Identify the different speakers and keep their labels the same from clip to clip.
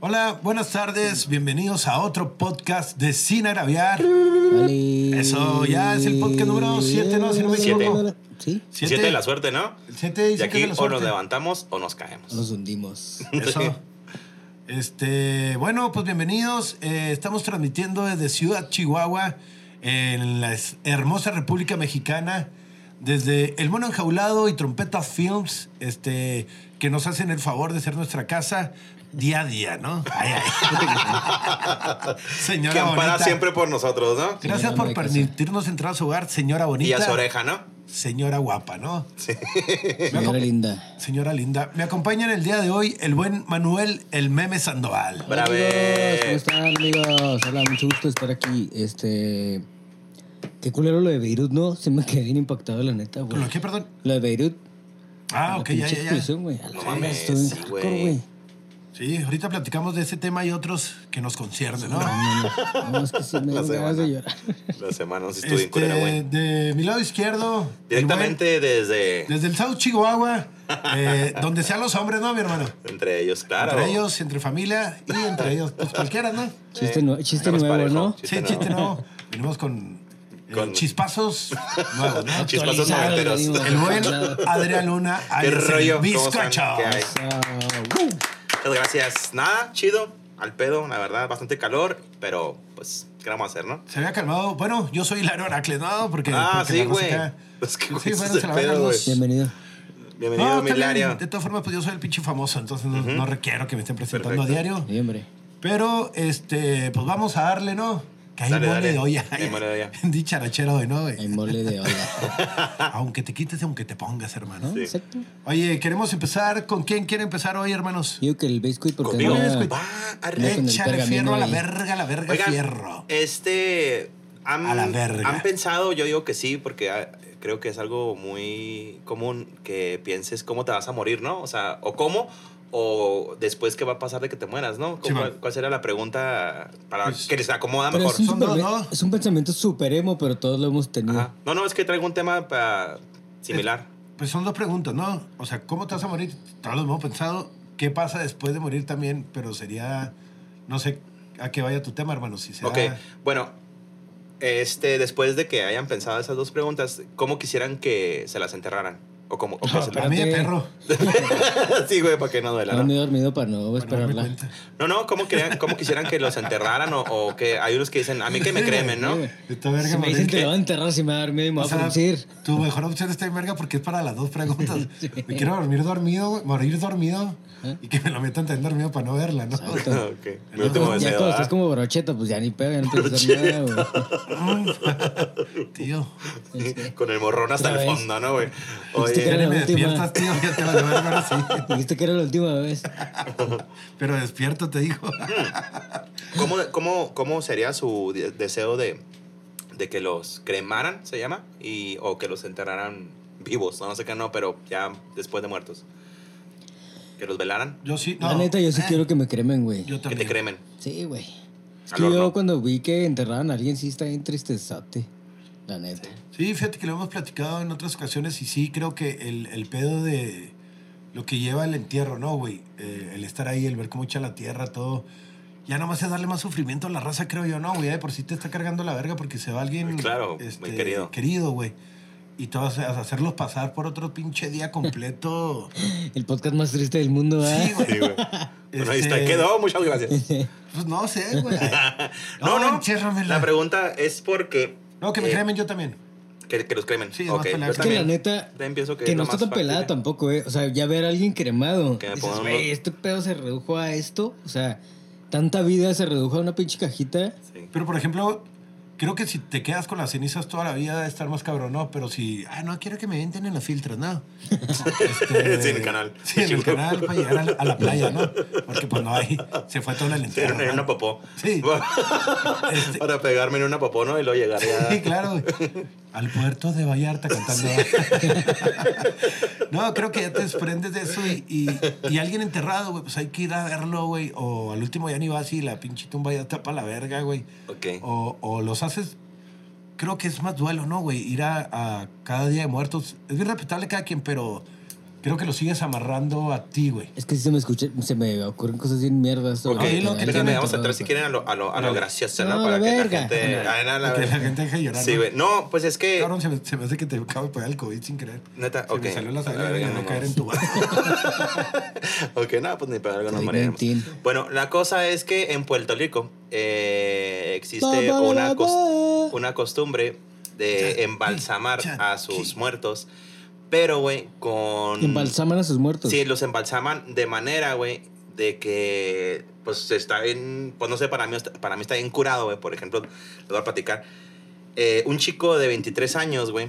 Speaker 1: Hola, buenas tardes, bienvenidos a otro podcast de Sin Agraviar. Eso ya es el podcast número 7, ¿no? Si no me
Speaker 2: Siete.
Speaker 1: equivoco.
Speaker 3: Sí,
Speaker 1: Siete.
Speaker 2: Siete de la suerte, ¿no?
Speaker 1: Siete y
Speaker 2: De
Speaker 1: siete de
Speaker 2: aquí
Speaker 1: la
Speaker 2: o nos
Speaker 1: suerte.
Speaker 2: levantamos o nos caemos.
Speaker 3: nos hundimos.
Speaker 1: Eso. Este, bueno, pues bienvenidos. Eh, estamos transmitiendo desde Ciudad Chihuahua, en la es- hermosa República Mexicana, desde El Mono Enjaulado y Trompeta Films, este, que nos hacen el favor de ser nuestra casa día a día, ¿no? Ay, ay. Señora
Speaker 2: que ampara
Speaker 1: bonita.
Speaker 2: siempre por nosotros, ¿no?
Speaker 1: Gracias
Speaker 3: Señora
Speaker 1: por
Speaker 3: ama de casa.
Speaker 1: permitirnos entrar a su hogar, señora
Speaker 2: Y a su
Speaker 1: bonita.
Speaker 2: oreja, ¿no?
Speaker 1: Señora guapa, ¿no?
Speaker 3: Señora linda.
Speaker 1: Señora linda. Me acompaña en el día de hoy el buen Manuel, el meme Sandoval.
Speaker 3: Hola,
Speaker 2: Brave.
Speaker 3: amigos, ¿Cómo están, amigos? Hola, mucho gusto estar aquí. Este. Qué culero lo de Beirut, ¿no? Se me quedé bien impactado, la neta, güey.
Speaker 1: ¿Lo qué, perdón?
Speaker 3: Lo de Beirut.
Speaker 1: Ah,
Speaker 3: la
Speaker 1: ok, ya,
Speaker 3: pinche
Speaker 1: ya, ya.
Speaker 3: explosión, güey. A la
Speaker 2: No
Speaker 3: verga,
Speaker 2: mames,
Speaker 3: estuvo bien
Speaker 2: sí,
Speaker 3: hardcore,
Speaker 2: güey.
Speaker 3: güey.
Speaker 1: Sí, ahorita platicamos de ese tema y otros que nos conciernen, ¿no?
Speaker 3: No, no, es que sí me
Speaker 2: La
Speaker 3: dan ganas de llorar.
Speaker 2: La semana nos estuvo bien
Speaker 1: Este,
Speaker 2: culera, güey.
Speaker 1: de mi lado izquierdo. el
Speaker 2: Directamente
Speaker 1: güey,
Speaker 2: desde
Speaker 1: desde el South Chihuahua, eh, donde sean los hombres, ¿no, mi hermano?
Speaker 2: entre ellos, claro.
Speaker 1: Entre ellos, entre familia y entre ellos, pues cualquiera, ¿no?
Speaker 3: Chiste, nue- chiste
Speaker 2: menos
Speaker 3: nuevo,
Speaker 2: parejo.
Speaker 3: ¿no?
Speaker 2: Chiste
Speaker 1: sí,
Speaker 2: nuevo.
Speaker 1: chiste nuevo. Venimos con, eh,
Speaker 2: Con-
Speaker 1: chispazos nuevos, ¿no?
Speaker 2: Chispazos
Speaker 3: Actualizado,
Speaker 2: noventeros.
Speaker 3: venimos.
Speaker 1: El buen Adrián Luna,
Speaker 2: ¿Qué
Speaker 1: alias el
Speaker 2: rollo? ¿Cómo están?
Speaker 1: Bizcocho.
Speaker 2: ¿Qué
Speaker 3: Ah,
Speaker 2: hay?
Speaker 3: uh.
Speaker 2: Muchas gracias. Nada, chido. Al pedo, la verdad, bastante calor, pero pues, ¿qué vamos a hacer, no?
Speaker 1: Se había calmado. Bueno, yo soy Laro Heracles, ¿no, porque.
Speaker 2: Ah,
Speaker 1: porque
Speaker 2: sí,
Speaker 1: la raza
Speaker 2: güey.
Speaker 1: acá-
Speaker 2: Es que, güey,
Speaker 1: Sí,
Speaker 2: ese
Speaker 1: bueno,
Speaker 2: es el
Speaker 1: se la van a
Speaker 2: pedo,
Speaker 1: los-
Speaker 2: güey.
Speaker 3: Bienvenido.
Speaker 2: Bienvenido,
Speaker 1: No, está bien.
Speaker 2: Milario.
Speaker 1: De todas formas, pues yo soy el pinche famoso, entonces no, no requiero que me estén presentando
Speaker 2: Perfecto.
Speaker 1: a diario.
Speaker 3: Sí, hombre.
Speaker 1: Pero, este, pues vamos a darle, ¿no? Que hay
Speaker 2: Dale,
Speaker 1: mole
Speaker 2: dale.
Speaker 1: de olla. ¿eh?
Speaker 2: Hay mole de olla. Ah.
Speaker 1: Dicharachero hoy, ¿no? güey?
Speaker 3: El mole de olla.
Speaker 1: aunque te quites, aunque te pongas, hermano.
Speaker 3: ¿No?
Speaker 2: Sí.
Speaker 3: Exacto.
Speaker 1: Oye, queremos empezar. ¿Con quién quiere empezar hoy, hermanos?
Speaker 3: Digo que el biscuit porque
Speaker 2: Conmigo.
Speaker 3: anda-
Speaker 1: Biscuit.
Speaker 2: Va, arre.
Speaker 3: Anda con el
Speaker 1: Échale
Speaker 3: pergamino
Speaker 1: fierro a la
Speaker 3: ahí.
Speaker 1: verga, a la verga,
Speaker 2: Oigan,
Speaker 1: fierro.
Speaker 2: Este. Han,
Speaker 1: A la verga.
Speaker 2: han pensado, yo digo que sí, porque ah, creo que es algo muy común que pienses cómo te vas a morir, ¿no? O sea, o cómo, o después qué va a pasar de que te mueras, ¿no?
Speaker 1: Sí,
Speaker 2: ¿Cuál,
Speaker 1: man.
Speaker 2: cuál sería la pregunta para
Speaker 1: Pues-
Speaker 2: que les acomoda
Speaker 3: Pero
Speaker 2: mejor?
Speaker 3: es, un
Speaker 1: Son dos,
Speaker 3: superme-
Speaker 1: ¿no?
Speaker 3: es un pensamiento super emo, pero todos lo hemos tenido.
Speaker 2: Ajá. No, no, es que traigo un tema pa- similar.
Speaker 1: Pues son dos preguntas, ¿no? O sea, ¿cómo te vas a morir? Todos lo hemos pensado. ¿Qué pasa después de morir también? Pero sería, no sé a qué vaya tu tema, hermano. Si será...
Speaker 2: Ok, bueno, este, después de que hayan pensado esas dos preguntas, ¿cómo quisieran que se las enterraran? O cómo, o que se
Speaker 1: Ah, Para mí de
Speaker 3: Espérate.
Speaker 1: perro.
Speaker 2: las- sí, güey, para que no duela,
Speaker 3: No
Speaker 2: ¿no?
Speaker 3: me he dormido para no
Speaker 1: para darme
Speaker 3: esperarla.
Speaker 1: cuenta.
Speaker 2: No, no, ¿cómo, querían- cómo quisieran que los enterraran? O, o que hay unos que dicen, a mí que me cremen, ¿no?
Speaker 3: Sí,
Speaker 1: Esta verga,
Speaker 3: si me
Speaker 1: morir.
Speaker 3: dicen te lo van a enterrar, si me va a dormir, me va
Speaker 1: O
Speaker 3: a
Speaker 1: sea,
Speaker 3: fruncir.
Speaker 1: tu mejor opción está en verga porque es para las dos preguntas. Me quiero dormir dormido, güey, morir dormido y que me lo metan también dormido para no verla, ¿no?
Speaker 3: ¿Eh? Exacto.
Speaker 2: Ok, mi último
Speaker 3: Ya
Speaker 2: deseo.
Speaker 3: cuando
Speaker 2: ¿verdad?
Speaker 3: estás como brocheta, pues ya ni pega, ya no puedes hacer nada, güey.
Speaker 1: Mm. Tío,
Speaker 2: Con el morrón hasta
Speaker 3: Otra
Speaker 2: el
Speaker 3: vez.
Speaker 2: fondo, ¿no, güey?
Speaker 3: Este
Speaker 1: ya
Speaker 3: Era la
Speaker 2: Oye,
Speaker 1: ni me
Speaker 3: última.
Speaker 1: despiertas, tío, ya te vale verga ahora sí.
Speaker 3: Dijiste que era la última vez.
Speaker 1: Pero despierto, te digo.
Speaker 2: ¿cómo, cómo, cómo sería su de- deseo de, de que los cremaran, se llama? Y, o que los enterraran vivos, no, no sé qué, no, pero ya después de muertos. Que los velaran,
Speaker 1: Yo sí, no.
Speaker 3: La neta, yo sí
Speaker 1: Eh,
Speaker 3: quiero que me cremen, güey.
Speaker 1: Yo
Speaker 2: que
Speaker 1: también.
Speaker 2: te cremen.
Speaker 3: Sí, güey. Es
Speaker 2: Al
Speaker 3: que yo
Speaker 2: horno.
Speaker 3: cuando vi que enterraban a alguien, sí está bien tristezate. La neta.
Speaker 1: Sí, fíjate que lo hemos platicado en otras ocasiones y sí, creo que el, el pedo de lo que lleva el entierro, ¿no, güey? Eh, el estar ahí, el ver cómo echa la tierra, todo. Ya nomás es darle más sufrimiento a la raza, creo yo, ¿no, güey? De por sí te está cargando la verga porque se va alguien...
Speaker 2: Pues
Speaker 1: este,
Speaker 2: Claro, muy querido.
Speaker 1: Querido, güey. Y todos a- hacerlos pasar por otro pinche día completo.
Speaker 3: El podcast más triste del mundo, ¿eh?
Speaker 1: sí, güey.
Speaker 2: Sí, güey. Bueno, ahí está,
Speaker 1: Este-
Speaker 2: quedó, muchas gracias.
Speaker 1: Pues no sé, güey.
Speaker 2: No, no,
Speaker 1: enciérramela.
Speaker 2: la pregunta es porque...
Speaker 1: No, que me
Speaker 2: eh,
Speaker 1: cremen yo también.
Speaker 2: Que, que los cremen.
Speaker 1: Sí, es más
Speaker 2: Ok,
Speaker 1: pelada.
Speaker 2: yo
Speaker 1: Es
Speaker 3: Es que la
Speaker 2: también.
Speaker 3: neta,
Speaker 2: También pienso que,
Speaker 3: que,
Speaker 2: es
Speaker 3: no
Speaker 2: lo
Speaker 3: está
Speaker 2: más
Speaker 3: tan pelada
Speaker 2: factible.
Speaker 3: tampoco, ¿eh? O sea, ya ver a alguien cremado.
Speaker 2: Que me
Speaker 3: dices,
Speaker 2: pongan
Speaker 3: "Güey,
Speaker 2: unos-
Speaker 3: este pedo se redujo a esto. O sea, tanta vida se redujo a una pinche cajita.
Speaker 2: Sí.
Speaker 1: Pero, por ejemplo, creo que si te quedas con las cenizas toda la vida, de estar más cabrón, ¿no? Pero si, ah, no, quiero que me venden en los filtros, ¿no? Este,
Speaker 2: Sí, en el canal.
Speaker 1: Sí, en el canal para llegar a la, a la playa, ¿no? Porque pues no hay, se fue todo el
Speaker 2: Sí, en,
Speaker 1: entero.
Speaker 2: en
Speaker 1: ¿no?
Speaker 2: una popó.
Speaker 1: Sí. Este-
Speaker 2: Para pegarme en una popó, ¿no? Y luego llegar ya.
Speaker 1: Sí, claro. Al puerto de Vallarta cantando. no, creo que ya te desprendes de eso y, y- y alguien enterrado, güey, pues hay que ir a verlo, güey. O al último ya ni vas y la pinche tumba ya está para la verga, güey.
Speaker 2: Ok.
Speaker 1: O, o los haces. Creo que es más duelo, ¿no, güey? Ir a, a cada día de muertos. Es bien respetable cada quien, pero Creo que lo sigues amarrando a ti, güey.
Speaker 3: Es que si se me escucha, se me ocurren cosas bien mierdas.
Speaker 2: Ok,
Speaker 1: ahí lo
Speaker 2: lo
Speaker 1: que
Speaker 2: que
Speaker 1: tiene
Speaker 2: vamos a entrar si quieren a lo, a lo, a lo
Speaker 1: No,
Speaker 2: gracioso,
Speaker 3: la
Speaker 2: ¿no? Para que la
Speaker 3: verga.
Speaker 2: gente.
Speaker 3: No.
Speaker 2: Ah, no,
Speaker 1: Para
Speaker 2: la
Speaker 1: que la
Speaker 2: verga.
Speaker 1: gente deje de llorar.
Speaker 2: Sí,
Speaker 1: ¿no?
Speaker 2: güey. No, pues es que.
Speaker 1: Cabrón, se me, se me hace que te acabo de pegar el COVID sin querer.
Speaker 2: Neta,
Speaker 1: Se
Speaker 2: ok.
Speaker 1: me salió la
Speaker 2: A
Speaker 1: saliva
Speaker 2: la
Speaker 1: de
Speaker 2: verga,
Speaker 1: no
Speaker 2: no
Speaker 1: caer
Speaker 2: mames.
Speaker 1: en tu barrio.
Speaker 2: ok, nada, pues ni para algo nos
Speaker 3: Covid-19.
Speaker 2: mareamos. Bueno, la cosa es que en Puerto Rico eh, existe
Speaker 3: Ba, ba,
Speaker 2: una,
Speaker 3: ba,
Speaker 2: cos-
Speaker 3: ba.
Speaker 2: una costumbre de embalsamar
Speaker 1: chan,
Speaker 2: a sus
Speaker 1: sí.
Speaker 2: muertos, pero, güey, con...
Speaker 3: Embalsaman a sus muertos.
Speaker 2: Sí, los embalsaman de manera, güey, de que, pues, está en... Pues, no sé, para mí, está- para mí está bien curado, güey. Por ejemplo, les voy a platicar. Eh, un chico de 23 años, güey.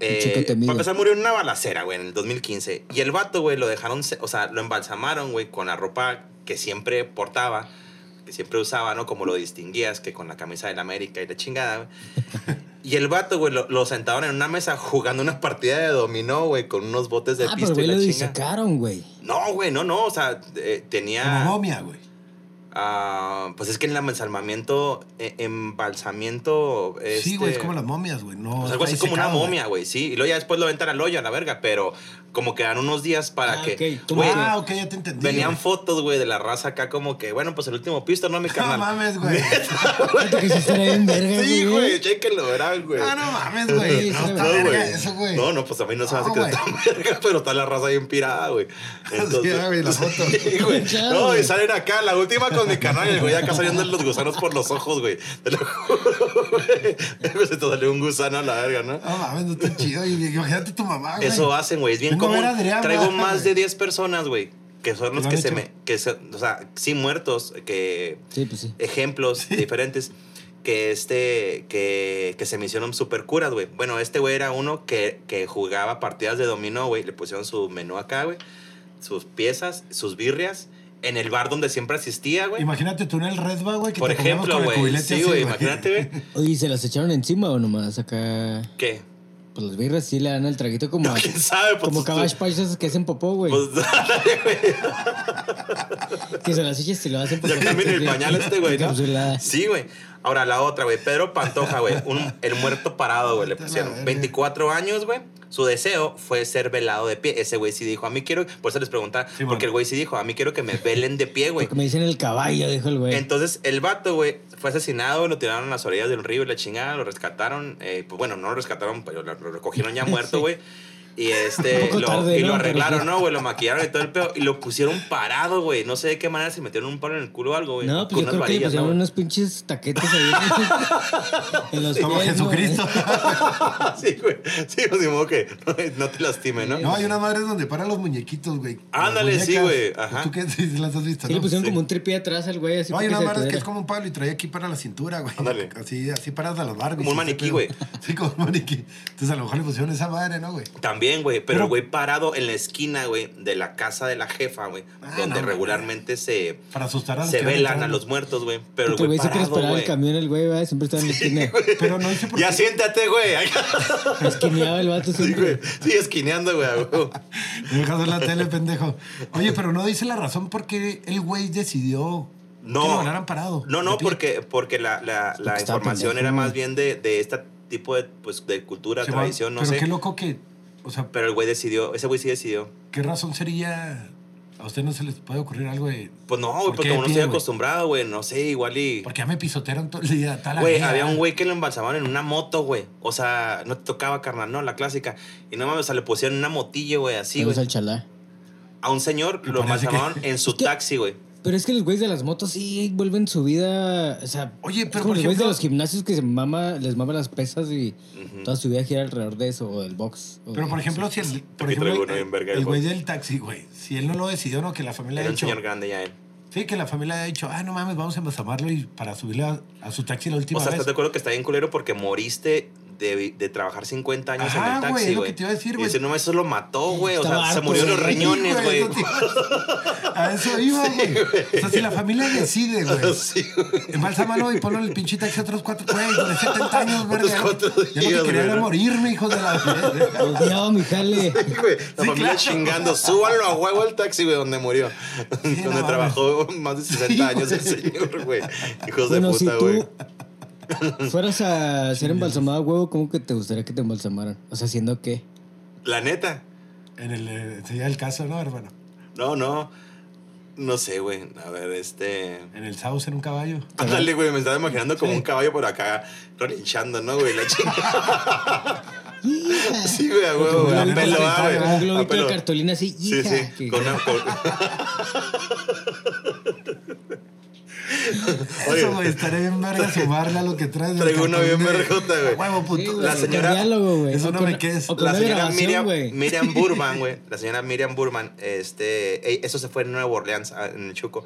Speaker 2: eh,
Speaker 3: chico temido.
Speaker 2: para empezar, murió en una balacera, güey, en el 2015. Y el vato, güey, lo dejaron, se- o sea, lo embalsamaron, güey, con la ropa que siempre portaba, que siempre usaba, ¿no? Como lo distinguías, que con la camisa del América y la chingada, güey. Y el vato, güey, lo, lo sentaron en una mesa jugando una partida de dominó, güey, con unos botes de
Speaker 3: ah, pero
Speaker 2: pisto y
Speaker 3: güey,
Speaker 2: la
Speaker 3: lo
Speaker 2: chingada.
Speaker 3: disecaron, güey.
Speaker 2: No, güey, no, no. O sea, eh, tenía.
Speaker 1: Como momia, güey.
Speaker 2: ah, pues es que el embalsamiento. eh, embalsamiento.
Speaker 1: Sí, güey, es
Speaker 2: este,
Speaker 1: como las momias, güey. No,
Speaker 2: pues algo
Speaker 1: está
Speaker 2: así como una
Speaker 1: disecado,
Speaker 2: momia, güey, sí. Y luego ya después lo aventan al hoyo, a la verga, pero como que dan unos días para
Speaker 3: Ah,
Speaker 2: que.
Speaker 3: ok, tú
Speaker 1: güey.
Speaker 2: güey,
Speaker 1: Ah, ok, ya te entendí.
Speaker 2: venían
Speaker 1: güey.
Speaker 2: fotos, güey, de la raza acá, como que, bueno, pues el último pisto, ¿no, mi
Speaker 1: No
Speaker 2: carnal?
Speaker 1: mames, güey.
Speaker 3: Fíjate que sí estaría bien verga, ¿eh?
Speaker 2: Sí, güey, chéquenlo, verán, güey.
Speaker 1: Ah, no mames, güey.
Speaker 3: Sí,
Speaker 1: No,
Speaker 3: sí,
Speaker 1: está
Speaker 3: no,
Speaker 1: verga
Speaker 2: güey.
Speaker 1: eso, güey.
Speaker 2: No, no, pues a mí no se me hace
Speaker 1: No,
Speaker 2: que
Speaker 1: güey.
Speaker 2: está verga, pero está la raza bien pirada, güey. Entonces,
Speaker 1: Sí, güey, la foto.
Speaker 2: Sí, güey.
Speaker 3: Claro,
Speaker 2: No, y
Speaker 3: güey.
Speaker 2: salen acá, la última con mi canal, y el güey acá saliendo los gusanos por los ojos, güey. Te lo juro, güey. Pues se te salió un gusano a la verga, ¿no?
Speaker 1: No mames, no está chido. Y imagínate tu mamá, Ah, güey.
Speaker 2: Eso hacen, güey. Es bien
Speaker 1: Vengo a
Speaker 2: común.
Speaker 1: ver a Adrián,
Speaker 2: Traigo
Speaker 1: güey.
Speaker 2: más de 10 personas, güey, que son los
Speaker 1: lo
Speaker 2: que
Speaker 1: han
Speaker 2: se
Speaker 1: hecho?
Speaker 2: me. Que se- o sea, sí muertos, que
Speaker 3: Sí, pues sí.
Speaker 2: ejemplos diferentes que este que, que se me hicieron super curas, güey. Bueno, este güey era uno que, que jugaba partidas de dominó, güey. Le pusieron su menú acá, güey. Sus piezas, sus birrias, en el bar donde siempre asistía, güey.
Speaker 1: Imagínate tú en el Redba, güey, que
Speaker 2: Por
Speaker 1: te comíamos
Speaker 2: ejemplo,
Speaker 1: con el
Speaker 2: güey.
Speaker 1: cubilete
Speaker 2: Sí,
Speaker 1: así,
Speaker 2: güey, imagínate, güey.
Speaker 3: Oye, ¿y ¿se las echaron encima o nomás acá?
Speaker 2: ¿Qué?
Speaker 3: Pues las birras sí le dan el traguito como...
Speaker 2: No, quién sabe, pues.
Speaker 3: como
Speaker 2: tú-
Speaker 3: caballos paisas que hacen popó, güey.
Speaker 2: pues,
Speaker 3: que se las echas y lo hacen popó.
Speaker 2: Ya cambian el pañal este, güey, ¿no?
Speaker 3: Encapsulada.
Speaker 2: Sí, güey. Ahora la otra, güey. Pedro Pantoja, güey. un- El muerto parado, güey. Le
Speaker 1: Vete a la
Speaker 2: pusieron
Speaker 1: verga.
Speaker 2: 24 años, güey. Su deseo fue ser velado de pie. Ese güey sí dijo, a mí quiero... Por eso les preguntaba.
Speaker 1: Sí, bueno.
Speaker 2: porque el güey sí dijo, a mí quiero que me velen de pie, güey.
Speaker 3: Porque me dicen el caballo, dijo el güey.
Speaker 2: Pues. Entonces el vato, güey, fue asesinado, lo tiraron a las orillas del río y la chingada, lo rescataron. eh, pues bueno, no lo rescataron, pero lo, lo recogieron ya muerto, güey. Y
Speaker 3: Un
Speaker 2: este,
Speaker 3: poco
Speaker 2: lo,
Speaker 3: tarde,
Speaker 2: y
Speaker 3: ¿no?
Speaker 2: lo
Speaker 3: Pero
Speaker 2: arreglaron,
Speaker 3: sí.
Speaker 2: ¿no? Güey, lo maquillaron y todo el pedo. Y lo pusieron parado, güey. No sé de qué manera se metieron un palo en el culo o algo, güey.
Speaker 3: No,
Speaker 2: Con
Speaker 3: pues yo
Speaker 2: unas
Speaker 3: creo que le
Speaker 2: varillas, ¿no,
Speaker 3: pusieron
Speaker 2: güey?
Speaker 3: unos pinches taquetes ahí. en los
Speaker 1: Como
Speaker 3: pies, ¿no?
Speaker 1: Jesucristo.
Speaker 2: sí, güey. Sí, pues, ni modo que no, no te lastime, ¿no?
Speaker 1: No, hay una madre donde paran los muñequitos, güey.
Speaker 2: Ándale,
Speaker 1: Las
Speaker 2: sí,
Speaker 1: muñecas.
Speaker 2: güey, ajá.
Speaker 1: ¿Tú qué sí, las has visto?
Speaker 3: Sí, le
Speaker 1: no?
Speaker 3: pusieron
Speaker 2: Sí.
Speaker 3: como un tripié atrás al güey. Así
Speaker 1: No, hay una
Speaker 3: para que se
Speaker 1: madre que
Speaker 3: tuviera.
Speaker 1: es como un palo y trae aquí para la cintura, güey.
Speaker 2: Ándale.
Speaker 1: Así, así paras a las Barbies.
Speaker 2: Como
Speaker 1: ese
Speaker 2: un maniquí,
Speaker 1: pedo.
Speaker 2: güey.
Speaker 1: Sí, como un maniquí. Entonces a lo mejor le pusieron esa madre, ¿no, güey?
Speaker 2: También, güey. Pero
Speaker 1: Pero-
Speaker 2: el güey parado en la esquina, güey, de la casa de la jefa, güey.
Speaker 1: Ah,
Speaker 2: donde
Speaker 1: no,
Speaker 2: regularmente se,
Speaker 1: Para asustar a los
Speaker 2: se
Speaker 1: que van
Speaker 2: velan a
Speaker 1: entrando.
Speaker 2: los muertos, güey. Pero el
Speaker 3: Porque el
Speaker 2: güey
Speaker 3: güey se quiere
Speaker 2: parado,
Speaker 3: esperar
Speaker 2: güey.
Speaker 3: el camión, el güey, ¿verdad? siempre estaba en la esquina.
Speaker 1: Pero no dice por
Speaker 2: Ya
Speaker 1: qué.
Speaker 2: siéntate, güey.
Speaker 3: Esquineaba el vato
Speaker 2: Sí,
Speaker 3: siempre.
Speaker 2: güey. Sí, esquineando, güey. a huevo.
Speaker 1: Me dejas ver la tele, pendejo. Oye, pero no dice la razón por qué el güey decidió
Speaker 2: No.
Speaker 1: que lo volaran parado.
Speaker 2: No, no,
Speaker 1: De pie.
Speaker 2: porque, porque la, la, la
Speaker 3: Porque estaba
Speaker 2: información
Speaker 3: pendejo,
Speaker 2: era más
Speaker 3: güey.
Speaker 2: bien de, de este tipo de, pues, de cultura,
Speaker 1: Sí, va.
Speaker 2: tradición, no
Speaker 1: pero
Speaker 2: sé.
Speaker 1: qué loco que. O sea,
Speaker 2: Pero el güey decidió, ese güey sí decidió.
Speaker 1: ¿qué razón sería? A usted no se les puede ocurrir algo de.
Speaker 2: Pues no, güey,
Speaker 1: ¿Por
Speaker 2: porque
Speaker 1: qué
Speaker 2: como no estoy
Speaker 1: pie, güey?
Speaker 2: acostumbrado, güey, no sé, igual y...
Speaker 1: Porque ya me pisotearon todo el día. Tal
Speaker 2: Güey, había un güey que lo embalsamaban en una moto, güey. O sea, no te tocaba, carnal, no, la clásica. Y no mames, o sea, le pusieron una motilla, güey, así,
Speaker 3: Saludos
Speaker 2: güey.
Speaker 3: al chalá.
Speaker 2: A un señor
Speaker 1: Me
Speaker 2: lo
Speaker 1: parece que-
Speaker 2: embalsamaban en su
Speaker 3: que-
Speaker 2: taxi, güey.
Speaker 3: Pero es que los güeyes de las motos sí vuelven su vida. O sea,
Speaker 1: Oye,
Speaker 3: es
Speaker 1: pero
Speaker 3: como
Speaker 1: por
Speaker 3: los güeyes
Speaker 1: ejemplo-
Speaker 3: de los gimnasios que se mama, les mama las pesas y
Speaker 2: Ujú.
Speaker 3: toda su vida gira alrededor de eso, o del box. o
Speaker 1: Pero
Speaker 3: de-
Speaker 1: por ejemplo, si el. Por
Speaker 2: Aquí traigo
Speaker 1: ejemplo,
Speaker 2: uno bien verga,
Speaker 1: el
Speaker 2: el
Speaker 1: güey
Speaker 2: güey.
Speaker 1: del taxi, güey. Si él no lo decidió, no, que la familia
Speaker 2: Era
Speaker 1: ha
Speaker 2: un
Speaker 1: dicho.
Speaker 2: señor grande ya él.
Speaker 1: Sí, que la familia ha dicho, ah, no mames, vamos a embalsamarlo y para subirle a, a su taxi la última
Speaker 2: O sea,
Speaker 1: vez.
Speaker 2: ¿estás de acuerdo que está bien culero porque moriste de, de trabajar 50 años
Speaker 1: Ajá,
Speaker 2: en el
Speaker 1: Ah, güey,
Speaker 2: taxi,
Speaker 1: es lo
Speaker 2: güey?
Speaker 1: que te iba a decir,
Speaker 2: Y
Speaker 1: güey.
Speaker 2: dice, no, eso lo mató, güey. O sea,
Speaker 3: Estaba
Speaker 2: se
Speaker 3: harto,
Speaker 2: murió
Speaker 3: güey.
Speaker 2: los
Speaker 1: Sí,
Speaker 2: riñones, güey.
Speaker 1: no te- A eso iba, güey. O sea, si la familia decide, güey.
Speaker 2: Sí, güey.
Speaker 1: Embálsamalo y ponlo en el pinche taxi otros cuatro, güey, duré 70 años, verga.
Speaker 2: Otros cuatro
Speaker 1: Yo lo
Speaker 2: días,
Speaker 1: que quería era
Speaker 2: güey.
Speaker 1: morirme, hijos de la...
Speaker 3: Odiaba mi jale.
Speaker 2: Güey, La
Speaker 1: Sí,
Speaker 2: familia
Speaker 1: claro.
Speaker 2: chingando, súbanlo a huevo al taxi, güey, donde murió.
Speaker 1: no
Speaker 2: donde
Speaker 1: mames.
Speaker 2: trabajó más de 60
Speaker 1: Sí,
Speaker 2: años el
Speaker 1: güey.
Speaker 2: señor, güey. Hijos
Speaker 3: Bueno,
Speaker 2: de
Speaker 3: si
Speaker 2: puta, güey.
Speaker 3: tú fueras a ser embalsamado a huevo, ¿cómo que te gustaría que te embalsamaran? O sea, siendo qué?
Speaker 2: La neta.
Speaker 1: En el, eh, sería el caso, ¿no, hermano?
Speaker 2: No, no. No sé, güey. A ver, este.
Speaker 1: En el sauce, en un caballo.
Speaker 2: Ándale, güey. Me estaba imaginando como un caballo por acá relinchando, ¿no, güey? La chingada. Sí, güey, a huevo, güey.
Speaker 1: globito
Speaker 2: A pelo, ah,
Speaker 1: sanitario,
Speaker 2: güey.
Speaker 1: como
Speaker 3: Un
Speaker 2: A
Speaker 3: globito
Speaker 2: pelo.
Speaker 3: de cartulina así.
Speaker 2: Sí,
Speaker 3: hija,
Speaker 2: sí.
Speaker 3: que-
Speaker 2: Con una. con- Oye,
Speaker 1: Eso, güey, estaría bien verga sumarle a lo que traes. del
Speaker 2: Traigo uno
Speaker 1: cartón
Speaker 2: bien
Speaker 1: de-
Speaker 2: vergota, güey.
Speaker 1: Huevo, puto.
Speaker 3: Sí, güey,
Speaker 2: La
Speaker 3: con
Speaker 2: señora-
Speaker 3: diálogo, güey.
Speaker 1: Eso
Speaker 3: O
Speaker 1: no
Speaker 3: con-
Speaker 1: me quedes.
Speaker 3: o con
Speaker 2: la
Speaker 3: una
Speaker 2: señora
Speaker 3: grabación,
Speaker 2: Miriam,
Speaker 3: güey.
Speaker 2: Miriam Burman, güey. La señora Miriam Burman, este, ey, eso se fue en Nueva Orleans, ah, en el Chuco.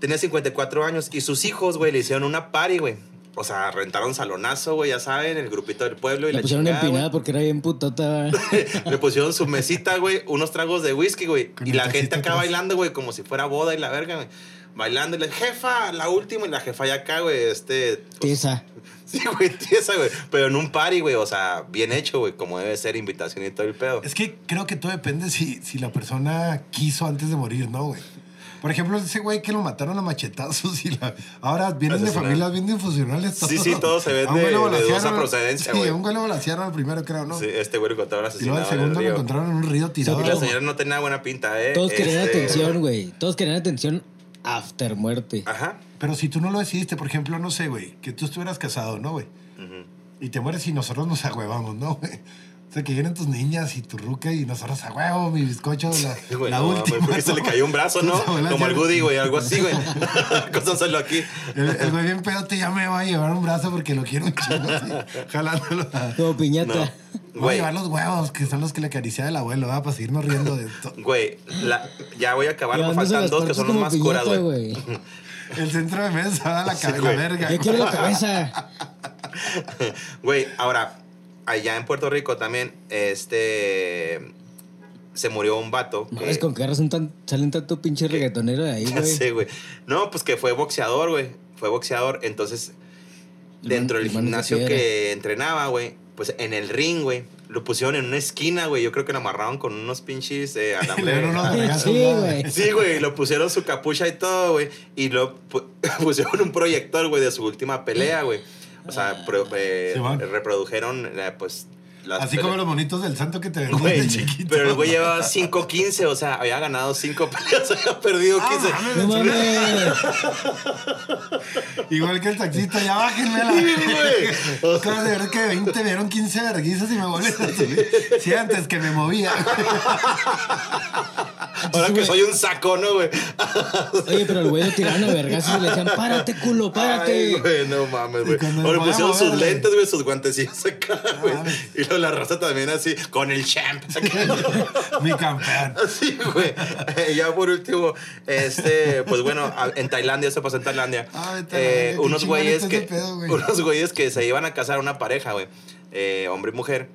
Speaker 2: Tenía 54 años y sus hijos, güey, le hicieron una party, güey. O sea, rentaron salonazo, güey, ya saben, el grupito del pueblo y
Speaker 3: La
Speaker 2: la,
Speaker 3: pusieron
Speaker 2: chingada, güey.
Speaker 3: empinada porque era bien putota.
Speaker 2: Le pusieron su mesita, güey, unos tragos de whisky, güey.
Speaker 1: Con
Speaker 2: Y
Speaker 1: el
Speaker 2: la
Speaker 1: tacito
Speaker 2: gente acá
Speaker 1: atrás.
Speaker 2: bailando, güey, como si fuera boda y la verga, güey. Bailando y la jefa, la última, y la jefa ya acá, güey, este. pues,
Speaker 3: Tiesa.
Speaker 2: Sí, güey, tiesa, güey. Pero en un party, güey, o sea, bien hecho, güey, como debe ser, invitación y todo el pedo.
Speaker 1: Es que creo que todo depende si, si la persona quiso antes de morir, ¿no, güey? Por ejemplo, ese güey que lo mataron a machetazos y la- ahora vienen de
Speaker 2: Asesinaron.
Speaker 1: familias bien disfuncionales.
Speaker 2: Sí, sí, todos se ven
Speaker 1: A un güey
Speaker 2: de-
Speaker 1: lo
Speaker 2: de dudosa
Speaker 1: balacearon-
Speaker 2: procedencia,
Speaker 1: Sí,
Speaker 2: güey.
Speaker 1: a un güey lo balacearon al primero, creo, ¿no?
Speaker 2: Sí, este güey lo encontraron
Speaker 1: y luego al
Speaker 2: asesinado en el
Speaker 1: segundo lo
Speaker 2: río.
Speaker 1: encontraron en un río tirado.
Speaker 2: Y la señora no tenía buena pinta, ¿eh?
Speaker 3: Todos querían
Speaker 2: Este,
Speaker 3: atención, güey. Todos querían atención after muerte.
Speaker 2: Ajá.
Speaker 1: Pero si tú no lo decidiste, por ejemplo, no sé, güey, que tú estuvieras casado, ¿no, güey?
Speaker 2: Ujú.
Speaker 1: Y te mueres y nosotros nos agüevamos, ¿no, güey? O sea, que vienen tus niñas y tu ruca y nosotros a huevo, mi bizcocho, la,
Speaker 2: Sí, güey,
Speaker 1: la
Speaker 2: no,
Speaker 1: última.
Speaker 2: güey, porque se le
Speaker 1: ¿no?
Speaker 2: cayó un brazo, ¿no?
Speaker 1: Tus abuelas
Speaker 2: Como el
Speaker 1: ya-
Speaker 2: Goody, güey, algo así, güey. Cósanselo aquí.
Speaker 1: El, el güey bien pedote ya me va a llevar un brazo porque lo quiero un chingo así, jalándolo. Voy
Speaker 3: Como
Speaker 2: No.
Speaker 3: piñata.
Speaker 1: a
Speaker 2: Güey,
Speaker 1: llevar los huevos, que son los que le acariciaba el abuelo, ¿verdad? Para seguirnos riendo de esto.
Speaker 2: güey, la- ya voy a acabar, me
Speaker 3: Llevándose
Speaker 2: faltan
Speaker 3: las
Speaker 2: dos que
Speaker 3: partes
Speaker 2: son los
Speaker 3: como
Speaker 2: más
Speaker 3: piñata,
Speaker 2: curas, güey.
Speaker 1: El centro de mesa, ¿verdad? la,
Speaker 2: Sí,
Speaker 1: cabeza
Speaker 2: güey.
Speaker 1: verga.
Speaker 3: Yo quiero la cabeza.
Speaker 2: Güey, ahora, allá en Puerto Rico también, este. Se murió un vato.
Speaker 3: Mames,
Speaker 2: que-
Speaker 3: con qué razón tan- salen tanto pinche reggaetonero de ahí,
Speaker 2: Ya
Speaker 3: güey.
Speaker 2: sé, güey. No, pues que fue boxeador, güey. Fue boxeador. Entonces,
Speaker 3: El
Speaker 2: dentro
Speaker 3: man-
Speaker 2: del
Speaker 3: el man de
Speaker 2: gimnasio
Speaker 3: piedra.
Speaker 2: que entrenaba, güey, pues en el ring, güey, lo pusieron en una esquina, güey. Yo creo que lo amarraron con unos pinches eh,
Speaker 1: Le dieron
Speaker 2: alambres.
Speaker 1: unos
Speaker 3: Ah,
Speaker 1: vergazos,
Speaker 3: sí,
Speaker 1: ¿verdad?
Speaker 3: güey.
Speaker 2: Sí, güey, lo pusieron su capucha y todo, güey. Y lo pu- pusieron un proyector, güey, de su última pelea, güey. O sea, pro- eh,
Speaker 1: Simón.
Speaker 2: reprodujeron, eh, pues, las
Speaker 1: Así
Speaker 2: pele-
Speaker 1: como los monitos del santo que te vendían
Speaker 2: Güey,
Speaker 1: de chiquito.
Speaker 2: pero el güey llevaba 5-15, o sea, había ganado 5 peleas, había perdido
Speaker 1: Ah,
Speaker 2: 15.
Speaker 1: mames,
Speaker 3: No mames.
Speaker 1: Igual que el taxista, ya bájenme la.
Speaker 2: Sí, güey.
Speaker 1: Acabas de ver que de 20 vieron 15 verguizas y me vuelven a subir. Sí, antes que me movía.
Speaker 2: Ahora que
Speaker 3: güey.
Speaker 2: soy un saco, ¿no, güey?
Speaker 3: Oye, pero el güey lo tiraron a vergazos y le decían, párate, culo,
Speaker 2: Ay,
Speaker 3: párate.
Speaker 2: güey, no mames,
Speaker 1: Y
Speaker 2: güey.
Speaker 1: cuando
Speaker 2: Ahora
Speaker 1: me
Speaker 2: pusieron
Speaker 1: voy a
Speaker 2: sus
Speaker 1: mover,
Speaker 2: lentes, güey, sus guantecillos acá, güey.
Speaker 1: Ah, mames.
Speaker 2: Y luego la raza también así, con el champ.
Speaker 1: Mi campeón.
Speaker 2: Así, güey. Eh, Ya por último, este, pues bueno, a- en Tailandia, eso pasó en Tailandia.
Speaker 1: Ah, en Tailandia,
Speaker 2: Eh,
Speaker 1: qué
Speaker 2: unos
Speaker 1: chingón
Speaker 2: güeyes
Speaker 1: está
Speaker 2: que,
Speaker 1: ese pedo, güey.
Speaker 2: unos güeyes que se iban a casar una pareja, güey. eh, hombre y mujer.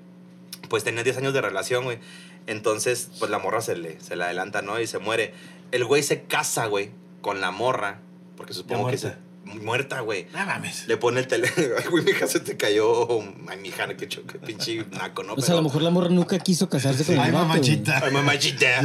Speaker 2: Pues tenían 10 años de relación, güey. Entonces, pues la morra se le, se le adelanta, ¿no? Y se muere. El güey se casa, güey, con la morra. Porque supongo que se.
Speaker 1: muerta.
Speaker 2: Muerta, güey.
Speaker 1: No mames.
Speaker 2: Le pone el teléfono. Ay, güey, mija, se te cayó. Ay, mija, qué cho- qué pinche naco, ¿no?
Speaker 3: O sea, a
Speaker 2: Pero-
Speaker 3: lo mejor la morra nunca quiso casarse con el
Speaker 1: Ay,
Speaker 3: vato, güey.
Speaker 1: mamachita.
Speaker 2: Ay, mamachita.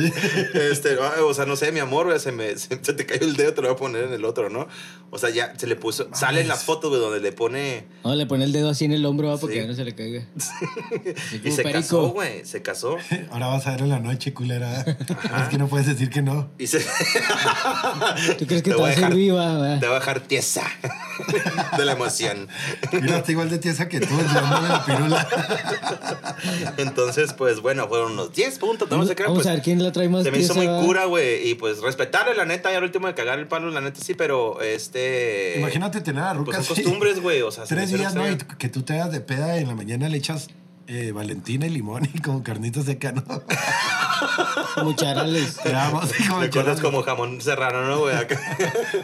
Speaker 2: Este, ay, o sea, no sé, mi amor, güey, se me se, se te cayó el dedo, te lo voy a poner en el otro, ¿no? O sea, ya se le puso. Salen las fotos, güey, donde le pone.
Speaker 3: No, le pone el dedo así en el hombro, va, porque
Speaker 2: Sí.
Speaker 3: ya no se le caiga. Así
Speaker 2: Y
Speaker 3: como
Speaker 2: se
Speaker 3: perico.
Speaker 2: casó, güey. Se casó.
Speaker 1: Ahora vas a ver en la noche, culera. Es que no puedes decir que no.
Speaker 2: Y se.
Speaker 3: ¿Tú crees que te
Speaker 2: Te voy
Speaker 3: va a
Speaker 2: a dejar-
Speaker 3: ser viva, güey?
Speaker 2: Te va a dejar tiesa. De la emoción.
Speaker 1: Mira, está igual de tiesa que tú, enseñándome la pirula.
Speaker 2: Entonces, pues bueno, fueron unos 10 puntos, no,
Speaker 3: Vamos,
Speaker 2: sé qué.
Speaker 3: vamos
Speaker 2: pues,
Speaker 3: a ver quién la trae más
Speaker 2: Se me hizo
Speaker 3: tiesa,
Speaker 2: muy
Speaker 3: va.
Speaker 2: cura, güey. Y pues respetarle, la neta, ya al último de cagar el palo, la neta sí, pero este.
Speaker 1: Imagínate tener a la
Speaker 2: Pues
Speaker 1: ruca
Speaker 2: son
Speaker 1: así.
Speaker 2: costumbres, güey. O sea, se me
Speaker 1: Tres días,
Speaker 2: hicieron
Speaker 1: ¿no? Y
Speaker 2: extraño.
Speaker 1: que tú te hagas de peda y en la mañana le echas eh, Valentina y limón y como carnitas seca, ¿no?
Speaker 3: Como charales.
Speaker 1: Te damos así como
Speaker 2: Me acuerdas
Speaker 1: chorro,
Speaker 2: como jamón serrano, ¿no, güey? Acá.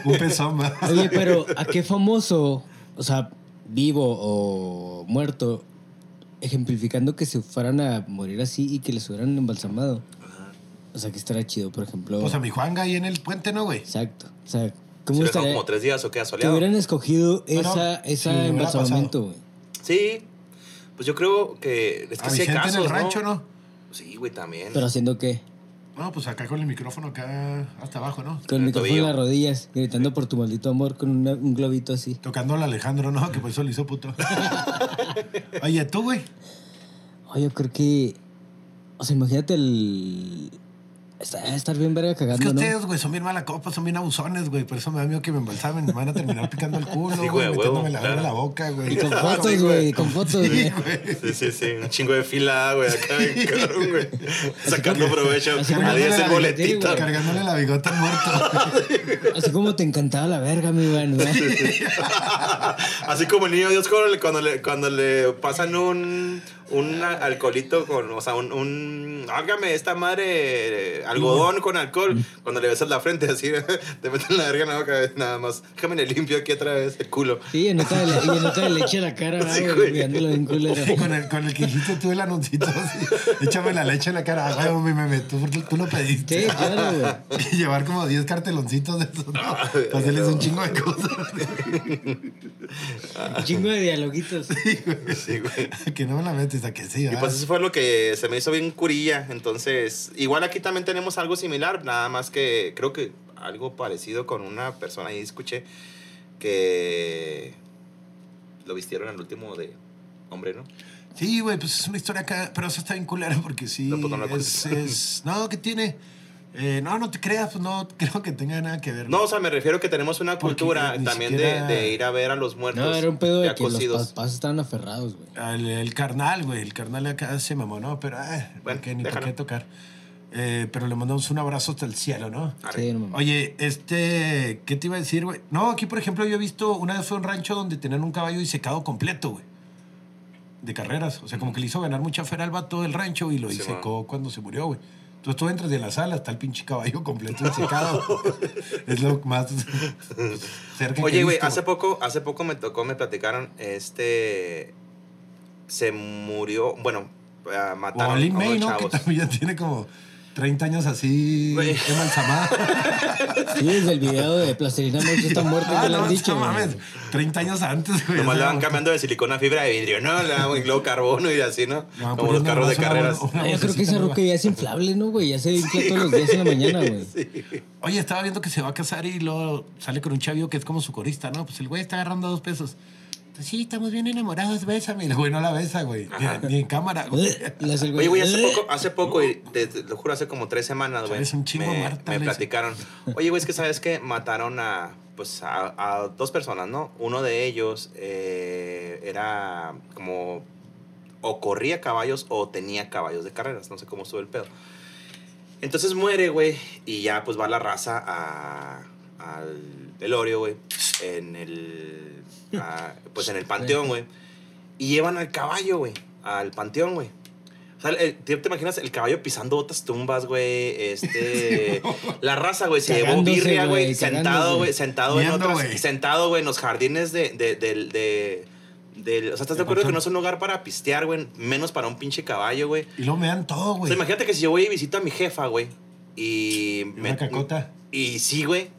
Speaker 1: un pezón más.
Speaker 3: Oye, pero ¿a qué famoso, o sea, vivo o muerto, ejemplificando que se fueran a morir así y que les hubieran embalsamado? O sea, que estará chido, por ejemplo.
Speaker 1: Pues a mi Juanga ahí en el puente, ¿no, güey?
Speaker 3: Exacto. O sea,
Speaker 2: Se
Speaker 3: ¿cómo
Speaker 2: le dejó
Speaker 3: estaría?
Speaker 2: como tres días o queda
Speaker 3: Que
Speaker 2: soleado.
Speaker 3: hubieran escogido
Speaker 1: No, no,
Speaker 3: esa,
Speaker 1: si
Speaker 3: esa
Speaker 1: hubiera
Speaker 3: embalsamamiento, güey.
Speaker 2: Sí. Pues yo creo que. Es que
Speaker 1: A
Speaker 2: sí hay
Speaker 1: Ah, Vicente
Speaker 2: casos.
Speaker 1: en el
Speaker 2: ¿no?
Speaker 1: rancho, ¿no?
Speaker 2: Sí, güey, también.
Speaker 3: Pero haciendo qué?
Speaker 1: No, pues acá con el micrófono acá hasta abajo, ¿no?
Speaker 3: Con
Speaker 2: el
Speaker 3: el micrófono
Speaker 2: tobillo.
Speaker 3: en las rodillas, gritando por tu maldito amor con una- un globito así.
Speaker 1: Tocando al Alejandro, ¿no? Que por eso lo hizo puto. Oye, tú, güey.
Speaker 3: Ay, yo creo que O sea, imagínate el. Está, estar bien verga
Speaker 1: Es que
Speaker 3: cagando, ¿no?
Speaker 1: ustedes, güey, son bien mala copa, son bien abusones, güey. Por eso me da miedo que me embalsamen. Me van a terminar picando el culo,
Speaker 2: Sí,
Speaker 1: güey,
Speaker 2: güey, a huevo,
Speaker 1: metiéndome la verga en la
Speaker 2: claro.
Speaker 1: boca, güey.
Speaker 3: Y con
Speaker 1: Ah,
Speaker 3: fotos,
Speaker 1: sí,
Speaker 3: güey, con fotos,
Speaker 1: Sí,
Speaker 3: güey.
Speaker 1: güey.
Speaker 2: Sí, sí, sí. Un chingo de fila, güey. Acá, bien cabrón, güey. Sacando provecho.
Speaker 3: así como
Speaker 2: A 10
Speaker 1: Cargándole
Speaker 2: el
Speaker 1: la bigote-
Speaker 2: boletito.
Speaker 1: Cargándole la bigota al muerto.
Speaker 3: Así como te encantaba la verga, mi van, ¿no?
Speaker 2: Así como el niño Dios cuando le, cuando le, cuando le pasan un, un a- alcoholito con, o sea, un, un hágame esta madre eh, algodón con alcohol, cuando le besas la frente así, te meten la verga en la boca, nada más, déjame le limpio aquí otra vez el culo.
Speaker 3: Sí, en nota de, le- y en nota de leche a la cara, ¿no,
Speaker 2: Sí,
Speaker 3: güey,
Speaker 2: güey.
Speaker 3: mirándolo bien culero.
Speaker 1: Y con el, con el que hiciste tú el anuncito, así, échame la leche en la cara. Ah, güey, mi meme, tú, tú lo
Speaker 3: Sí,
Speaker 1: pediste.
Speaker 3: claro, güey.
Speaker 1: Y llevar como 10 carteloncitos de esos, ¿no? Para hacerles un chingo de cosas.
Speaker 3: Un Chingo de dialoguitos.
Speaker 2: Sí, güey.
Speaker 1: que no me la metes, a que sí,
Speaker 2: Y
Speaker 1: ¿verdad?
Speaker 2: pues eso fue lo que se me hizo bien curilla. Entonces, igual aquí también tenemos algo similar, nada más que creo que algo parecido con una persona ahí escuché que lo vistieron al último de hombre, ¿no?
Speaker 1: Sí, güey, pues es una historia acá, pero eso está bien culera porque sí.
Speaker 2: No, pues no la
Speaker 1: es,
Speaker 2: cuentes.
Speaker 1: es- No, ¿qué tiene? Eh, no, no te creas, pues no creo que tenga nada que ver.
Speaker 2: No, o sea, me refiero que tenemos una
Speaker 1: Porque
Speaker 2: cultura
Speaker 1: ni
Speaker 2: también
Speaker 1: siquiera-
Speaker 2: de, de ir a ver a los muertos.
Speaker 3: No, era un pedo de
Speaker 2: pues, ya
Speaker 3: que
Speaker 2: cocidos.
Speaker 3: los papás estaban aferrados, güey.
Speaker 1: Al- el carnal, güey, el carnal acá se mamó, ¿no? Pero, ah,
Speaker 2: Bueno,
Speaker 1: que ni para
Speaker 2: déjalo.
Speaker 1: qué tocar. Eh, pero le mandamos un abrazo hasta el cielo, ¿no?
Speaker 2: Arre.
Speaker 3: Sí, no mames.
Speaker 1: Oye, este, ¿qué te iba a decir, güey? No, aquí, por ejemplo, yo he visto una vez fue un rancho donde tenían un caballo disecado completo, güey. De carreras. O sea, como que le hizo ganar mucha fera al vato del rancho y lo
Speaker 2: Sí,
Speaker 1: disecó cuando se murió, güey. Entonces tú entras de la sala, está el pinche caballo completo disecado. es lo más cerca que
Speaker 2: Oye,
Speaker 1: he
Speaker 2: güey,
Speaker 1: visto,
Speaker 2: hace poco, hace poco me tocó, me platicaron, este se murió, bueno, ah,
Speaker 1: O a
Speaker 2: mataron
Speaker 1: Lin
Speaker 2: a
Speaker 1: May,
Speaker 2: unos
Speaker 1: ¿no?
Speaker 2: chavos.
Speaker 1: Que también ya tiene como 30 años así
Speaker 2: Güey.
Speaker 1: embalsamada.
Speaker 3: Sí, desde el video de Plastilina Mosh está muerto, ya
Speaker 1: Ah,
Speaker 3: lo
Speaker 1: no,
Speaker 3: han dicho.
Speaker 1: no
Speaker 3: güey.
Speaker 1: mames. 30 años antes, güey.
Speaker 2: Nomás
Speaker 1: O
Speaker 2: le
Speaker 1: sea,
Speaker 2: van cambiando de silicona a fibra de vidrio, ¿no? Le dan- y luego carbono y así, ¿no?
Speaker 1: le van
Speaker 2: Como los
Speaker 1: poniendo
Speaker 2: carros de
Speaker 1: nomás una
Speaker 2: carreras.
Speaker 1: bo- una
Speaker 3: Ah, yo creo que
Speaker 1: vocecita
Speaker 3: esa
Speaker 1: nueva.
Speaker 3: roca ya es inflable, ¿no, güey? Ya se infla todos los días en la mañana, güey.
Speaker 1: Oye, estaba viendo que se va a casar y luego sale con un chavillo que es como su corista, ¿no? Pues el güey está agarrando dos pesos. Pues sí, estamos bien enamorados, bésame. El güey no la besa, güey. Ni, ni en cámara, güey.
Speaker 3: Le hace el
Speaker 2: Oye, güey, hace
Speaker 3: ¿Eh?
Speaker 2: poco, hace poco, y te- te lo juro, hace como tres semanas, güey.
Speaker 1: Sabes un chingo,
Speaker 2: me,
Speaker 1: Marta,
Speaker 2: me
Speaker 1: le dice.
Speaker 2: platicaron. Oye, güey, es que sabes que mataron a, pues, a, a dos personas, ¿no? Uno de ellos eh, era como o corría caballos o tenía caballos de carreras. No sé cómo estuvo el pedo. Entonces muere, güey, y ya pues va la raza a, al velorio, güey, en el, a- pues en el panteón, güey, y llevan al caballo, güey, al panteón, güey. O sea, el- ¿te, te imaginas el caballo pisando otras tumbas, güey? Este, la raza, güey, se llevó
Speaker 3: Cagándose,
Speaker 2: birria, güey,
Speaker 3: güey,
Speaker 2: sentado,
Speaker 3: cagándose.
Speaker 2: güey, sentado
Speaker 1: Miando,
Speaker 2: en otras,
Speaker 1: güey.
Speaker 2: sentado, güey, en los jardines de, de, del- de- del- o sea, ¿estás de
Speaker 1: Del
Speaker 2: acuerdo que
Speaker 1: panteón.
Speaker 2: no es un lugar para pistear, güey? Menos para un pinche caballo, güey.
Speaker 1: Y luego me dan todo,
Speaker 2: O
Speaker 1: güey.
Speaker 2: sea, imagínate que si yo voy y visito a mi jefa, güey. Y.
Speaker 1: Una cacota.
Speaker 2: Y sí, güey.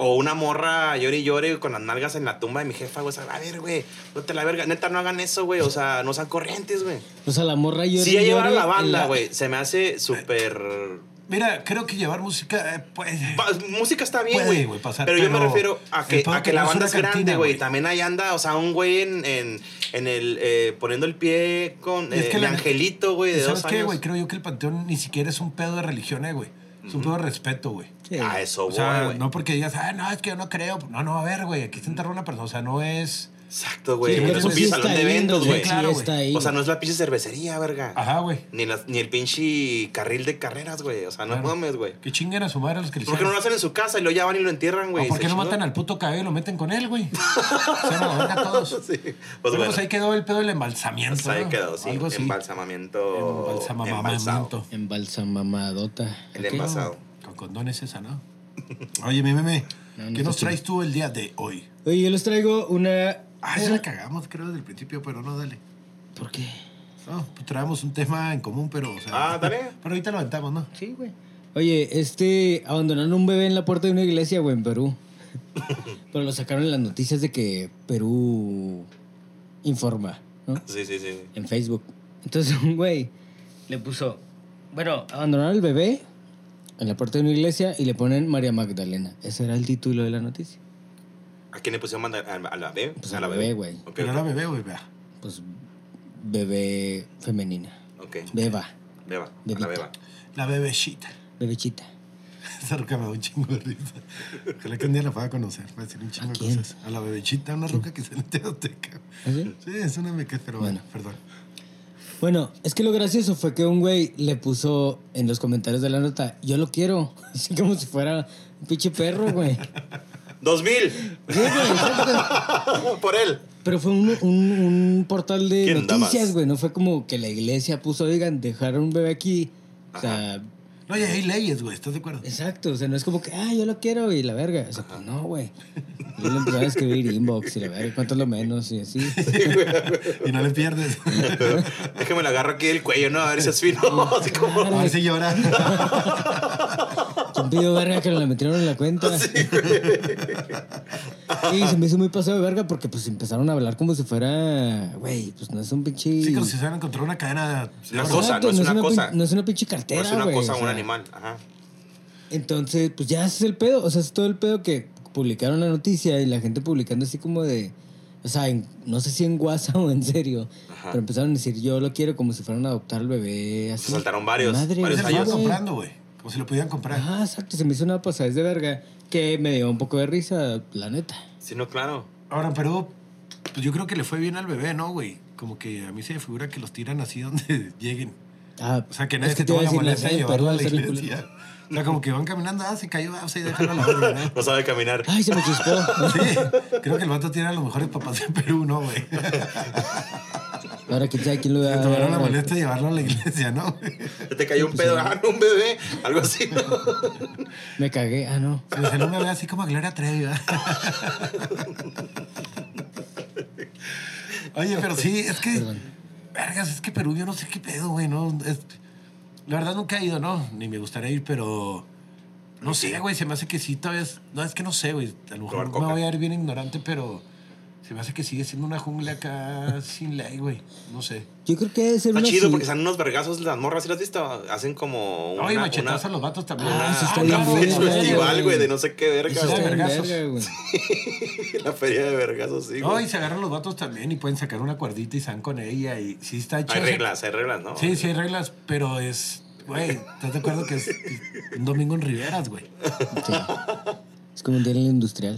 Speaker 2: O una morra llore y llore con las nalgas en la tumba de mi jefa, güey. O sea, a ver, güey. No te la verga. Neta, no hagan eso, güey. O sea, no sean corrientes, güey.
Speaker 3: O sea, la morra llora.
Speaker 2: Si
Speaker 3: y
Speaker 2: ya llevaron
Speaker 3: llora
Speaker 2: la
Speaker 3: en
Speaker 2: banda, güey. Se me hace súper.
Speaker 1: Mira, creo que llevar música, eh, pues...
Speaker 2: Pa- Música está bien,
Speaker 1: Puede,
Speaker 2: güey.
Speaker 1: güey, pasar,
Speaker 2: pero yo me
Speaker 1: pero
Speaker 2: refiero a
Speaker 1: el
Speaker 2: que,
Speaker 1: pedo
Speaker 2: a
Speaker 1: que
Speaker 2: que la
Speaker 1: no es una
Speaker 2: banda es
Speaker 1: cantina,
Speaker 2: grande, güey.
Speaker 1: güey.
Speaker 2: También ahí anda, o sea, un güey en, en, en el. eh, poniendo el pie con.
Speaker 1: Y es
Speaker 2: eh,
Speaker 1: que
Speaker 2: el
Speaker 1: la-
Speaker 2: angelito, güey, de
Speaker 1: ¿Sabes
Speaker 2: dos
Speaker 1: qué,
Speaker 2: años.
Speaker 1: güey? Creo yo que el panteón ni siquiera es un pedo de religión, eh, güey. Es un pedo de respeto, güey.
Speaker 3: Sí.
Speaker 2: A Ah, eso,
Speaker 1: O
Speaker 2: güey.
Speaker 1: sea,
Speaker 2: güey.
Speaker 1: no porque digas, ah, no, es que yo no creo. No, no, a ver, güey, aquí se enterró una persona. O sea, no es...
Speaker 2: Exacto, güey.
Speaker 1: Sí,
Speaker 2: no
Speaker 1: pero
Speaker 2: es
Speaker 1: eso
Speaker 2: un
Speaker 1: sí
Speaker 2: pinche
Speaker 1: está
Speaker 2: salón de
Speaker 3: ahí,
Speaker 2: eventos,
Speaker 3: sí,
Speaker 2: güey.
Speaker 1: Claro,
Speaker 3: está ahí.
Speaker 2: O sea, no es la pinche cervecería, verga.
Speaker 1: Ajá, güey.
Speaker 2: Ni, la- ni el pinche carril de carreras, güey. O sea, no
Speaker 1: Claro.
Speaker 2: mames, güey.
Speaker 1: Que chinguen a su madre a los que le
Speaker 2: ¿Por qué no
Speaker 1: hicieron.
Speaker 2: lo hacen en su casa y lo llevan y lo entierran, güey?
Speaker 1: ¿O Ah, por
Speaker 2: Se
Speaker 1: qué no
Speaker 2: chingó.
Speaker 1: matan al puto cabello y lo meten con él, güey? Se van a la verga todos.
Speaker 2: Sí. Pues
Speaker 1: Bueno,
Speaker 2: bueno,
Speaker 1: pues ahí quedó el pedo del embalsamiento.
Speaker 2: pues ahí
Speaker 1: ¿no?
Speaker 2: quedó, sí.
Speaker 1: Algo así.
Speaker 2: Embalsamamiento.
Speaker 1: Embalsamamiento.
Speaker 2: embalsado.
Speaker 3: Embalsamamadota.
Speaker 2: El embalsado.
Speaker 1: Con condones esa, ¿no? Oye, mi meme,
Speaker 3: No, no
Speaker 1: ¿qué
Speaker 3: sé
Speaker 1: nos
Speaker 3: si-
Speaker 1: traes tú el día de hoy?
Speaker 3: Oye, yo les traigo una.
Speaker 1: Ah, ya la cagamos, creo, desde el principio, pero no, dale.
Speaker 3: ¿Por qué?
Speaker 1: No, pues traemos un tema en común, pero... o sea,
Speaker 2: Ah, dale.
Speaker 1: Pero ahorita lo aventamos, ¿no?
Speaker 3: Sí, güey. Oye, este. Abandonaron un bebé en la puerta de una iglesia, güey, en Perú. Pero lo sacaron en las noticias de que Perú informa, ¿no?
Speaker 2: Sí, sí, sí.
Speaker 3: En Facebook. Entonces un güey le puso. Bueno, abandonaron el bebé en la puerta de una iglesia y le ponen María Magdalena. Ese era el título de la noticia.
Speaker 2: ¿A quién le pusieron manda- a, a la bebé?
Speaker 3: Pues
Speaker 2: a
Speaker 3: al
Speaker 2: la
Speaker 3: bebé, güey.
Speaker 2: Ok,
Speaker 1: Pero ahora bebé, güey, vea.
Speaker 3: Pues bebé Pues, femenina.
Speaker 2: ok.
Speaker 3: Beba.
Speaker 2: Beba. A la
Speaker 3: Bebita.
Speaker 2: beba.
Speaker 1: La bebecita.
Speaker 3: Bebechita.
Speaker 1: Esa roca me da un chingo de risa. Ojalá que un día la pueda conocer. Va a decir un chingo
Speaker 3: ¿A
Speaker 1: de
Speaker 3: quién?
Speaker 1: cosas. A la bebechita, una roca que se le teoteca.
Speaker 3: ¿Así?
Speaker 1: Sí, es una meca, pero bueno,
Speaker 3: Bueno.
Speaker 1: perdón.
Speaker 3: Bueno, es que lo gracioso fue que un güey le puso en los comentarios de la nota, yo lo quiero. Así como si fuera un pinche perro, güey.
Speaker 2: ¡Dos mil!
Speaker 3: Sí, güey, exacto.
Speaker 2: Por él.
Speaker 3: Pero fue un, un- un portal de
Speaker 2: ¿Quién da más?
Speaker 3: noticias, güey. No fue como que la iglesia puso, oigan, dejaron un bebé aquí. O sea,
Speaker 1: No, y hay leyes, güey, ¿estás de acuerdo?
Speaker 3: exacto. O sea, no es como que, ah, yo lo quiero y la verga. O sea, pues no, güey. Y le empezaron a escribir inbox y la verga, cuánto es lo menos y así.
Speaker 1: Y no le pierdes.
Speaker 2: Déjame la agarro aquí del cuello, ¿no? A ver si es fino. Así como.
Speaker 1: A ver si llora.
Speaker 3: ¿Quién pidió verga que le metieron en la cuenta?
Speaker 2: Ah,
Speaker 3: Y se me hizo muy pasado de verga porque pues empezaron a hablar como si fuera, güey, pues no es un pinche...
Speaker 1: Sí, como si se hubieran encontrado una cadena.
Speaker 2: Una
Speaker 3: Exacto,
Speaker 2: cosa, no es una
Speaker 3: pin-
Speaker 2: cosa.
Speaker 3: No es una pinche cartera,
Speaker 2: No es una
Speaker 3: güey,
Speaker 2: cosa,
Speaker 3: o
Speaker 2: un
Speaker 3: sea,
Speaker 2: animal. Ajá.
Speaker 3: Entonces, pues ya ese es el pedo, o sea, es todo el pedo que publicaron la noticia y la gente publicando así como de... O sea, en- no sé si en WhatsApp o en serio,
Speaker 2: Ajá.
Speaker 3: pero empezaron a decir yo lo quiero como si fueran a adoptar al bebé. Así.
Speaker 2: Se saltaron varios,
Speaker 3: Madre,
Speaker 1: Se
Speaker 2: varios
Speaker 1: lo
Speaker 3: güey.
Speaker 1: estaban
Speaker 2: años.
Speaker 1: comprando, güey. Como si lo pudieran comprar.
Speaker 3: Ajá, exacto, se me hizo una pasadez de verga que me dio un poco de risa, la neta.
Speaker 2: Sí, no, claro.
Speaker 1: Ahora, pero pues yo creo que le fue bien al bebé, ¿no, güey? Como que a mí se me figura que los tiran así donde lleguen.
Speaker 3: Ah,
Speaker 1: O sea, que no es, que tengo
Speaker 3: iba
Speaker 1: la
Speaker 3: a decir, la
Speaker 1: molestia de
Speaker 3: sal,
Speaker 1: llevarlo a la
Speaker 3: perdón, sal, culo.
Speaker 1: iglesia. O sea, como que van caminando, ah, se cayó, ah, sí, déjalo a la verga,
Speaker 2: No sabe caminar.
Speaker 3: Ay, se me chispó.
Speaker 1: ¿no? Sí, creo que el vato tiene a los mejores papás de Perú, ¿no, güey?
Speaker 3: Ah. Ahora quién sabe quién lo
Speaker 1: Se
Speaker 3: va a
Speaker 1: tomaron la
Speaker 3: ver.
Speaker 1: molestia de llevarlo a la iglesia, ¿no? güey?
Speaker 2: Se te cayó un pedo, ah, no, un bebé. Algo así. ¿no?
Speaker 3: Me cagué. Ah, no.
Speaker 1: Pues el hombre ve así como a Gloria Trevi, ¿verdad? Oye, pero sí, es que.
Speaker 3: Perdón.
Speaker 1: Vergas, es que Perú, yo no sé qué pedo, güey, ¿no? Es- la verdad nunca he ido, ¿no? Ni me gustaría ir, pero. No sé, güey, se me hace que sí, todavía. es- no, es que no sé, güey. A lo mejor
Speaker 2: Probar
Speaker 1: me
Speaker 2: coca.
Speaker 1: voy a ir bien ignorante, pero. Se me hace que sigue siendo una jungla acá sin ley, güey. No sé.
Speaker 3: Yo creo que debe ser
Speaker 2: Está
Speaker 3: una
Speaker 2: chido
Speaker 3: ci-
Speaker 2: porque están unos vergazos las morras, ¿sí las has visto? Hacen como una...
Speaker 1: Oye, machetazos a
Speaker 2: una-
Speaker 1: los vatos también.
Speaker 3: Ah, sí está
Speaker 1: Ah,
Speaker 3: bien
Speaker 1: cabrón,
Speaker 2: un
Speaker 3: verga,
Speaker 1: güey.
Speaker 2: festival, güey, de no sé qué
Speaker 3: Eso
Speaker 2: verga.
Speaker 3: está
Speaker 1: de
Speaker 3: bien
Speaker 1: vergazos.
Speaker 3: verga, güey.
Speaker 2: güey. La feria de vergazos, sí,
Speaker 1: No, y
Speaker 2: güey.
Speaker 1: se agarran los vatos también y pueden sacar una cuerdita y se van con ella y sí está chido.
Speaker 2: Hay reglas, hay reglas, ¿no?
Speaker 1: Sí, sí hay reglas, pero es, güey, ¿estás de acuerdo que es un domingo en Riveras, güey?
Speaker 3: Sí. Es como un día en el industrial.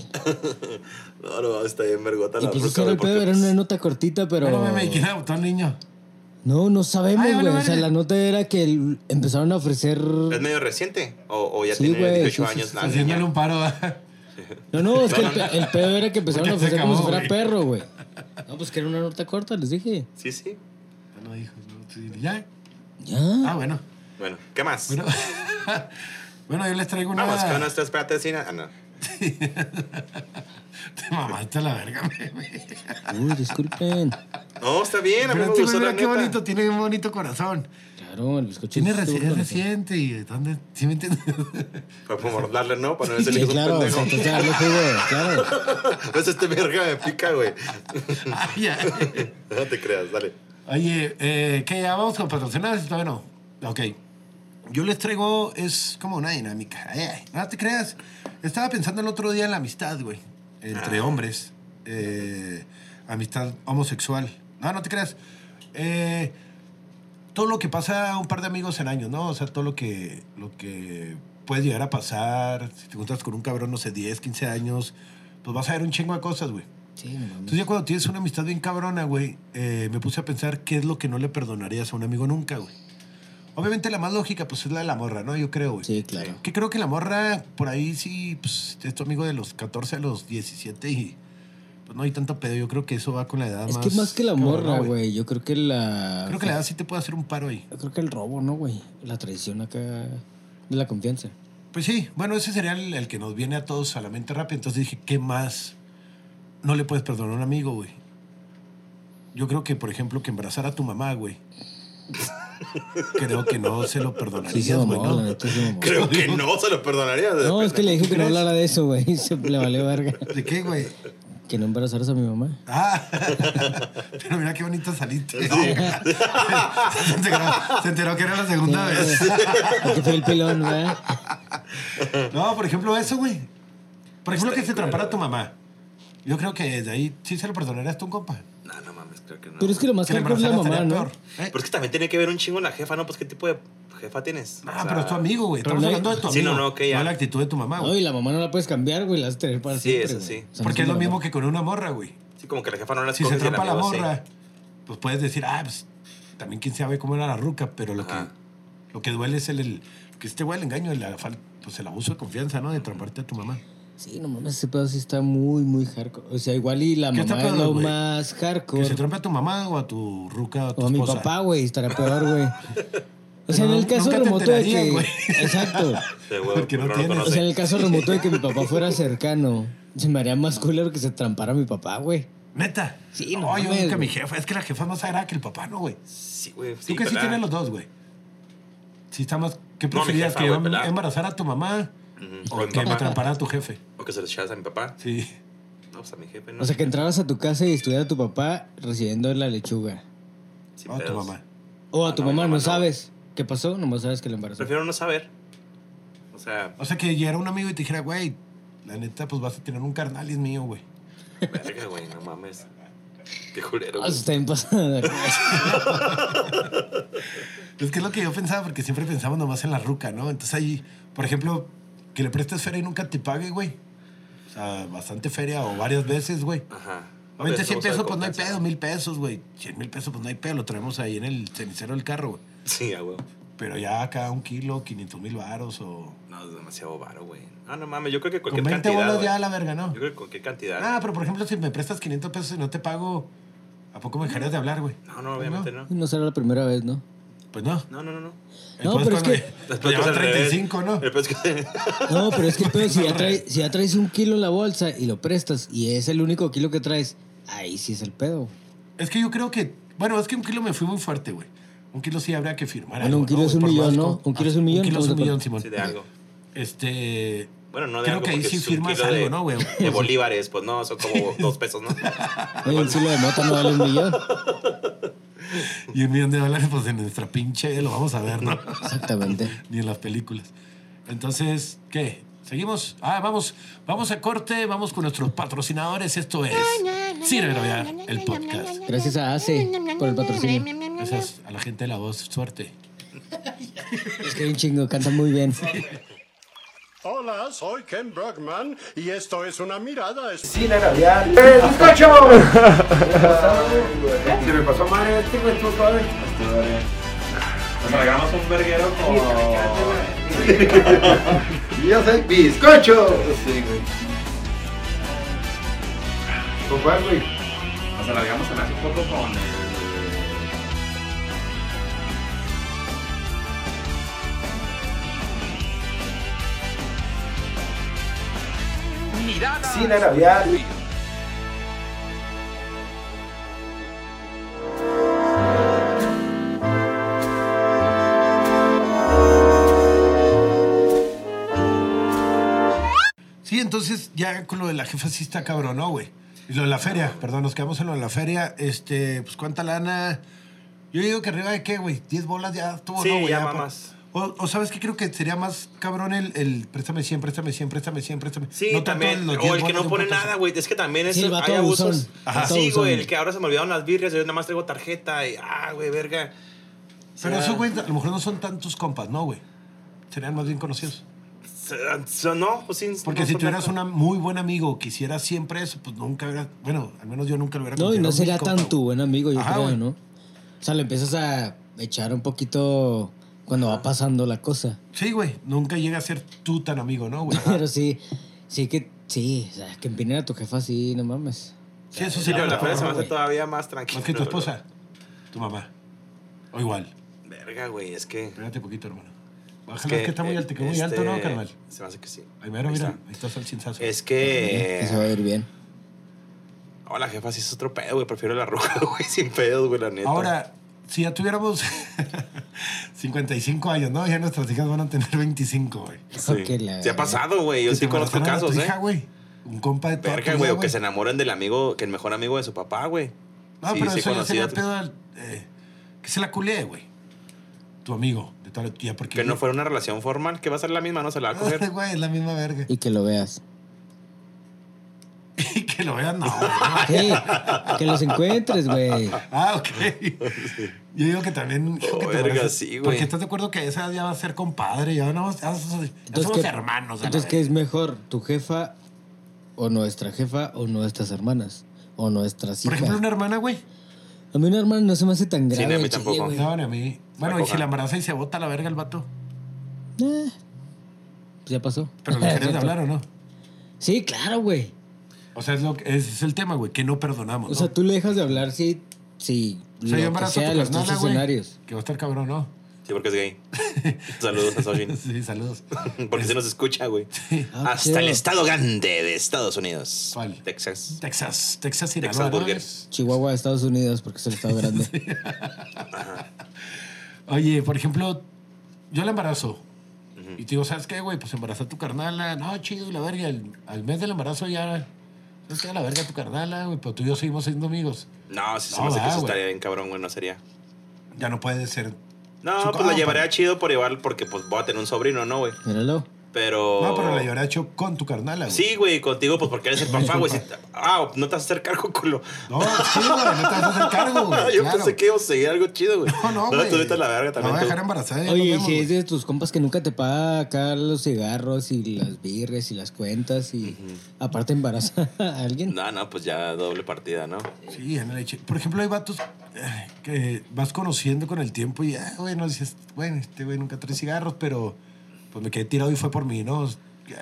Speaker 2: No, no, está bien vergota
Speaker 3: Y
Speaker 2: la
Speaker 3: pues
Speaker 2: bruja,
Speaker 3: eso era
Speaker 2: güey,
Speaker 3: el pedo,
Speaker 2: porque...
Speaker 3: era una nota cortita, pero.
Speaker 1: Pero me me queda botón niño.
Speaker 3: No, no sabemos,
Speaker 1: Ay,
Speaker 3: güey.
Speaker 1: vale,
Speaker 3: O sea,
Speaker 1: vale.
Speaker 3: la nota era que el- empezaron a ofrecer.
Speaker 2: ¿Es medio reciente? ¿O, o ya
Speaker 3: Sí,
Speaker 2: tiene
Speaker 3: güey,
Speaker 2: 18
Speaker 3: sí, sí,
Speaker 2: años?
Speaker 3: sí,
Speaker 2: la niña?
Speaker 1: Haciéndole un paro. ¿verdad?
Speaker 3: No, no, es que el, pe- el pedo era que empezaron
Speaker 1: Ya
Speaker 3: a
Speaker 1: se
Speaker 3: ofrecer como si
Speaker 1: acabó,
Speaker 3: fuera
Speaker 1: güey.
Speaker 3: perro, güey. No, pues que era una nota corta, les dije.
Speaker 2: Sí, sí.
Speaker 1: Ya No dijo, no, sí, ya.
Speaker 3: Ya.
Speaker 1: Ah, bueno.
Speaker 2: Bueno, ¿qué más?
Speaker 1: Bueno, bueno yo les traigo una.
Speaker 2: Vamos con nuestras patrocina- Ah, no.
Speaker 1: Te mamaste a la verga, güey.
Speaker 3: Uy, disculpen.
Speaker 2: No, está bien, a mí
Speaker 1: Pero
Speaker 2: me
Speaker 1: este
Speaker 2: gustó
Speaker 1: güey,
Speaker 2: la
Speaker 1: mira qué
Speaker 2: neta.
Speaker 1: bonito, tiene un bonito corazón.
Speaker 3: Claro, el bizcocho.
Speaker 1: Tiene
Speaker 3: es
Speaker 1: reci-
Speaker 3: seguro,
Speaker 1: es
Speaker 3: ¿no?
Speaker 1: reciente y ¿dónde? ¿Sí me entiendes?
Speaker 2: Para mordarle, ¿no? Para no decirle que
Speaker 3: Sí,
Speaker 2: es un
Speaker 3: claro, o sea,
Speaker 2: pendejo.
Speaker 3: entonces darle jugo, claro.
Speaker 2: Pues este verga me pica, güey.
Speaker 1: Ay, ya.
Speaker 2: No te creas, dale.
Speaker 1: Oye, eh, ¿qué? ¿Ya vamos con patrocinadores? Todavía no. Ok. Yo les traigo, es como una dinámica. Ay, ay, no te creas. Estaba pensando el otro día en la amistad, güey. Entre hombres. Eh, amistad homosexual. No, no te creas. Eh, todo lo que pasa a un par de amigos en años, ¿no? O sea, todo lo que, lo que puede llegar a pasar. Si te juntas con un cabrón, no sé, 10, 15 años, pues vas a ver un chingo de cosas, güey.
Speaker 3: Sí, no mames.
Speaker 1: Entonces ya cuando tienes una amistad bien cabrona, güey, eh, me puse a pensar qué es lo que no le perdonarías a un amigo nunca, güey. Obviamente la más lógica, pues es la de la morra, ¿no? Yo creo, güey.
Speaker 3: Sí, claro.
Speaker 1: Que creo que la morra, por ahí sí, pues es tu amigo de los 14 a los 17 y pues no hay tanto pedo. Yo creo que eso va con la edad
Speaker 3: Es
Speaker 1: más...
Speaker 3: que más que la
Speaker 1: cabrona,
Speaker 3: morra, güey. Yo creo que la.
Speaker 1: Creo que la edad sí te puede hacer un paro ahí.
Speaker 3: Yo creo que el robo, ¿no, güey? La traición acá. De la confianza.
Speaker 1: Pues sí, bueno, ese sería el, el que nos viene a todos a la mente rápido. Entonces dije, ¿qué más no le puedes perdonar a un amigo, güey? Yo creo que, por ejemplo, que embarazar a tu mamá, güey. creo que no se lo
Speaker 3: Sí, se
Speaker 1: perdonarías, güey,
Speaker 3: mamó, la
Speaker 1: ¿no?
Speaker 3: neta se mamó.
Speaker 2: Creo que no se lo perdonaría.
Speaker 3: pues No, es que le dijo que no
Speaker 1: ¿Crees?
Speaker 3: hablara de eso, güey. Se le valió verga.
Speaker 1: ¿De qué, güey?
Speaker 3: Que no embarazaras a mi mamá.
Speaker 1: Ah, pero mira qué bonito saliste. se, enteró, se enteró que era la segunda
Speaker 3: Sí,
Speaker 1: vez.
Speaker 3: güey. Porque fue el pilón, ¿verdad?
Speaker 1: No, por ejemplo, eso, güey. Por ejemplo, que se trampara a tu mamá. Yo creo que de ahí sí se lo perdonarías tú, compa.
Speaker 2: No, no mames. mames, creo que no.
Speaker 3: Pero es que lo más
Speaker 1: Que la
Speaker 3: caro es la
Speaker 1: embarazada
Speaker 3: mamá,
Speaker 1: estaría
Speaker 3: ¿no?
Speaker 1: peor. ¿Eh?
Speaker 2: Pero es que también tiene que ver un chingo la jefa, ¿no? Pues, ¿qué tipo de jefa tienes?
Speaker 1: Ah,
Speaker 2: O sea,
Speaker 1: pero es tu amigo, güey. Estamos
Speaker 3: pero no-
Speaker 1: hablando de tu amigo.
Speaker 2: Sí, no, no, ok, ya.
Speaker 1: No la actitud de tu mamá,
Speaker 3: No,
Speaker 1: güey.
Speaker 3: y la mamá no la puedes cambiar, güey, la vas a tener para
Speaker 2: Sí,
Speaker 3: siempre.
Speaker 2: eso
Speaker 3: güey.
Speaker 2: sí.
Speaker 3: O sea, no
Speaker 1: Porque es lo
Speaker 3: la
Speaker 1: mismo
Speaker 3: mamá.
Speaker 1: que con una morra, güey.
Speaker 2: Sí, como que la jefa no la
Speaker 1: Si se
Speaker 2: escoges y el
Speaker 1: atrapa la
Speaker 2: amigo sí.
Speaker 1: morra, pues puedes decir, ah, pues también quién sabe cómo era la ruca, pero lo, que,
Speaker 2: Ajá.
Speaker 1: lo que duele es el, el- que este güey el engaño, el, fal- pues el abuso de confianza, ¿no? De tramparte a tu mamá.
Speaker 3: Sí, no mames, ese pedo sí está muy, muy hardcore. O sea, igual y la
Speaker 1: ¿Qué está
Speaker 3: mamá es
Speaker 1: peor,
Speaker 3: lo
Speaker 1: güey?
Speaker 3: más
Speaker 1: Que se
Speaker 3: hardcore.
Speaker 1: trampe a tu mamá o a tu ruca o a tu
Speaker 3: O a mi
Speaker 1: esposa.
Speaker 3: papá, güey, estará peor, güey. O sea,
Speaker 1: Pero
Speaker 3: en el caso
Speaker 1: nunca te
Speaker 3: remoto de que.
Speaker 1: enterarías, güey.
Speaker 3: Exacto.
Speaker 2: Sí, güey,
Speaker 1: Porque no
Speaker 2: pero
Speaker 1: tienes.
Speaker 2: conoce.
Speaker 3: O sea, en el caso remoto de que mi papá fuera cercano, se me haría más culero que se trampara mi papá, güey.
Speaker 1: Neta.
Speaker 3: Sí, no
Speaker 1: no, yo
Speaker 3: mames,
Speaker 1: nunca mi
Speaker 3: güey.
Speaker 1: jefa. Es que la jefa es más sagrada que el papá, ¿no, güey?
Speaker 2: Sí, güey.
Speaker 1: Tú que sí
Speaker 2: ¿verdad?
Speaker 1: tienes los dos, güey. Si está más. ¿Qué
Speaker 2: mi
Speaker 1: preferías?
Speaker 2: jefa,
Speaker 1: ¿Que
Speaker 2: güey,
Speaker 1: em-
Speaker 2: pelada.
Speaker 1: embarazara a tu mamá
Speaker 2: Ujú,
Speaker 1: o
Speaker 2: con mi
Speaker 1: que
Speaker 2: papá.
Speaker 1: trampara a tu jefe?
Speaker 2: O que se los echas a mi papá.
Speaker 1: Sí.
Speaker 2: No, pues a mi jefe, ¿no?
Speaker 3: O sea, que entrabas a tu casa y estuviera tu papá recibiendo la lechuga.
Speaker 2: Sin
Speaker 1: O a tu
Speaker 2: pedos.
Speaker 1: mamá.
Speaker 3: O a
Speaker 2: Ah,
Speaker 3: tu
Speaker 2: no, mi
Speaker 3: mamá,
Speaker 2: mamá
Speaker 3: no
Speaker 2: no.
Speaker 3: sabes. ¿Qué pasó? Nomás sabes que la embarazó.
Speaker 2: Prefiero no saber. O sea,
Speaker 1: O sea, que llegara un amigo y te dijera, güey, la neta, pues vas a tener un carnal y es mío, güey.
Speaker 2: verga, güey, no mames. Qué culero.
Speaker 3: Ah,
Speaker 2: güey.
Speaker 3: eso está bien pasada.
Speaker 1: Es que es lo que yo pensaba, porque siempre pensamos nomás en la ruca, ¿no? Entonces ahí, por ejemplo, que le prestes feria y nunca te pague, güey. O sea, bastante feria o varias veces, güey.
Speaker 2: Ajá.
Speaker 1: Obviamente 100
Speaker 2: Vamos a
Speaker 1: pesos, pues no hay
Speaker 2: compensar.
Speaker 1: pedo, mil pesos, güey. 100 mil pesos, pues no hay pedo, lo traemos ahí en el cenicero del carro, güey.
Speaker 2: Sí, a huevo.
Speaker 1: Pero ya cada un kilo, 500 mil varos o...
Speaker 2: No, es demasiado varo, güey. Ah, no mames, yo creo que
Speaker 1: Con
Speaker 2: cualquier
Speaker 1: 20
Speaker 2: cantidad.
Speaker 1: bolas
Speaker 2: güey.
Speaker 1: ya a la verga, ¿no?
Speaker 2: Yo creo que cualquier cantidad.
Speaker 1: Ah, pero por ejemplo, si me prestas 500 pesos y no te pago, ¿a poco me dejarías de hablar, güey?
Speaker 2: no, no, obviamente no.
Speaker 3: No será la primera vez, ¿no?
Speaker 1: Pues no.
Speaker 2: No, no, no, no.
Speaker 3: No,
Speaker 1: Entonces,
Speaker 3: pero es
Speaker 1: cuando
Speaker 3: que-
Speaker 1: ya-
Speaker 2: Después
Speaker 1: ya
Speaker 2: que
Speaker 1: van
Speaker 2: es al revés.
Speaker 1: 35, ¿no?
Speaker 2: Después que-
Speaker 3: No, pero es que el pedo, si ya, trae- si ya traes un kilo en la bolsa y lo prestas y es el único kilo que traes, ahí sí es el pedo.
Speaker 1: Es que yo creo que. Bueno, es que un kilo me fui muy fuerte, güey. Un kilo sí habría que firmar.
Speaker 3: Bueno, un
Speaker 1: algo,
Speaker 3: kilo es
Speaker 1: güey?
Speaker 3: un
Speaker 1: Por
Speaker 3: millón,
Speaker 1: más
Speaker 3: ¿no?
Speaker 1: co-
Speaker 3: Un kilo es un millón,
Speaker 1: Un kilo es un
Speaker 3: estamos de
Speaker 1: millón,
Speaker 3: acuerdo.
Speaker 1: Simón.
Speaker 2: Sí, de algo.
Speaker 1: Este.
Speaker 2: Bueno, no de
Speaker 1: Creo
Speaker 2: algo.
Speaker 1: que ahí
Speaker 2: porque
Speaker 1: sí
Speaker 2: es un
Speaker 1: firmas
Speaker 2: kilo
Speaker 1: algo,
Speaker 2: de,
Speaker 1: ¿no, güey?
Speaker 2: De bolívares, pues no, son como dos pesos, ¿no?
Speaker 3: Oye, un kilo de mota no vale un millón.
Speaker 1: Y un millón de dólares, pues en nuestra pinche lo vamos a ver, ¿no?
Speaker 3: Exactamente.
Speaker 1: Ni en las películas. Entonces, ¿qué? ¿Seguimos? Ah, vamos, vamos a corte, vamos con nuestros patrocinadores. Esto es Sírvelo ya, el podcast.
Speaker 3: Gracias a ACE por el patrocinio.
Speaker 1: Gracias a la gente de la voz, suerte.
Speaker 3: Es que hay un chingo, canta muy bien.
Speaker 4: Hola, soy Ken Brockman y esto es una mirada. Es...
Speaker 5: Yo soy bizcocho. Sí, güey. ¿Con cuál, güey?
Speaker 6: Nos alargamos en hace poco con el
Speaker 5: Cine Navidad.
Speaker 1: Sí, entonces ya con lo de la jefa sí está cabrón, ¿no, güey? Y lo de la feria, perdón, nos quedamos en lo de la feria. Este, pues cuánta lana. Yo digo que arriba de qué, güey, 10 bolas ya estuvo,
Speaker 2: Sí,
Speaker 1: ¿no, güey?
Speaker 2: ya
Speaker 1: pa-
Speaker 2: mamás.
Speaker 1: O, o sabes que creo que sería más cabrón el, el préstame 100, préstame 100, préstame 100, préstame.
Speaker 2: Sí,
Speaker 1: No tanto
Speaker 2: también.
Speaker 1: los 10
Speaker 2: o el que
Speaker 1: bolas de
Speaker 2: no
Speaker 1: un
Speaker 2: pone
Speaker 1: putazo.
Speaker 2: nada, güey. Es que también es,
Speaker 3: Sí, el vato
Speaker 2: hay abusos.
Speaker 3: abusón. Ajá.
Speaker 2: Sí,
Speaker 3: Vato
Speaker 2: güey.
Speaker 3: abusón.
Speaker 2: El que ahora se me olvidaron las birrias. Yo nada más traigo tarjeta y. Ah, güey, verga. O sea,
Speaker 1: Pero esos, güey, a lo mejor no son tantos compas, ¿no, güey? Serían más bien conocidos.
Speaker 2: se- se- No, pues sí.
Speaker 1: Porque
Speaker 2: no
Speaker 1: si
Speaker 2: son
Speaker 1: tuvieras
Speaker 2: tanto.
Speaker 1: un muy buen amigo, quisieras siempre eso, pues nunca hubiera. Bueno, al menos yo nunca lo hubiera
Speaker 3: No,
Speaker 1: considerado
Speaker 3: y no
Speaker 1: mi
Speaker 3: sería
Speaker 1: compa,
Speaker 3: tan tu
Speaker 1: güey.
Speaker 3: buen amigo, yo
Speaker 1: Ajá,
Speaker 3: creo,
Speaker 1: güey.
Speaker 3: ¿no? O sea, le empiezas a echar un poquito cuando va pasando la cosa.
Speaker 1: Sí, güey. Nunca llega a ser tú tan amigo, ¿no, güey?
Speaker 3: Pero sí, sí que, sí, o sea, que empinen a tu jefa, sí, no mames.
Speaker 1: Sí, eso
Speaker 2: Sí,
Speaker 1: sería
Speaker 2: pero la
Speaker 1: lo
Speaker 2: feria se me
Speaker 1: cabrón, güey.
Speaker 2: hace todavía más tranquila.
Speaker 1: Más que tu esposa, tu mamá. O igual.
Speaker 2: Verga, güey, es que.
Speaker 1: Espérate poquito, hermano.
Speaker 2: es
Speaker 1: Bájale, es que está muy
Speaker 2: eh,
Speaker 1: alto, que muy
Speaker 2: este,
Speaker 1: alto, ¿no, carnal?
Speaker 2: Se me hace que sí.
Speaker 1: Ahí mero, mira,
Speaker 2: está.
Speaker 1: ahí está el cinzazo.
Speaker 2: Es que.
Speaker 3: Eso ¿Eh? va a ir bien.
Speaker 2: No, la jefa sí es otro pedo, güey. Prefiero la roja, güey, sin pedos, güey, la neta.
Speaker 1: Ahora, si ya tuviéramos 55 años, ¿no? Ya nuestras hijas van a tener 25, güey.
Speaker 2: Sí.
Speaker 3: que la-
Speaker 2: Se ha pasado, güey. Yo
Speaker 1: Que
Speaker 2: sí
Speaker 1: te
Speaker 2: conozco
Speaker 1: embarazaron a
Speaker 2: casos,
Speaker 1: tu
Speaker 2: ¿eh?
Speaker 1: hija, güey. Un compa de toda
Speaker 2: Verga,
Speaker 1: tu
Speaker 2: güey,
Speaker 1: vida,
Speaker 2: o que se enamoren del amigo, que el mejor amigo de su papá, güey.
Speaker 1: No, pero eso ya
Speaker 2: conocí
Speaker 1: sería
Speaker 2: a-
Speaker 1: pedo al- eh, que se la culé, güey. Tu amigo, de toda la tía, porque...
Speaker 2: Que no fuera una relación formal, que va a ser la misma, no se la va a coger.
Speaker 1: Güey, es la misma verga.
Speaker 3: Y que lo veas.
Speaker 1: Y que que lo vean, no. güey.
Speaker 3: Hey, que los encuentres, güey.
Speaker 1: Ah, ok. Yo digo que también. creo que te
Speaker 2: Oh, verga,
Speaker 1: mereces-
Speaker 2: sí, güey.
Speaker 1: Porque estás de acuerdo que esa ya va a ser compadre, ya, no, ya somos, ya somos
Speaker 3: ¿qué-
Speaker 1: hermanos. a la
Speaker 3: Entonces, ¿qué
Speaker 1: vez.
Speaker 3: es mejor? ¿Tu jefa o nuestra jefa o nuestras hermanas? O nuestras
Speaker 1: Por
Speaker 3: hijas.
Speaker 1: ejemplo, una hermana, güey.
Speaker 3: A mí una hermana no se me hace tan
Speaker 2: Sí,
Speaker 3: grave.
Speaker 2: a mí
Speaker 3: al chile,
Speaker 2: tampoco.
Speaker 3: güey.
Speaker 1: No, ni a mí. Bueno,
Speaker 2: La
Speaker 1: y si
Speaker 2: coja.
Speaker 1: la embaraza y se bota a la verga el vato.
Speaker 3: Eh, pues ya pasó.
Speaker 1: Pero lo querías de hablar o no.
Speaker 3: Sí, claro, güey.
Speaker 1: O sea, es, lo, que- ese es el tema, güey, que no perdonamos.
Speaker 3: O
Speaker 1: ¿no?
Speaker 3: sea, tú le dejas de hablar si, si
Speaker 1: O sea, yo
Speaker 3: lo que
Speaker 1: embarazo a tu
Speaker 3: sea de los tres
Speaker 1: carnala, güey,
Speaker 3: escenarios.
Speaker 1: Que va a estar cabrón, ¿no?
Speaker 2: Sí, porque es gay. Saludos a Sojin.
Speaker 1: Sí, saludos.
Speaker 2: Porque se nos escucha, güey.
Speaker 3: Ah,
Speaker 2: Hasta el
Speaker 3: chido.
Speaker 2: estado grande de Estados Unidos.
Speaker 1: ¿Cuál?
Speaker 2: Texas.
Speaker 1: Texas, Texas, Sinaloa.
Speaker 2: Texas
Speaker 1: ¿no?
Speaker 2: Burger.
Speaker 1: Es-
Speaker 3: Chihuahua, Estados Unidos, porque es el estado grande.
Speaker 1: Oye, por ejemplo, yo la embarazo. Y te digo, ¿sabes qué, güey? Pues embaraza a tu carnala. No, chido, y la verga. Al, al mes del embarazo ya. ¿Sabes qué? A la verga tu carnala, güey. Pero tú y yo seguimos siendo amigos.
Speaker 2: No, si se
Speaker 1: No,
Speaker 2: me hace que
Speaker 1: va,
Speaker 2: eso
Speaker 1: güey.
Speaker 2: estaría bien cabrón, güey, no sería.
Speaker 1: Ya no puede ser.
Speaker 2: No,
Speaker 1: Su
Speaker 2: pues
Speaker 1: compa.
Speaker 2: la llevaría chido por llevar, porque pues voy a tener un sobrino, ¿no, güey?
Speaker 3: Míralo.
Speaker 2: Pero.
Speaker 1: No, pero la lloré hecho con tu carnala, güey.
Speaker 2: Oh. Sí, güey, contigo, pues porque eres el papá, güey. Si- Ah, no te vas a hacer cargo, culo.
Speaker 1: No, sí, güey. No te vas a hacer cargo, güey.
Speaker 2: Yo
Speaker 1: claro.
Speaker 2: pensé que iba a seguir algo chido, güey.
Speaker 1: No, no, güey.
Speaker 2: tú ahorita la verga
Speaker 1: La
Speaker 2: también.
Speaker 1: voy a
Speaker 2: tú.
Speaker 1: dejar embarazada. ya
Speaker 3: Oye,
Speaker 1: nos vemos,
Speaker 3: si es
Speaker 1: güey.
Speaker 3: de tus compas que nunca te paga acá los cigarros y las birres y las cuentas y aparte embaraza a alguien.
Speaker 2: No, no, pues ya doble partida, ¿no?
Speaker 1: Sí, en la leche. Por ejemplo, hay vatos ay, que vas conociendo con el tiempo y, ah, bueno, dices, bueno, este güey nunca trae cigarros, pero pues me quedé tirado y fue por mí, ¿no?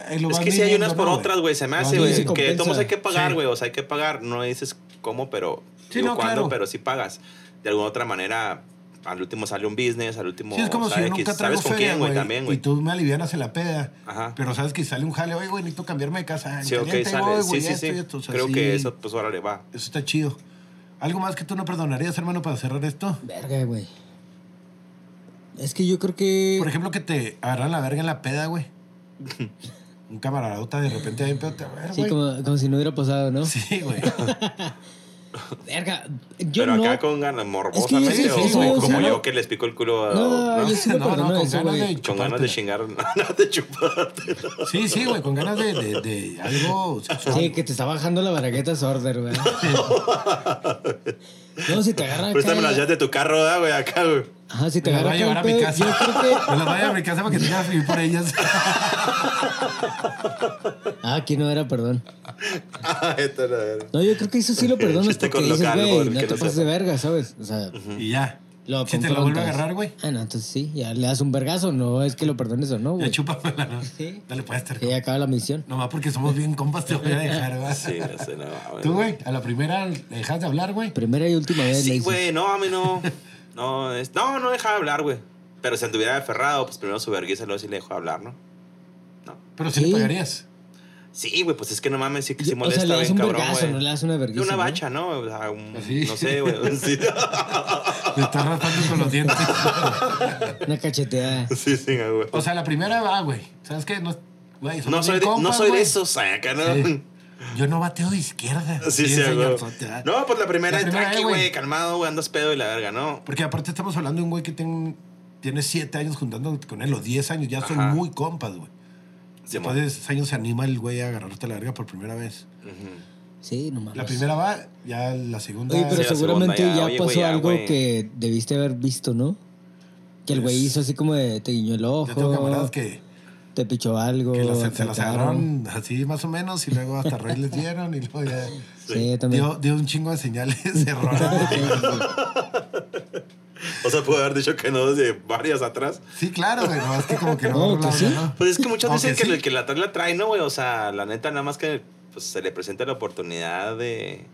Speaker 1: Ahí lo
Speaker 2: Es
Speaker 1: vas
Speaker 2: que si hay
Speaker 1: midiendo,
Speaker 2: unas por
Speaker 1: ¿no,
Speaker 2: otras, güey, se me
Speaker 1: No,
Speaker 2: hace,
Speaker 1: sí,
Speaker 2: güey.
Speaker 1: sí,
Speaker 3: como-
Speaker 2: que
Speaker 3: compensa.
Speaker 2: todos hay que pagar,
Speaker 1: Sí.
Speaker 2: güey. O sea, hay que pagar. No dices cómo, pero.
Speaker 1: Sí,
Speaker 2: digo
Speaker 1: no,
Speaker 2: cuándo,
Speaker 1: claro.
Speaker 2: pero sí pagas. De alguna otra manera, al último sale un business, al último.
Speaker 1: Sí, es como si
Speaker 2: sale
Speaker 1: yo nunca
Speaker 2: X.
Speaker 1: traigo
Speaker 2: ¿Sabes con
Speaker 1: feria,
Speaker 2: quién, güey?
Speaker 1: güey,
Speaker 2: También,
Speaker 1: y
Speaker 2: güey.
Speaker 1: tú me alivianas en la peda,
Speaker 2: Ajá.
Speaker 1: pero sabes que sale un jale, oye, güey, necesito cambiarme de casa. en
Speaker 2: Sí, ok,
Speaker 1: caliente,
Speaker 2: sale.
Speaker 1: voy,
Speaker 2: Sí,
Speaker 1: güey,
Speaker 2: sí,
Speaker 1: esto y
Speaker 2: sí.
Speaker 1: esto, o sea,
Speaker 2: Creo
Speaker 1: sí,
Speaker 2: que eso, pues, órale, va.
Speaker 1: Eso está chido. ¿Algo más que tú no perdonarías, hermano, para cerrar esto?
Speaker 3: Verga, güey. Es que yo creo que.
Speaker 1: Por ejemplo, que te agarran la verga en la peda, güey. Un camaradota de repente ahí en pedo, te a ver,
Speaker 3: Sí,
Speaker 1: güey.
Speaker 3: como, como si no hubiera pasado, ¿no?
Speaker 1: Sí, güey.
Speaker 3: Verga, yo
Speaker 2: Pero
Speaker 3: no.
Speaker 2: acá con
Speaker 3: Es
Speaker 2: ganas
Speaker 3: que yo
Speaker 2: morbosamente,
Speaker 3: sí,
Speaker 2: o,
Speaker 3: sí, sí,
Speaker 2: o
Speaker 3: sí,
Speaker 2: como
Speaker 3: sí,
Speaker 2: yo
Speaker 3: no.
Speaker 2: que les pico el culo a-
Speaker 3: No, yo sí me
Speaker 1: No, no,
Speaker 3: perdono
Speaker 1: con
Speaker 3: eso,
Speaker 1: ganas
Speaker 3: güey.
Speaker 1: de-
Speaker 2: con ganas de chingar, ganas de chupártela.
Speaker 1: Sí, sí, güey, con ganas de, de, de algo sexual.
Speaker 3: Sí, que te está bajando la baragueta sorder, güey. no, si te agarra acá.
Speaker 2: Préstame las llaves de tu carro, ¿verdad, güey, acá, güey.
Speaker 3: Ajá, si te
Speaker 1: Me las
Speaker 3: agarra
Speaker 1: voy a
Speaker 3: acá
Speaker 1: llevar a
Speaker 3: el
Speaker 1: mi
Speaker 3: pedo,
Speaker 1: casa.
Speaker 3: Yo creo que.
Speaker 1: Me las voy a llevar a mi casa para que tengas que vivir por ellas.
Speaker 3: Ah, aquí no era, perdón.
Speaker 2: Ah, esta es la verga.
Speaker 3: No, yo creo que eso sí lo perdonas
Speaker 2: Chiste
Speaker 3: porque
Speaker 2: con
Speaker 3: dices,
Speaker 2: local,
Speaker 3: güey,
Speaker 2: por
Speaker 3: no
Speaker 2: que
Speaker 3: te
Speaker 2: no
Speaker 3: pases de
Speaker 2: sepa".
Speaker 3: verga, ¿sabes? O sea,
Speaker 1: Y ya.
Speaker 3: lo
Speaker 1: si te lo vuelve a
Speaker 3: confrontas.
Speaker 1: agarrar, güey,
Speaker 3: Ah, no, entonces sí, ya le das un vergazo, no es que lo perdones o no,
Speaker 1: ya
Speaker 3: güey.
Speaker 1: chúpamela, ¿no?
Speaker 3: Sí.
Speaker 1: Dale, puedes estar.
Speaker 3: Que ya acaba la misión.
Speaker 1: Nomás porque somos bien compas te voy a dejar, güey.
Speaker 2: Sí, no sé, no, mames.
Speaker 1: Tú, güey, a la primera le dejas de hablar, güey.
Speaker 3: Primera y última vez le
Speaker 2: Sí,
Speaker 3: dices.
Speaker 2: güey, no, a mí no. No, es- no, no deja de hablar, güey. Pero si anduviera aferrado, pues primero su vergüenza, luego sí le dejo de hablar, ¿no?
Speaker 1: Pero si
Speaker 3: Sí.
Speaker 1: le pagarías.
Speaker 2: Sí, güey, pues es que no mames, sí que
Speaker 3: Yo-
Speaker 2: se
Speaker 3: o
Speaker 2: molesta,
Speaker 3: sea, le das
Speaker 2: bien
Speaker 3: un
Speaker 2: cabrón,
Speaker 3: vergazo,
Speaker 2: güey.
Speaker 3: no le das una vergüenza.
Speaker 2: una
Speaker 3: ¿no?
Speaker 2: bacha, ¿no? O sea, un-
Speaker 1: Así.
Speaker 2: No sé, güey. Sí.
Speaker 1: Le estás raspando con los dientes.
Speaker 3: Una cacheteada.
Speaker 2: sí, sí, güey.
Speaker 1: O sea, la primera va, güey. ¿Sabes qué? No, güey, somos
Speaker 2: No soy,
Speaker 1: bien
Speaker 2: de, no
Speaker 1: compas,
Speaker 2: soy de
Speaker 1: güey.
Speaker 2: esos, ay, acá no.
Speaker 1: Sí. Yo no bateo de izquierda.
Speaker 2: Sí, sí, güey.
Speaker 1: señorzote, ¿verdad?
Speaker 2: No, pues la primera
Speaker 1: La
Speaker 2: es
Speaker 1: primera,
Speaker 2: tranqui,
Speaker 1: güey.
Speaker 2: güey, calmado, güey, andas pedo y la verga, ¿no?
Speaker 1: Porque aparte estamos hablando de un güey que ten- tiene siete años juntando con él, los 10 años, ya son
Speaker 2: Ajá.
Speaker 1: muy compas, güey.
Speaker 2: Sí,
Speaker 1: Después de 10 años se anima el güey a agarrarte la verga por primera vez.
Speaker 3: Sí, no mames.
Speaker 1: La
Speaker 2: Pues
Speaker 1: primera va, ya la segunda...
Speaker 3: Oye, pero
Speaker 2: Sí, la
Speaker 3: seguramente
Speaker 2: segunda ya,
Speaker 3: ya
Speaker 2: oye,
Speaker 3: pasó
Speaker 2: güey, ya,
Speaker 3: algo
Speaker 2: güey.
Speaker 3: que debiste haber visto, ¿no? Que el güey hizo así como de te guiñó el
Speaker 1: Pues, yo tengo camaradas
Speaker 3: ojo,
Speaker 1: que,
Speaker 3: te pichó algo.
Speaker 1: que las- se
Speaker 3: te
Speaker 1: las
Speaker 3: ataron.
Speaker 1: agarraron así más o menos y luego hasta rey les dieron y luego ya...
Speaker 3: Sí, también.
Speaker 1: Dio, dio un chingo de señales de error.
Speaker 2: O sea, puedo haber dicho que no desde varias atrás.
Speaker 1: Sí, claro, güey, no, es que como que no...
Speaker 3: No,
Speaker 1: agarró la
Speaker 3: que sí.
Speaker 1: onda, ¿no?
Speaker 2: Pues es que muchos
Speaker 1: Aunque
Speaker 2: dicen que
Speaker 1: sí.
Speaker 2: el que la trae, la trae, ¿no, güey? O sea, la neta, nada más que pues, se le presenta la oportunidad de.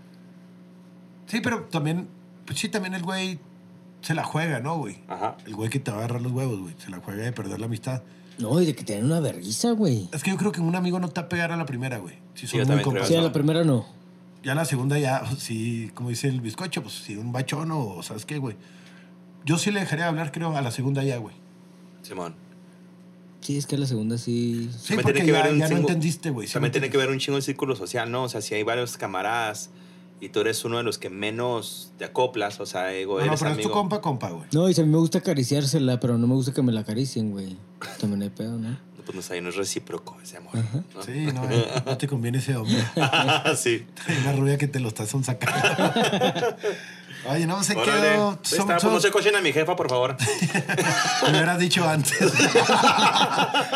Speaker 1: Sí, pero también, pues sí, también el güey se la juega, ¿no, güey?
Speaker 2: Ajá.
Speaker 1: El güey que te va a agarrar los huevos, güey, se la juega de perder la amistad.
Speaker 3: No, y de que te dan una vergüenza, güey.
Speaker 1: Es que yo creo que un amigo no te va a pegar a la primera, güey. Si
Speaker 2: yo
Speaker 1: son muy
Speaker 2: también
Speaker 1: compas.
Speaker 2: Pero
Speaker 3: Sí, a
Speaker 2: no.
Speaker 3: la primera no.
Speaker 1: Ya la segunda, ya, pues, sí, como dice el bizcocho, pues sí, un bachón o sabes qué, güey. Yo sí le dejaría hablar, creo, a la segunda ya, güey.
Speaker 2: Simón.
Speaker 3: Sí, es que la segunda sí.
Speaker 1: Sí, porque ya, ya no entendiste, güey.
Speaker 2: También tiene que ver un chingo de círculo social, ¿no? O sea, si hay varios camaradas y tú eres uno de los que menos te acoplas, o sea, digo,
Speaker 1: Ah, No, no,
Speaker 2: eres
Speaker 1: pero es
Speaker 2: amigo.
Speaker 1: tu compa, compa, güey.
Speaker 3: No, y si a mí me gusta acariciársela, pero no me gusta que me la acaricien, güey. También hay pedo, ¿no?
Speaker 2: pues no, sé, no es recíproco ese amor. ¿no?
Speaker 1: Sí, no, eh, no te conviene ese hombre.
Speaker 2: sí.
Speaker 1: Hay una rubia que te lo está sacando. Oye, no, se
Speaker 2: Órale.
Speaker 1: quedó.
Speaker 2: Ahí está, pues, no se cochen a mi jefa, por favor.
Speaker 1: Me hubieras dicho antes.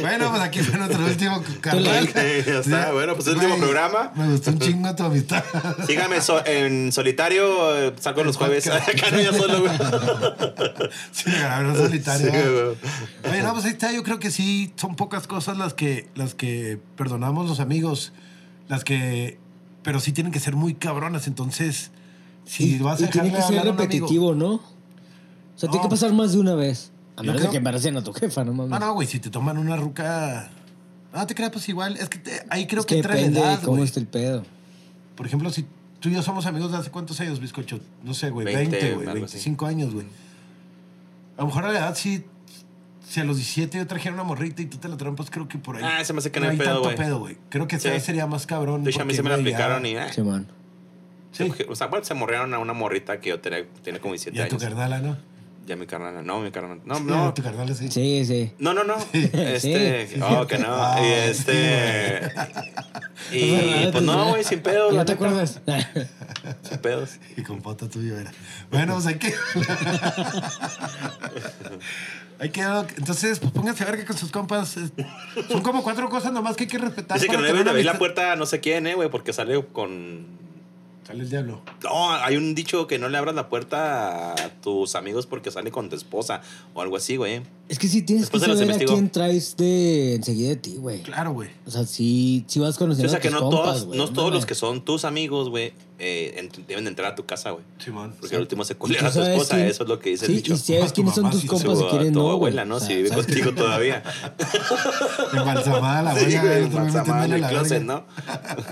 Speaker 1: bueno, pues aquí fue nuestro último carnal.
Speaker 2: Eh, ya está,
Speaker 1: Sí.
Speaker 2: bueno, pues, el último
Speaker 1: Güey,
Speaker 2: programa.
Speaker 1: Me gustó un chingo tu amistad.
Speaker 2: Sígame so- en solitario, eh, salgo los jueves. Acá no, ya solo, güey.
Speaker 1: Sí, me agarró solitario.
Speaker 2: Sí, güey.
Speaker 1: Oye, no, pues ahí está. Yo creo que sí, son pocas cosas las que, las que perdonamos los amigos. Las que. Pero sí tienen que ser muy cabronas. Entonces, si
Speaker 3: Y-
Speaker 1: vas a
Speaker 3: y tiene
Speaker 1: dejarle
Speaker 3: que ser
Speaker 1: hablar a un amigo-
Speaker 3: repetitivo, ¿no? O sea, tiene
Speaker 1: No.
Speaker 3: que pasar más de una vez. A
Speaker 1: Yo
Speaker 3: menos
Speaker 1: creo-
Speaker 3: de que embaracen a tu jefa, no mames.
Speaker 1: No, no, güey, si te toman una ruca. No te creas, pues igual. Es que te- ahí creo
Speaker 3: Es
Speaker 1: que,
Speaker 3: que
Speaker 1: entra la
Speaker 3: depende
Speaker 1: edad,
Speaker 3: de cómo
Speaker 1: güey.
Speaker 3: está el pedo.
Speaker 1: Por ejemplo, si tú y yo somos amigos de hace cuántos años, bizcocho. No sé, güey,
Speaker 2: 20,
Speaker 1: 20, güey,
Speaker 2: algo así.
Speaker 1: 25 años, güey. A lo mejor a la edad sí. Si a los 17 yo trajera una morrita y tú te la trampas, creo que por ahí.
Speaker 2: Ah, se me hace que no
Speaker 1: no
Speaker 2: hay
Speaker 1: hay
Speaker 2: pedo,
Speaker 1: tanto
Speaker 2: güey.
Speaker 1: pedo, güey. Creo que
Speaker 2: Sí.
Speaker 1: esa sería más cabrón.
Speaker 2: De hecho, a mí
Speaker 1: porque,
Speaker 2: se me la
Speaker 1: güey, ya-
Speaker 2: aplicaron y. eh,
Speaker 3: Simón.
Speaker 1: Sí.
Speaker 2: se- O sea, bueno, se morrearon a una morrita que yo tenía, tenía como 17
Speaker 1: Y a tu
Speaker 2: años.
Speaker 1: carnala, ¿no?
Speaker 2: Ya mi carnal. No, mi carnal. No,
Speaker 1: Sí,
Speaker 2: no.
Speaker 1: A tu carnala, sí.
Speaker 3: Sí, sí.
Speaker 2: No, no, no. Este.
Speaker 3: Sí.
Speaker 2: Oh, que no.
Speaker 1: Ah,
Speaker 2: y este.
Speaker 3: Ah,
Speaker 2: Y pues no, güey, sin pedos.
Speaker 3: ¿Ya
Speaker 2: la
Speaker 3: te
Speaker 2: neta,
Speaker 3: acuerdas?
Speaker 2: Sin pedos.
Speaker 1: Y con pota tuya era. Bueno, pues hay que. hay que. Entonces, pues pónganse a ver que con sus compas. eh, Son como cuatro cosas nomás que hay que respetar.
Speaker 2: Dice que
Speaker 1: para
Speaker 2: no
Speaker 1: tener
Speaker 2: deben de abrir
Speaker 1: amistad.
Speaker 2: la puerta a no sé quién, eh, güey, porque sale con.
Speaker 1: Sale el diablo.
Speaker 2: No, hay un dicho que no le abras la puerta a tus amigos porque sale con tu esposa o algo así, güey.
Speaker 3: Es que sí tienes
Speaker 2: Después se
Speaker 3: que
Speaker 2: los
Speaker 3: saber a
Speaker 2: investigo.
Speaker 3: quién traes de enseguida de ti, güey.
Speaker 1: Claro, güey.
Speaker 3: O sea, sí, sí vas
Speaker 2: Sí,
Speaker 3: conociendo
Speaker 2: o sea,
Speaker 3: a
Speaker 2: que
Speaker 3: tus
Speaker 2: no,
Speaker 3: compas,
Speaker 2: todos,
Speaker 3: güey,
Speaker 2: no todos los
Speaker 3: mames.
Speaker 2: que son tus amigos, güey, eh, ent- deben de entrar a tu casa, güey.
Speaker 1: Simón.
Speaker 2: Porque al último se
Speaker 3: Y tú
Speaker 2: culera a tu
Speaker 3: sabes
Speaker 2: esposa,
Speaker 3: quién-
Speaker 2: eso es lo que dice
Speaker 3: sí,
Speaker 2: el dicho.
Speaker 3: Y sabes
Speaker 1: Tu
Speaker 3: quiénes son
Speaker 1: mamá
Speaker 3: tus
Speaker 1: sí,
Speaker 3: compas
Speaker 2: Su-
Speaker 3: y quiénes
Speaker 2: tu
Speaker 3: no, güey.
Speaker 2: abuela, ¿no?
Speaker 3: O sea,
Speaker 2: si vive
Speaker 3: sabes-
Speaker 2: contigo todavía.
Speaker 1: Embalsamada la
Speaker 2: Sí,
Speaker 1: abuela,
Speaker 2: güey,
Speaker 1: el otro güey
Speaker 2: Manzamán,
Speaker 1: metiéndole
Speaker 2: el
Speaker 1: la
Speaker 2: closet,
Speaker 1: verga.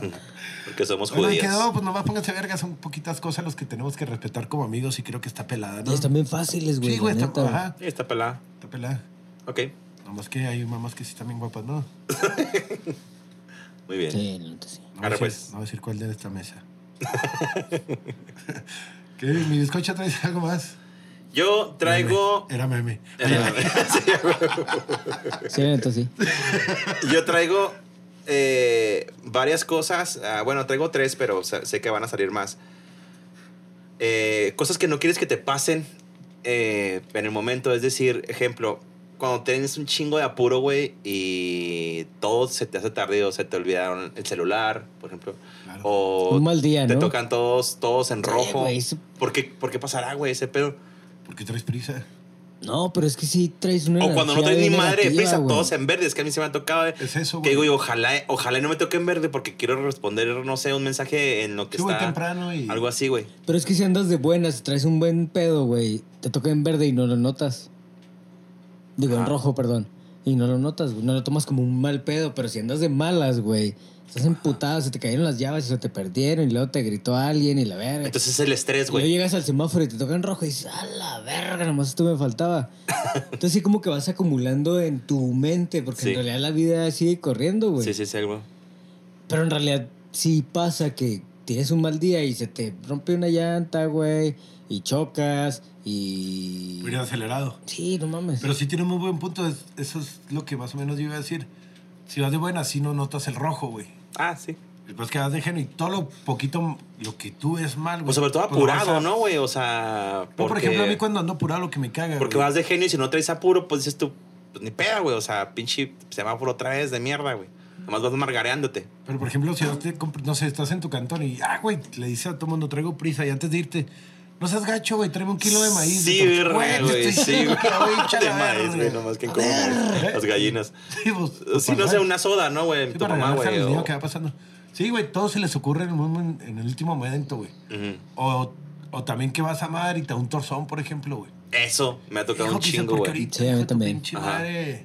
Speaker 2: ¿no? Porque somos
Speaker 1: Bueno, ahí
Speaker 2: judías.
Speaker 1: quedó, pues nomás pónganse vergas, son poquitas cosas las que tenemos que respetar como amigos y creo que está pelada,
Speaker 3: Y
Speaker 1: ¿no?
Speaker 3: están bien fáciles, güey.
Speaker 1: sí, güey,
Speaker 3: la
Speaker 1: está,
Speaker 3: neta, güey.
Speaker 1: ajá,
Speaker 2: Sí, está pelada.
Speaker 1: está pelada.
Speaker 2: Ok,
Speaker 1: Nomás que hay mamás que sí están bien guapas, ¿no?
Speaker 2: muy bien.
Speaker 3: Sí, la neta sí.
Speaker 1: No voy a
Speaker 2: Ahora
Speaker 1: decir-
Speaker 2: pues.
Speaker 1: No voy a decir cuál de esta mesa. ¿Qué? ¿Mi bizcocho traes algo más?
Speaker 2: Yo traigo...
Speaker 1: Meme. Era meme.
Speaker 3: Sí, la neta sí.
Speaker 2: Yo traigo eh, varias cosas. Ah, bueno, traigo tres, pero sa- sé que van a salir más. Eh, cosas que no quieres que te pasen eh, en el momento. Es decir, ejemplo, cuando tienes un chingo de apuro, güey, y todo se te hace tarde o se te olvidaron el celular, por ejemplo.
Speaker 1: Claro.
Speaker 2: O
Speaker 3: Un mal día,
Speaker 2: te
Speaker 3: ¿no?
Speaker 2: tocan todos, todos en
Speaker 3: Sí,
Speaker 2: rojo.
Speaker 3: güey, ese-
Speaker 2: ¿Por, qué, por qué pasará, güey, ese pedo?
Speaker 1: ¿Por qué traes prisa?
Speaker 3: No, pero es que sí traes una.
Speaker 2: O cuando no
Speaker 3: energía
Speaker 2: traes ni
Speaker 3: bien
Speaker 2: madre de
Speaker 3: negativa,
Speaker 2: prisa,
Speaker 3: güey.
Speaker 2: todos en verde. Es que a mí se me ha tocado. eh,
Speaker 1: Es eso,
Speaker 2: Que
Speaker 1: güey.
Speaker 2: digo, yo, ojalá, eh, ojalá no me toque en verde porque quiero responder, no sé, un mensaje en lo que
Speaker 1: Sí, voy
Speaker 2: está.
Speaker 1: temprano y-
Speaker 2: Algo así, güey.
Speaker 3: Pero es que si andas de buenas, traes un buen pedo, güey. Te toca en verde y no lo notas. Digo, en
Speaker 2: Ajá.
Speaker 3: rojo, perdón. Y no lo notas, güey. No lo tomas como un mal pedo, pero si andas de malas, güey. Estás emputado, se te cayeron las llaves, se te perdieron y luego te gritó alguien y la verga.
Speaker 2: Entonces es el estrés,
Speaker 3: Y luego
Speaker 2: güey.
Speaker 3: llegas al semáforo y te toca en rojo y dices, a la verga, nomás esto me faltaba. Entonces sí como que vas acumulando en tu mente, porque
Speaker 2: Sí.
Speaker 3: en realidad la vida sigue corriendo, güey.
Speaker 2: Sí, sí, sí, güey.
Speaker 3: Pero en realidad sí pasa que tienes un mal día y se te rompe una llanta, güey, y chocas y...
Speaker 1: Hubiera acelerado.
Speaker 3: Sí, no mames.
Speaker 1: Pero sí tiene muy buen punto. es- eso es lo que más o menos yo iba a decir. Si vas de buena, sí no notas el rojo, güey.
Speaker 2: Ah, sí.
Speaker 1: Después que vas de genio y todo lo poquito, lo que tú ves mal, güey.
Speaker 2: O sobre todo
Speaker 1: pues lo vas
Speaker 2: apurado,
Speaker 1: a-
Speaker 2: ¿no, güey? O sea. Porque,
Speaker 1: Yo, por ejemplo, a mí cuando ando apurado, lo que me caga,
Speaker 2: Porque
Speaker 1: güey.
Speaker 2: vas de genio y si no traes apuro, pues dices tú, pues ni peda, güey. O sea, pinche semáforo otra vez de mierda, güey. Nomás vas margareándote.
Speaker 1: Pero, por ejemplo, si vas de compra- no sé, estás en tu cantón y, ah, güey, le dices a todo mundo, traigo prisa y antes de irte, no seas gacho, güey, tráeme un kilo de maíz.
Speaker 2: Sí,
Speaker 1: de tor-
Speaker 2: verga, güey.
Speaker 1: te estoy
Speaker 2: Sí,
Speaker 1: diciendo que la voy a
Speaker 2: güey.
Speaker 1: echar
Speaker 2: De
Speaker 1: a la
Speaker 2: maíz, güey.
Speaker 1: verga. ¿Eh?
Speaker 2: Nomás que como las gallinas. Eh,
Speaker 1: Sí, pues, pues,
Speaker 2: Sí, no
Speaker 1: para-
Speaker 2: sé, una soda, ¿no, güey?
Speaker 1: sí,
Speaker 2: Tu
Speaker 1: para
Speaker 2: mamá,
Speaker 1: regalarse
Speaker 2: güey.
Speaker 1: al niño
Speaker 2: o-
Speaker 1: que va pasando. Sí, güey, todo se les ocurre en el, momen- en el último momento, güey.
Speaker 2: Ujú.
Speaker 1: O, o también que vas a amar y te da un torzón, por ejemplo, güey.
Speaker 2: Eso me ha tocado
Speaker 1: Hijo,
Speaker 2: un
Speaker 1: que dice,
Speaker 2: chingo,
Speaker 1: porque
Speaker 2: güey.
Speaker 1: ahorita,
Speaker 3: Sí, a mí
Speaker 1: hijo de tu
Speaker 3: también.
Speaker 1: pinche
Speaker 2: Ajá.
Speaker 1: madre.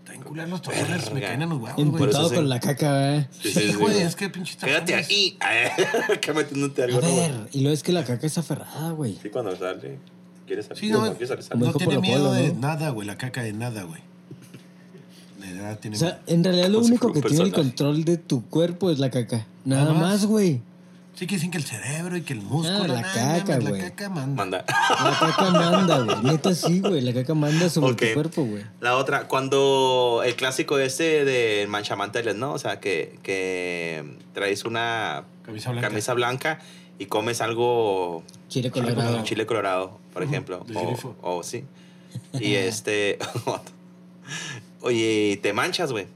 Speaker 1: Está en cular los torzones, me
Speaker 2: Verga.
Speaker 1: caen en los huevos, güey.
Speaker 2: Por
Speaker 3: Emputado
Speaker 2: eso sí.
Speaker 3: con la caca, ¿eh?
Speaker 2: Sí, sí,
Speaker 1: Sí,
Speaker 2: sí,
Speaker 1: güey,
Speaker 2: güey.
Speaker 1: es que pinche
Speaker 2: Quédate
Speaker 1: torzones.
Speaker 2: ahí. Acá metiéndote
Speaker 3: A
Speaker 2: algo, ¿no, güey?
Speaker 3: ver, y luego es que la caca es aferrada, güey.
Speaker 2: Sí, cuando sale. ¿Quieres salir?
Speaker 1: Sí, no,
Speaker 2: Cuando quieres salir, sale.
Speaker 3: Como
Speaker 1: no
Speaker 3: dijo
Speaker 1: tiene
Speaker 3: Polo
Speaker 1: miedo
Speaker 3: Polo,
Speaker 1: de
Speaker 3: ¿no?
Speaker 1: nada, güey. La caca de nada, güey. De nada tiene
Speaker 3: O
Speaker 1: miedo.
Speaker 3: sea, en realidad lo
Speaker 2: Como si
Speaker 3: único
Speaker 2: fuera
Speaker 3: que
Speaker 2: un
Speaker 3: tiene el
Speaker 2: personaje.
Speaker 3: control de tu cuerpo es la caca. Nada
Speaker 1: Nada más.
Speaker 3: más, güey.
Speaker 1: Sí que dicen que el cerebro y que el músculo.
Speaker 3: Ah, la
Speaker 1: no, no,
Speaker 3: caca,
Speaker 1: mames,
Speaker 3: güey.
Speaker 1: La caca manda.
Speaker 2: Manda.
Speaker 3: La caca manda, güey. Neta sí, güey. La caca manda sobre
Speaker 2: Ok.
Speaker 3: tu cuerpo, güey.
Speaker 2: La otra, cuando el clásico este de manchamanteles, ¿no? O sea, que, que traes una
Speaker 1: Camisa blanca.
Speaker 2: camisa blanca y comes algo
Speaker 3: Chile
Speaker 2: chile
Speaker 3: colorado.
Speaker 2: colorado, chile colorado, por ejemplo.
Speaker 1: de grifo.
Speaker 2: O, o sí. Y este... Oye, y te manchas, güey.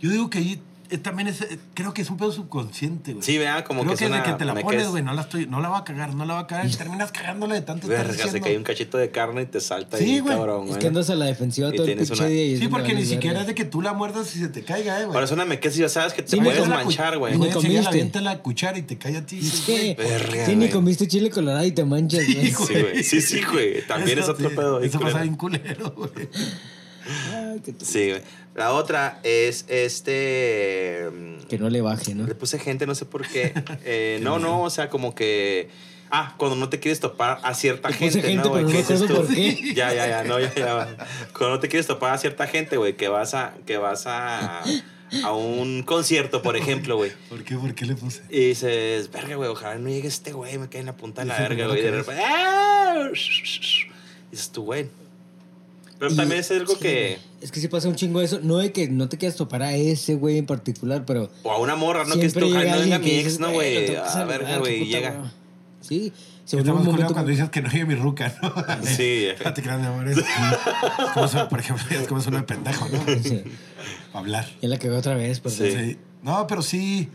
Speaker 1: Yo digo que ahí eh, también es. eh, creo que es un pedo subconsciente, güey.
Speaker 2: Sí, vea, como
Speaker 1: Creo
Speaker 2: que
Speaker 1: que,
Speaker 2: es
Speaker 1: es de
Speaker 2: una-
Speaker 1: que te la
Speaker 2: una que
Speaker 1: pones,
Speaker 2: es-
Speaker 1: güey. No la estoy, no la va a cagar, no la va a cagar. Y terminas cagándola de tanto estar
Speaker 2: Verga, se
Speaker 1: diciendo.
Speaker 2: cae un cachito de carne y te salta
Speaker 1: Sí,
Speaker 2: ahí,
Speaker 1: güey.
Speaker 2: cabrón,
Speaker 3: Es
Speaker 2: güey.
Speaker 3: que andas a la defensiva
Speaker 2: Y
Speaker 3: todo el
Speaker 2: tienes
Speaker 3: pinche
Speaker 2: una-
Speaker 3: día. y es
Speaker 1: Sí,
Speaker 3: una
Speaker 1: porque ni
Speaker 3: verga.
Speaker 1: siquiera es de que tú la muerdas y se te caiga, eh, güey.
Speaker 2: Ahora es una mequesa y ya sabes que te
Speaker 3: Sí, me
Speaker 2: puedes
Speaker 3: da
Speaker 1: la cu-
Speaker 2: manchar, güey.
Speaker 1: Güey,
Speaker 3: Me
Speaker 1: si ya la
Speaker 3: comiste.
Speaker 1: avienta la cuchara y te cae a ti.
Speaker 3: Es
Speaker 1: dices, güey,
Speaker 3: que
Speaker 2: Verga,
Speaker 3: sí, ni
Speaker 2: güey.
Speaker 3: comiste chile colorado y te manchas, güey.
Speaker 1: güey.
Speaker 2: Sí, güey. Sí, sí, güey. También
Speaker 1: eso
Speaker 2: es otro
Speaker 1: sí,
Speaker 2: pedo. bien
Speaker 1: Eso
Speaker 2: culero.
Speaker 1: pasa bien culero, güey.
Speaker 3: Ay, qué triste.
Speaker 2: Sí, güey. La otra es este. mm,
Speaker 3: Que no le baje, ¿no?
Speaker 2: Le puse gente, no sé por qué. Eh, no, no, o sea, como que. Ah, cuando no te quieres topar a cierta
Speaker 3: Le puse
Speaker 2: gente,
Speaker 3: gente,
Speaker 2: ¿no, güey?
Speaker 3: pero no
Speaker 2: ¿Qué
Speaker 3: me
Speaker 2: dices
Speaker 3: acuerdo
Speaker 2: tú?
Speaker 3: por qué.
Speaker 2: Ya, ya, ya, no, ya, ya. Cuando no te quieres topar a cierta gente, güey, que vas a. que vas a. a un concierto, por ejemplo, güey.
Speaker 1: ¿Por qué? ¿Por qué le puse?
Speaker 2: Y dices, verga, güey, ojalá no llegue este güey, me cae en la punta de la
Speaker 1: Sí,
Speaker 2: verga,
Speaker 1: no
Speaker 2: güey. Y de
Speaker 1: lo
Speaker 2: repente, ¡ah! Dices tú, güey. Pero
Speaker 3: Y-
Speaker 2: también es algo
Speaker 3: sí,
Speaker 2: que.
Speaker 3: güey. Es que sí pasa un chingo eso. No de que no te quieras topar a ese güey en particular, pero.
Speaker 2: O a una morra, ¿no? Que es
Speaker 3: siempre
Speaker 2: tu
Speaker 3: llega
Speaker 2: no venga
Speaker 3: alguien
Speaker 2: mi
Speaker 3: que
Speaker 2: ex,
Speaker 3: dices,
Speaker 2: ¿no,
Speaker 3: lo
Speaker 2: güey?
Speaker 3: tengo que
Speaker 2: A
Speaker 3: saludar,
Speaker 2: verga,
Speaker 3: qué
Speaker 2: güey,
Speaker 3: puta
Speaker 2: llega.
Speaker 3: madre. Sí,
Speaker 1: Está
Speaker 3: se vuelve un
Speaker 1: más culero
Speaker 3: momento.
Speaker 1: cuando dices que no llegue mi ruca, ¿no?
Speaker 2: Sí, eh. güey.
Speaker 1: No te creas, mi amor. Es es como suena, por ejemplo, es como suena de pendejo, ¿no?
Speaker 3: Sí,
Speaker 1: Pa' Hablar.
Speaker 3: Ya la cagó otra vez, pues, perdón.
Speaker 2: Sí.
Speaker 1: Sí. No, pero sí.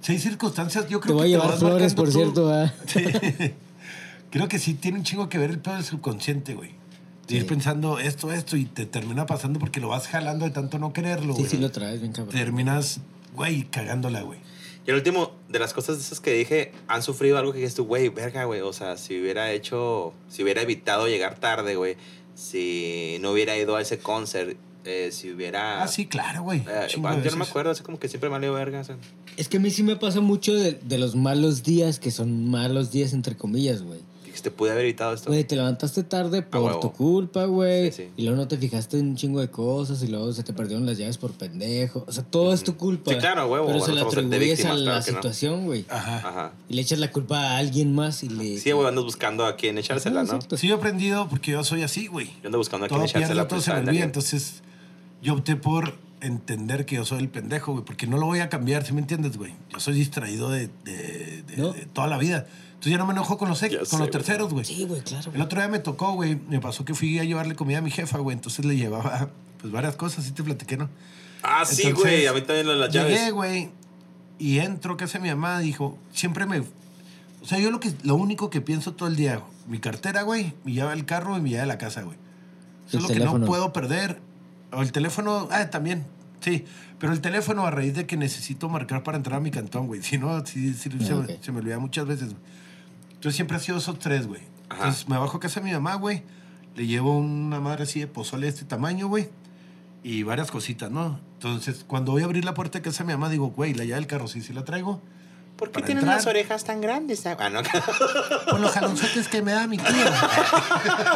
Speaker 1: Sí, hay circunstancias. Yo
Speaker 3: Te
Speaker 1: creo
Speaker 3: voy a
Speaker 1: que
Speaker 3: llevar
Speaker 1: vas
Speaker 3: flores,
Speaker 1: marcando tú.
Speaker 3: por cierto. ah.
Speaker 1: Sí. Creo que sí tiene un chingo que ver el pedo del subconsciente, güey. De ir
Speaker 3: Sí.
Speaker 1: pensando esto, esto, y te termina pasando porque lo vas jalando de tanto no quererlo,
Speaker 3: Sí,
Speaker 1: güey.
Speaker 3: sí, lo traes, bien cabrón.
Speaker 1: Terminas, güey, cagándola, güey.
Speaker 2: Y el último, de las cosas esas que dije, han sufrido algo que dices tú, güey, verga, güey. O sea, si hubiera hecho, si hubiera evitado llegar tarde, güey. Si no hubiera ido a ese concert, eh, si hubiera.
Speaker 1: Ah, sí, claro, güey.
Speaker 2: Eh,
Speaker 1: Chingo de
Speaker 2: yo no me
Speaker 1: veces.
Speaker 2: acuerdo, así como que siempre me ha leído verga. o sea.
Speaker 3: Es que a mí sí me pasa mucho de, de los malos días, que son malos días entre comillas, güey.
Speaker 2: Dijiste, te pude haber evitado esto.
Speaker 3: Güey, te levantaste tarde por
Speaker 2: huevo.
Speaker 3: tu culpa, güey.
Speaker 2: Sí, sí.
Speaker 3: Y luego no te fijaste en un chingo de cosas y luego se te perdieron las llaves por pendejo. O sea, todo es tu culpa.
Speaker 2: Sí, claro, huevo,
Speaker 3: Pero
Speaker 2: no
Speaker 3: se la
Speaker 2: somos de
Speaker 3: atribuyes a
Speaker 2: víctimas,
Speaker 3: la
Speaker 2: claro que no.
Speaker 3: situación, güey.
Speaker 1: Ajá.
Speaker 2: Ajá.
Speaker 3: Y le echas la culpa a alguien más y le...
Speaker 2: Sí, güey, andas buscando a quién echársela,
Speaker 3: Ah,
Speaker 2: ¿no?
Speaker 3: exacto.
Speaker 1: Sí, yo he aprendido porque yo soy así, güey.
Speaker 2: Yo ando buscando a quién
Speaker 1: Todo
Speaker 2: echársela.
Speaker 1: pierdo, todo
Speaker 2: pues,
Speaker 1: se me
Speaker 2: a
Speaker 1: olvida.
Speaker 2: Daniel.
Speaker 1: Entonces, yo opté por entender que yo soy el pendejo, güey, porque no lo voy a cambiar, ¿sí me entiendes, güey? Yo soy distraído de, de- de-
Speaker 3: ¿No?
Speaker 1: de toda la vida. Entonces, ya no me enojo con los, ex-
Speaker 2: Ya
Speaker 1: con
Speaker 2: sé,
Speaker 1: los
Speaker 2: güey.
Speaker 1: terceros, güey.
Speaker 3: Sí, güey, claro.
Speaker 1: El otro día me tocó, güey, me pasó que fui a llevarle comida a mi jefa, güey, entonces le llevaba, pues, varias cosas, sí te platiqué, ¿no?
Speaker 2: Ah, sí,
Speaker 1: Entonces,
Speaker 2: güey, a mí también lo de las
Speaker 1: Llegué,
Speaker 2: llaves.
Speaker 1: güey, y entro, que hace mi mamá, dijo, siempre me... O sea, yo lo, que, lo único que pienso todo el día, mi cartera, güey, mi llave del carro y mi llave de la casa, güey. Eso
Speaker 3: El
Speaker 1: es lo que
Speaker 3: teléfono.
Speaker 1: no puedo perder. O el teléfono, ah, también, sí. Pero el teléfono a raíz de que necesito marcar para entrar a mi cantón, güey. Si no, sí, sí, se,
Speaker 3: Ah,
Speaker 1: me-
Speaker 3: ok.
Speaker 1: se me olvida muchas veces, güey. Entonces siempre ha sido esos tres, güey.
Speaker 2: Ajá.
Speaker 1: Entonces me bajo a casa de mi mamá, güey. Le llevo una madre así de pozole de este tamaño, güey. Y varias cositas, ¿no? Entonces, cuando voy a abrir la puerta de casa de mi mamá, digo, güey, la llave del carro sí, sí la traigo.
Speaker 2: ¿Por qué
Speaker 1: Para
Speaker 2: tienen
Speaker 1: entrar.
Speaker 2: las orejas tan grandes? Ah, no,
Speaker 1: Por los jalonzotes que me da mi tía.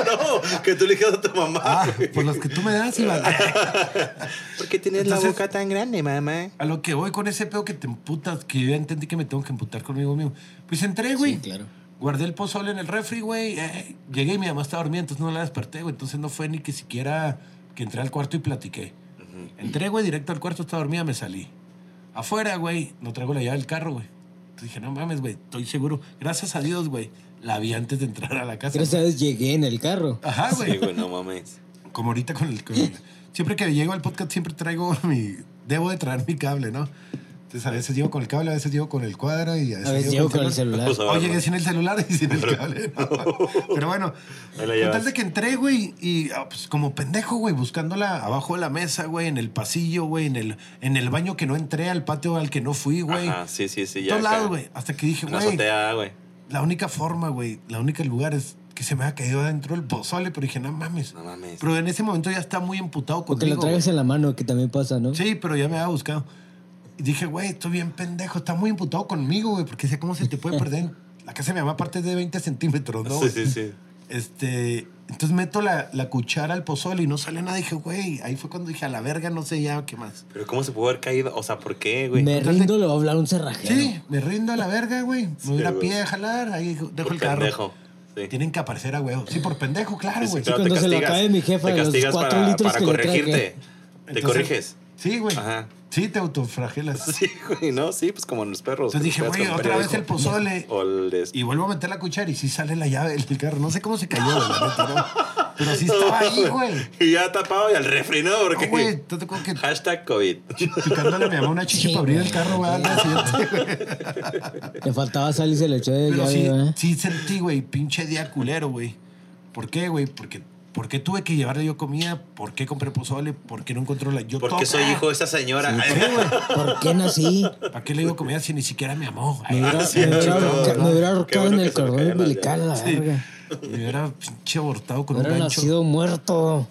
Speaker 2: no, que tú le digas a tu mamá.
Speaker 1: Ah, por los que tú me das, Iván.
Speaker 2: ¿Por qué tienes
Speaker 1: Entonces-
Speaker 2: tan grande, mamá?
Speaker 1: A lo que voy con ese pedo que te emputas, que yo ya entendí que me tengo que emputar conmigo mismo. Pues entré, güey.
Speaker 3: Sí, claro.
Speaker 1: Guardé el pozole en el refri, güey. eh, llegué y mi mamá estaba dormida, entonces no la desperté, güey. Entonces no fue ni que siquiera que entré al cuarto y platiqué. Entré, güey, directo al cuarto, estaba dormida, me salí. Afuera, güey, no traigo la llave del carro, güey. Entonces dije, no mames, güey, estoy seguro. Gracias a Dios, güey, la vi antes de entrar a la casa.
Speaker 3: Pero esta vez llegué en el carro.
Speaker 1: Ajá, Ah, güey.
Speaker 2: Sí, güey, no mames.
Speaker 1: Como ahorita con el... con el- siempre que llego al podcast siempre traigo mi... Debo de traer mi cable, ¿no? Entonces a veces llego con el cable, a veces llego con el cuadro y a veces,
Speaker 3: A veces llego con el celular.
Speaker 2: Pues, a
Speaker 1: O
Speaker 2: ver,
Speaker 1: llegué
Speaker 2: güey.
Speaker 1: sin el celular y sin el cable. ¿no? Pero bueno,
Speaker 2: Ahí la
Speaker 1: con
Speaker 2: llevas.
Speaker 1: tal de que entré, güey, y ah, pues, como pendejo, güey, buscándola abajo de la mesa, güey, en el pasillo, güey, en el, en el baño que no entré, al patio al que no fui, güey.
Speaker 2: Ajá, sí, sí, sí.
Speaker 1: En
Speaker 2: Ya
Speaker 1: todos
Speaker 2: acá.
Speaker 1: lados, güey. Hasta que dije,
Speaker 2: Una
Speaker 1: güey,
Speaker 2: azotea, güey.
Speaker 1: la única forma, güey, la única lugar es que se me haya caído adentro el pozole, pero dije, no mames.
Speaker 2: No mames.
Speaker 1: Pero en ese momento ya está muy emputado
Speaker 3: O que
Speaker 1: conmigo.
Speaker 3: lo traigas
Speaker 1: güey.
Speaker 3: en la mano, que también pasa, ¿no?
Speaker 1: Sí, pero ya me había buscado. Y dije, güey, estoy bien pendejo, está muy emputado conmigo, güey, porque sé cómo se te puede perder. La casa de mi mamá aparte es de 20 centímetros, ¿no?
Speaker 2: Sí, sí, sí.
Speaker 1: Este, entonces meto la, la cuchara al pozole y no sale nada. Dije, güey, ahí fue cuando dije, a la verga, no sé ya qué más.
Speaker 2: Pero ¿cómo se pudo haber caído? O sea, ¿por qué, güey?
Speaker 3: Me
Speaker 1: entonces-
Speaker 3: rindo, lo va a hablar un cerrajero.
Speaker 1: Sí, me rindo a la verga, güey. Me
Speaker 2: Sí,
Speaker 1: voy a ir a
Speaker 2: güey.
Speaker 1: pie a jalar, ahí dejo
Speaker 2: Por
Speaker 1: el carro.
Speaker 2: pendejo. Sí.
Speaker 1: Tienen que aparecer a huevo. Sí, por pendejo, claro,
Speaker 2: Sí,
Speaker 1: güey.
Speaker 2: pero
Speaker 3: cuando
Speaker 2: te
Speaker 3: se lo
Speaker 2: castigas-
Speaker 3: acabe mi jefa,
Speaker 2: Te
Speaker 3: los
Speaker 2: castigas
Speaker 3: cuatro
Speaker 2: para,
Speaker 3: litros que
Speaker 2: para
Speaker 3: le traje.
Speaker 2: corregirte. te
Speaker 1: Entonces-
Speaker 2: corriges.
Speaker 1: Sí, güey.
Speaker 2: Ajá.
Speaker 1: Sí, te autofragelas.
Speaker 2: Sí, güey, no, sí, pues como en los perros.
Speaker 1: Entonces dije,
Speaker 2: Los
Speaker 1: güey,
Speaker 2: perros con
Speaker 1: otra vez el
Speaker 2: periódico.
Speaker 1: pozole.
Speaker 2: O el de-
Speaker 1: Y vuelvo a meter la cuchara y sí sale la llave del carro. No sé cómo se cayó, güey, la neta, ¿no? Pero sí estaba ahí, güey.
Speaker 2: Y ya tapado y al refri, ¿no? Porque.
Speaker 1: No, güey, te tocó que
Speaker 2: Hashtag COVID.
Speaker 1: picándole a mi mamá una chicha
Speaker 3: Sí,
Speaker 1: para abrir el
Speaker 3: güey.
Speaker 1: carro, güey. al día siguiente, güey.
Speaker 3: Le faltaba sal y se le echó de
Speaker 1: Pero
Speaker 3: llave,
Speaker 1: sí,
Speaker 3: ¿verdad?
Speaker 1: sí sentí, güey, pinche día culero, güey. ¿Por qué, güey? Porque, ¿Por qué tuve que llevarle yo comida? ¿Por qué compré pozole? ¿Por qué no encontró la... Yo
Speaker 2: Porque soy hijo de esa señora.
Speaker 3: ¿eh? ¿Por qué nací?
Speaker 1: ¿Para qué le digo comida si ni siquiera me amó? Ah,
Speaker 3: Me hubiera,
Speaker 2: sí,
Speaker 3: me hubiera
Speaker 2: no,
Speaker 3: ahorca-
Speaker 2: no.
Speaker 3: me hubiera
Speaker 2: Qué
Speaker 3: ahorcado
Speaker 2: bueno
Speaker 3: en
Speaker 2: que
Speaker 3: el
Speaker 2: se me
Speaker 3: cordón
Speaker 2: cayeron las
Speaker 3: umbilical, a la verga.
Speaker 1: Me hubiera pinche abortado con un
Speaker 3: Hubiera
Speaker 1: gancho.
Speaker 3: nacido muerto.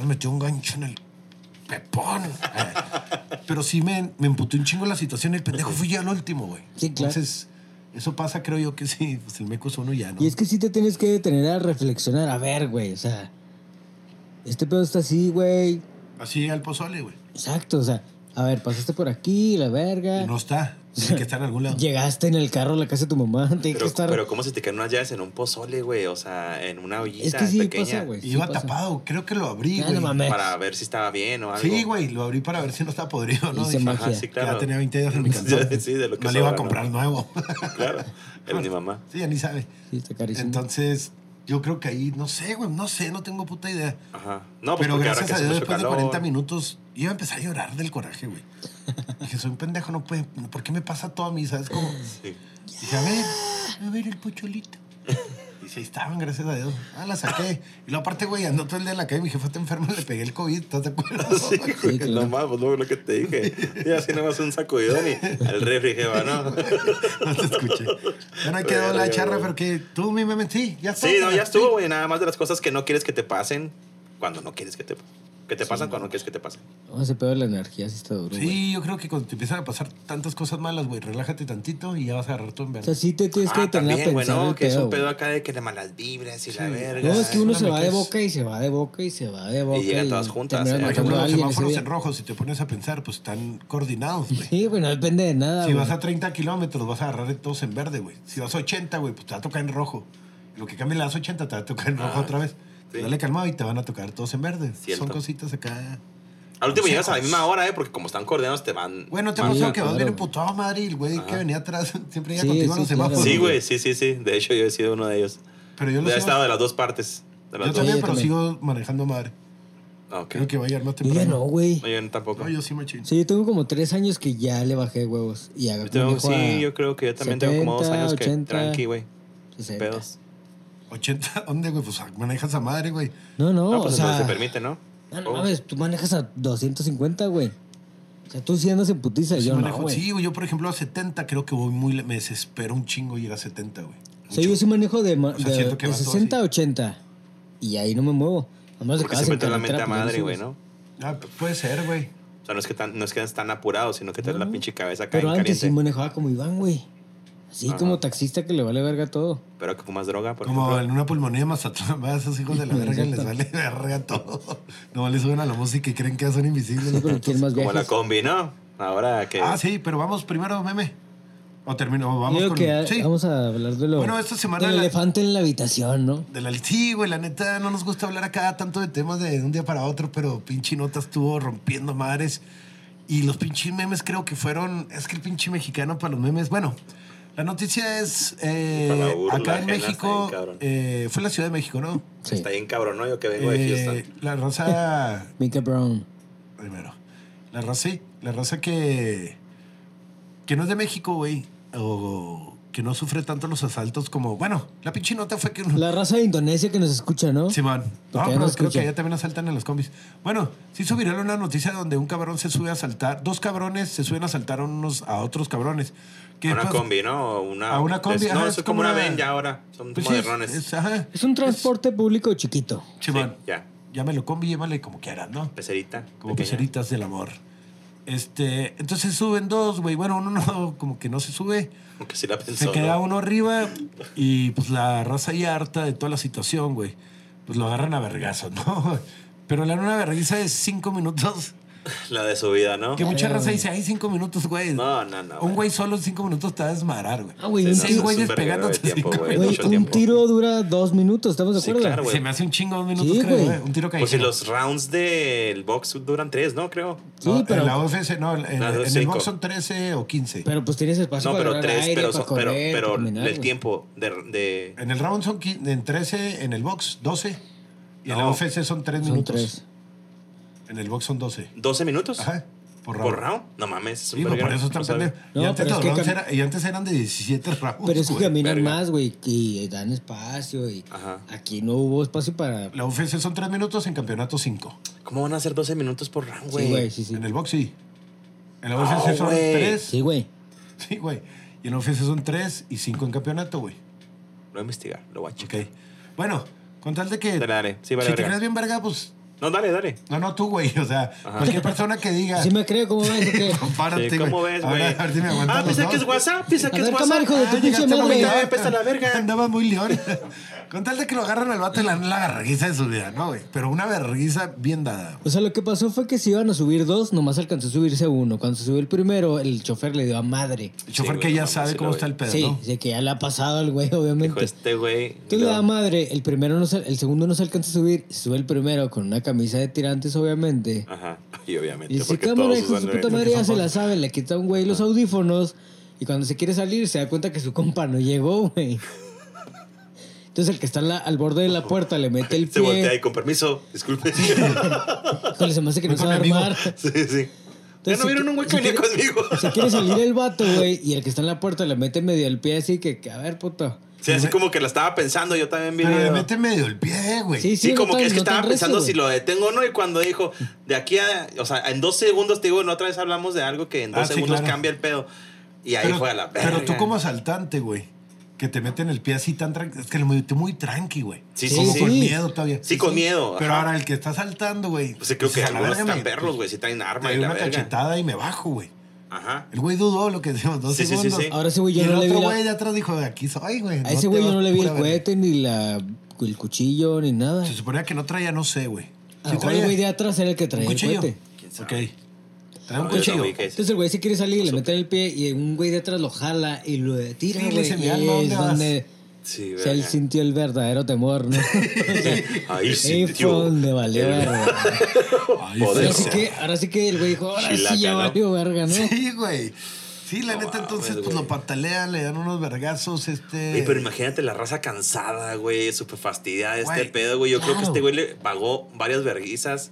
Speaker 1: Me metió un gancho en el pepón. Eh, Pero sí me, me emputó un chingo la situación. El pendejo fui yo al último, güey.
Speaker 3: Sí, claro.
Speaker 1: Entonces, eso pasa, creo yo, que sí. Pues el meco es uno y ya, ¿no?
Speaker 3: Y es que sí te tienes que detener a reflexionar. A ver, güey, o sea. Este pedo está así, güey.
Speaker 1: Así al pozole, güey.
Speaker 3: Exacto, o sea. A ver, pasaste por aquí, la verga.
Speaker 1: Y No está. Tiene que estar en algún lado.
Speaker 3: Llegaste en el carro a la casa de tu mamá. Tienes que
Speaker 2: Pero,
Speaker 3: estar.
Speaker 2: pero ¿cómo se te caen unas llaves en un pozole, güey? O sea, en una ollita
Speaker 3: es que sí
Speaker 2: pequeña.
Speaker 3: pasa, güey. sí
Speaker 1: Iba
Speaker 3: pasa.
Speaker 1: tapado. Creo que lo abrí,
Speaker 3: Ah,
Speaker 1: güey.
Speaker 3: no mames.
Speaker 2: Para ver si estaba bien o algo.
Speaker 1: sí, güey. Lo abrí para ver si no estaba podrido, ¿no?
Speaker 3: Hice
Speaker 1: Dije, "Ah,
Speaker 3: magia.
Speaker 2: Ajá, sí, claro.
Speaker 1: Ya tenía 20 años en mi cantón.
Speaker 2: Sí, de lo que
Speaker 1: no le iba a
Speaker 2: sobra, ¿no?
Speaker 1: comprar nuevo.
Speaker 2: Claro, era mi mamá.
Speaker 1: sí, ya ni sabe.
Speaker 3: Sí, está carísimo.
Speaker 1: Entonces, yo creo que ahí, no sé, güey. No sé, no tengo puta idea.
Speaker 2: Ajá. No, pues
Speaker 1: pero
Speaker 2: porque ahora
Speaker 1: gracias
Speaker 2: que
Speaker 1: a
Speaker 2: hace
Speaker 1: Dios,
Speaker 2: mucho
Speaker 1: después de
Speaker 2: calor.
Speaker 1: 40 minutos, iba a empezar a llorar del coraje, güey. Dije, soy un pendejo, no puede. ¿Por qué me pasa todo a mí? ¿Sabes cómo?
Speaker 2: Sí.
Speaker 1: Dije, a ver, a ver el pocholito. Y sí, estaban, gracias a Dios. Ah, la saqué. Y luego, aparte, güey, andó todo el día en la calle. Mi jefa está enferma, le pegué el COVID, ¿estás de acuerdo?
Speaker 2: Sí, güey,
Speaker 3: claro.
Speaker 2: no más, pues luego lo que te dije. Y así nada más un sacudidón y al refri, jeva, ¿no?
Speaker 1: No te escuché. Bueno, ahí quedó la charra, pero que tú mi me sí, ya está.
Speaker 2: Sí, no, ya estuvo, güey. Nada más de las cosas que no quieres que te pasen cuando no quieres que te que te pasan cuando no quieres que te pasen.
Speaker 3: No, ese pedo de la energía sí está duro, güey.
Speaker 1: Sí, yo creo que cuando te empiezan a pasar tantas cosas malas, güey, relájate tantito y ya vas a agarrar tu en
Speaker 3: O sea, sí te tienes que
Speaker 2: ah,
Speaker 3: detener
Speaker 2: también,
Speaker 3: a
Speaker 2: güey,
Speaker 3: pensar.
Speaker 2: no,
Speaker 3: el
Speaker 2: que es un
Speaker 3: güey.
Speaker 2: pedo acá de que de malas vibras y la verga.
Speaker 3: No, es que uno
Speaker 1: Ay,
Speaker 3: se
Speaker 1: no
Speaker 3: va
Speaker 1: me
Speaker 3: de
Speaker 1: crees.
Speaker 3: boca y se va de boca y se va de boca.
Speaker 2: llegan todas juntas,
Speaker 3: terminas
Speaker 2: ¿eh?
Speaker 1: Por
Speaker 2: Por
Speaker 1: ejemplo,
Speaker 3: matando a
Speaker 1: los
Speaker 3: alguien ese
Speaker 1: semáforos
Speaker 3: día.
Speaker 1: en rojo, si te pones a pensar, pues están coordinados, güey.
Speaker 3: Sí, güey, no depende de nada,
Speaker 1: Si
Speaker 3: Ah, güey.
Speaker 1: vas a 30 kilómetros, vas a agarrar todos en verde, güey. Si vas a 80, güey, pues te va a tocar en rojo. Lo que cambie las 80 te va a tocar en rojo otra vez.
Speaker 2: Ah, sí.
Speaker 1: Dale calmado y te van a tocar todos en verde.
Speaker 2: Cierto.
Speaker 1: Son cositas acá.
Speaker 2: Al último llegas a la misma hora, ¿eh? Porque como están coordinados, te van.
Speaker 1: Bueno, te
Speaker 3: Ah,
Speaker 1: pasó
Speaker 3: mira,
Speaker 1: que vas
Speaker 3: claro,
Speaker 1: bien
Speaker 3: güey.
Speaker 1: emputado a Madrid, el güey, que venía atrás. Siempre iba
Speaker 3: Sí,
Speaker 1: contigo a
Speaker 3: sí,
Speaker 1: los
Speaker 3: claro.
Speaker 1: semáforos.
Speaker 2: sí, güey, sí, sí, sí. De hecho, yo he sido uno de ellos.
Speaker 1: Pero yo
Speaker 2: Yo
Speaker 1: los
Speaker 2: he
Speaker 1: iba-
Speaker 2: estado de las dos partes. De las
Speaker 1: Yo
Speaker 2: dos.
Speaker 1: también,
Speaker 3: yo
Speaker 1: pero
Speaker 3: también.
Speaker 1: sigo manejando a Madrid.
Speaker 2: Ah, ok.
Speaker 1: Creo que va a llegar más
Speaker 3: Yo
Speaker 1: temprano.
Speaker 3: ya no, güey.
Speaker 2: No, yo tampoco.
Speaker 1: No, yo sí, machín.
Speaker 3: O sea, yo tengo como tres años que ya le bajé huevos. Y hago
Speaker 2: Yo tengo- sí, yo creo que yo también tengo como dos años que tranqui, güey. Pedos.
Speaker 1: 80, ¿dónde, güey? Pues manejas a madre, güey.
Speaker 3: No, no,
Speaker 2: No, pues
Speaker 3: o sea.
Speaker 2: entonces se permite, ¿no?
Speaker 3: No, no
Speaker 2: Oh.
Speaker 3: mames, tú manejas a 250, güey. O sea, tú sí andas en putiza,
Speaker 1: Pues Sí,
Speaker 3: Pues yo no,
Speaker 1: manejo-
Speaker 3: güey.
Speaker 1: sí, güey, yo por ejemplo a 70 creo que voy muy... le- Me desespero un chingo llegar a 70, güey.
Speaker 3: O sea, yo sí manejo de, ma-
Speaker 1: O sea,
Speaker 3: de-
Speaker 1: siento que
Speaker 3: de
Speaker 1: vas todo
Speaker 3: 60 a 80. Y ahí no me muevo. A menos de que
Speaker 2: Porque
Speaker 3: vas
Speaker 2: siempre
Speaker 3: en
Speaker 2: te da la mente
Speaker 3: carretera,
Speaker 2: a
Speaker 3: pues, ya
Speaker 2: madre, güey,
Speaker 3: subes.
Speaker 2: ¿no?
Speaker 1: Ah, pues, puede ser, güey.
Speaker 2: O sea, no es que tan, no es que están apurados, sino que te da la pinche cabeza acá
Speaker 3: Pero
Speaker 2: en
Speaker 3: antes sí
Speaker 2: caliente.
Speaker 3: manejaba como Iván, güey. Así como taxista que le vale verga todo.
Speaker 2: Pero que fumas droga, por
Speaker 1: Como
Speaker 2: ejemplo.
Speaker 1: en una pulmonía más a esos hijos de la verga les vale verga todo. Nomás le suben a la música y creen que ya son invisibles.
Speaker 3: Sí, pero ¿quién más
Speaker 2: Como la
Speaker 3: viajes?
Speaker 2: combi, ¿no? Ahora que.
Speaker 1: Ah, sí, pero vamos primero, meme. O termino, o vamos
Speaker 3: Yo creo
Speaker 1: con...
Speaker 3: que a-
Speaker 1: sí,
Speaker 3: vamos a hablar de lo.
Speaker 1: Bueno, esta semana
Speaker 3: Del
Speaker 1: la-
Speaker 3: elefante en la habitación, ¿no?
Speaker 1: de la... Sí, güey, la neta, no nos gusta hablar acá tanto de temas de un día para otro, pero pinche nota estuvo rompiendo madres. Y los pinches memes creo que fueron... Es que el pinche mexicano para los memes... Bueno, la noticia es... eh,
Speaker 2: Para la burla
Speaker 1: acá en
Speaker 2: ajena, está
Speaker 1: México...
Speaker 2: bien cabrón.
Speaker 1: eh, fue en la Ciudad de México, ¿no?
Speaker 3: Sí.
Speaker 2: Está bien cabrón, ¿no? Yo que vengo de
Speaker 1: Eh,
Speaker 2: Houston.
Speaker 1: la raza...
Speaker 3: Mika Brown.
Speaker 1: primero. La raza, la raza que, que no es de México, güey, o que no sufre tanto los asaltos como, bueno, la pinche nota fue que...
Speaker 3: La raza de Indonesia que nos escucha, ¿no?
Speaker 1: Simón. No,
Speaker 3: Porque
Speaker 1: pero
Speaker 3: ya nos
Speaker 1: creo que
Speaker 3: escuchan.
Speaker 1: allá también asaltan en las combis. Bueno, sí subieron una noticia donde un cabrón se sube a asaltar, dos cabrones se suben a asaltar a unos a otros cabrones. Que
Speaker 2: Una
Speaker 1: pues-
Speaker 2: combi, ¿no? O Una,
Speaker 1: A una combi,
Speaker 2: es-
Speaker 1: ajá,
Speaker 2: no,
Speaker 1: es
Speaker 2: es
Speaker 1: como
Speaker 2: como una
Speaker 1: una-
Speaker 2: ven ya ahora. Son
Speaker 1: pues sí, es-
Speaker 2: modernones.
Speaker 1: es- ajá.
Speaker 3: Es un transporte público chiquito.
Speaker 1: Simón.
Speaker 2: ya. Pues,
Speaker 1: Llámelo combi, llámale como quieras, ¿no?
Speaker 2: Pecerita.
Speaker 1: Como
Speaker 2: pequeña.
Speaker 1: peceritas del amor. Este, entonces suben dos, güey. Bueno, uno no, como que no se sube.
Speaker 2: Aunque sí la
Speaker 1: Se
Speaker 2: pensó.
Speaker 1: queda
Speaker 2: ¿no?
Speaker 1: uno arriba y pues la raza ya harta de toda la situación, güey. Pues lo agarran a vergazo, ¿no? Pero le dan una vergüenza de cinco minutos.
Speaker 2: La de su vida, ¿no?
Speaker 1: Que mucha
Speaker 3: Eh,
Speaker 1: raza
Speaker 3: güey.
Speaker 1: dice, ay, cinco minutos, güey.
Speaker 2: No, no, no,
Speaker 1: Un
Speaker 2: güey.
Speaker 1: güey solo en cinco minutos te va a desmarar, güey.
Speaker 3: Ah, güey,
Speaker 2: Sí,
Speaker 3: un
Speaker 2: no,
Speaker 1: Seis
Speaker 2: es
Speaker 3: tiro-
Speaker 2: un
Speaker 1: güeyes
Speaker 2: verguero de
Speaker 1: pegándote.
Speaker 2: tiempo,
Speaker 1: cinco minutos.
Speaker 2: güey,
Speaker 3: güey,
Speaker 2: mucho
Speaker 3: un
Speaker 2: tiempo.
Speaker 3: tiro dura dos minutos, ¿estamos de
Speaker 2: Sí,
Speaker 3: acuerdo?
Speaker 2: claro, güey.
Speaker 1: Se me hace un chingo dos minutos,
Speaker 3: Sí,
Speaker 1: creo,
Speaker 3: güey.
Speaker 1: güey. Un tiro
Speaker 2: Pues si
Speaker 1: callejero.
Speaker 2: los rounds del box duran tres, ¿no? Creo.
Speaker 3: Sí,
Speaker 1: No,
Speaker 3: pero,
Speaker 1: En la UFC, no, en, en
Speaker 2: Ah,
Speaker 1: el
Speaker 2: cinco.
Speaker 1: box son 13 o 15.
Speaker 3: pero pues tienes espacio
Speaker 2: No,
Speaker 3: para
Speaker 2: pero
Speaker 3: agarrar
Speaker 2: tres,
Speaker 3: aire,
Speaker 2: pero,
Speaker 3: para
Speaker 2: son- pero,
Speaker 3: correr,
Speaker 2: pero
Speaker 3: para caminar,
Speaker 2: el
Speaker 3: güey.
Speaker 2: tiempo de, de-
Speaker 1: En el round son quin- en 13, en el box 12. Y en la
Speaker 2: No.
Speaker 1: UFC son 3
Speaker 3: Son
Speaker 1: minutos.
Speaker 3: tres.
Speaker 1: En el box son 12.
Speaker 2: 12 minutos
Speaker 1: Ajá. Por round.
Speaker 2: por round. No mames. es un
Speaker 1: Sí, pues, por
Speaker 2: verguero,
Speaker 1: eso están
Speaker 2: o sea,
Speaker 1: pendejos.
Speaker 3: No,
Speaker 1: y, antes
Speaker 3: pero
Speaker 1: los
Speaker 3: es que
Speaker 1: rounds
Speaker 3: cam-
Speaker 1: era- y antes eran de 17 rounds.
Speaker 3: Pero es que
Speaker 1: güey.
Speaker 3: caminan
Speaker 2: verga.
Speaker 3: más, güey, y dan espacio. Y
Speaker 2: Ajá.
Speaker 3: aquí no hubo espacio para.
Speaker 1: La UFC son 3 minutos, en campeonato 5.
Speaker 2: ¿Cómo van a hacer 12 minutos por round,
Speaker 3: Sí, güey,
Speaker 2: güey?
Speaker 3: sí, sí.
Speaker 1: En el box sí. En la
Speaker 2: No,
Speaker 1: UFC son
Speaker 2: güey.
Speaker 1: 3.
Speaker 3: Sí, güey.
Speaker 1: Sí, güey. Y en la UFC son 3 y 5 en campeonato, güey.
Speaker 2: lo voy a investigar, lo voy a
Speaker 1: Ok.
Speaker 2: checar.
Speaker 1: Bueno, con tal de que.
Speaker 2: Dale, dale. Sí, vale,
Speaker 1: si te
Speaker 2: verga.
Speaker 1: crees bien verga, pues.
Speaker 2: No, dale, dale.
Speaker 1: No, no, tú, güey. O sea, cualquier persona que diga.
Speaker 3: Sí me creo, ¿cómo ves? ¿O qué?
Speaker 1: Párate,
Speaker 2: Sí,
Speaker 1: güey.
Speaker 2: ¿Cómo ves,
Speaker 1: A
Speaker 2: güey?
Speaker 1: ver, a ver si me aguantas
Speaker 2: Ah,
Speaker 1: los
Speaker 2: piensa
Speaker 1: dos.
Speaker 2: que es WhatsApp, piensa
Speaker 3: A
Speaker 2: que es
Speaker 3: ver, cámara,
Speaker 2: WhatsApp.
Speaker 3: hijo de
Speaker 2: Ah,
Speaker 3: tu pinche
Speaker 2: llegaste a la
Speaker 3: madre.
Speaker 2: mitad,
Speaker 1: Ah,
Speaker 2: empieza la verga.
Speaker 1: Andaba muy león. Con tal de que lo agarran al vato y le dan la vergüenza de su vida, ¿no, güey? Pero una vergüenza bien dada.
Speaker 3: O sea, lo que pasó fue que si iban a subir dos, nomás alcanzó a subirse uno. Cuando se subió el primero, el chofer le dio a madre.
Speaker 1: El chofer
Speaker 2: güey,
Speaker 1: que ya
Speaker 2: no mames,
Speaker 1: sabe
Speaker 2: sí lo
Speaker 1: cómo
Speaker 2: vi.
Speaker 1: está el pedo,
Speaker 3: sí,
Speaker 1: ¿no?
Speaker 3: de que ya le ha pasado al güey, obviamente.
Speaker 2: Dijo este güey.
Speaker 3: Entonces le da madre, el primero no se- el segundo no se alcanza a subir, se sube el primero con una camisa de tirantes, obviamente.
Speaker 2: Ajá. Y obviamente.
Speaker 3: Y si
Speaker 2: porque
Speaker 3: cámara,
Speaker 2: todos
Speaker 3: hijo de su
Speaker 2: usan-
Speaker 3: puta madre, ya se la sabe, le quita a un güey
Speaker 2: Ah.
Speaker 3: los audífonos y cuando se quiere salir se da cuenta que su compa no llegó, güey. Entonces el que está en la- al borde de la puerta le mete el
Speaker 2: Se voltea
Speaker 3: pie,
Speaker 2: y con permiso, disculpe. sí,
Speaker 3: híjole, se me hace que no
Speaker 1: Voy
Speaker 3: se
Speaker 1: con
Speaker 3: va a
Speaker 1: mi amigo.
Speaker 3: armar.
Speaker 2: sí. Ya
Speaker 3: Entonces,
Speaker 2: no
Speaker 3: si
Speaker 2: vieron un güey que
Speaker 3: qui- si
Speaker 2: venía
Speaker 3: quiere-
Speaker 2: conmigo.
Speaker 3: Se quiere salir el vato, güey, y el que está en la puerta le mete medio el pie así que, que, a ver, puto.
Speaker 2: Sí, así como que la estaba pensando, yo también vi.
Speaker 1: Pero le
Speaker 2: video.
Speaker 1: mete medio el pie, güey.
Speaker 3: Sí,
Speaker 2: Sí,
Speaker 3: no
Speaker 2: como
Speaker 3: tan-
Speaker 2: que es que
Speaker 3: no tan
Speaker 2: estaba
Speaker 3: recio,
Speaker 2: pensando si
Speaker 3: güey.
Speaker 2: lo detengo o no. Y cuando dijo, de aquí a. O sea, en dos segundos, te digo, no, otra vez hablamos de algo que en dos
Speaker 1: Ah, sí,
Speaker 2: segundos
Speaker 1: claro.
Speaker 2: cambia el pedo. Y ahí fue a la verga.
Speaker 1: pero tú como asaltante, güey, que te meten el pie así tan tranqui, es que lo metiste muy tranqui, güey.
Speaker 2: Sí,
Speaker 1: Como
Speaker 2: sí, sí.
Speaker 1: con
Speaker 3: Sí.
Speaker 1: miedo todavía.
Speaker 2: Sí, con miedo.
Speaker 1: Pero
Speaker 2: ajá.
Speaker 1: ahora el que está saltando, güey.
Speaker 2: Pues sí, creo que
Speaker 1: dices, "A la
Speaker 2: algunos
Speaker 1: verga,
Speaker 2: están
Speaker 1: me-
Speaker 2: perros, güey. Si traen
Speaker 1: Me
Speaker 2: arma y
Speaker 1: dio
Speaker 2: la
Speaker 1: una
Speaker 2: verga.
Speaker 1: cachetada y me bajo, güey.
Speaker 2: Ajá.
Speaker 1: El güey dudó lo que decíamos dos
Speaker 2: Sí, sí, sí,
Speaker 1: segundos.
Speaker 2: sí.
Speaker 3: Ahora ese güey yo
Speaker 1: y el
Speaker 3: no le vi
Speaker 1: otro
Speaker 3: la-
Speaker 1: güey de atrás dijo, de aquí soy, güey.
Speaker 3: A ese
Speaker 1: te
Speaker 3: güey yo
Speaker 1: vas,
Speaker 3: no le vi el
Speaker 1: pura verga".
Speaker 3: cohete, ni la, el cuchillo, ni nada.
Speaker 1: Se suponía que no traía, no sé, güey.
Speaker 3: A lo mejor el güey de atrás era el que
Speaker 1: ¿Un
Speaker 3: traía el
Speaker 1: cuchillo?
Speaker 3: cohete.
Speaker 2: ¿Quién
Speaker 1: Ok.
Speaker 2: sabe?
Speaker 1: Trae un
Speaker 2: No, yo
Speaker 1: cuchillo.
Speaker 2: no vi que ese-
Speaker 3: Entonces el güey se quiere salir, le mete el pie y un güey de atrás lo jala y lo tira,
Speaker 1: Sí, le
Speaker 3: güey.
Speaker 1: dice,
Speaker 3: y
Speaker 1: "Mi alma, ¿dónde
Speaker 3: es
Speaker 1: vas?"
Speaker 3: donde
Speaker 2: Sí,
Speaker 3: se él
Speaker 2: verga.
Speaker 3: sintió el verdadero temor, ¿no?
Speaker 2: Ahí
Speaker 3: Ahí fue
Speaker 2: sintió.
Speaker 3: donde valió
Speaker 2: el-
Speaker 3: verga.
Speaker 1: Ay,
Speaker 2: Joder.
Speaker 3: Ahora
Speaker 1: sí.
Speaker 3: sí, que, ahora sí que el güey dijo, ahora
Speaker 2: Chilaca,
Speaker 3: sí ya
Speaker 2: ¿no?
Speaker 3: valió verga, ¿no?
Speaker 1: Sí, güey. Sí, la
Speaker 2: No
Speaker 1: neta,
Speaker 2: mames,
Speaker 1: entonces, pues
Speaker 2: güey.
Speaker 1: lo patalean, le dan unos vergazos, este...
Speaker 2: Ey, pero imagínate la raza cansada, güey, súper fastidiada de este
Speaker 1: Güey,
Speaker 2: pedo, güey. Yo creo que
Speaker 3: claro.
Speaker 2: este güey le pagó varias verguizas,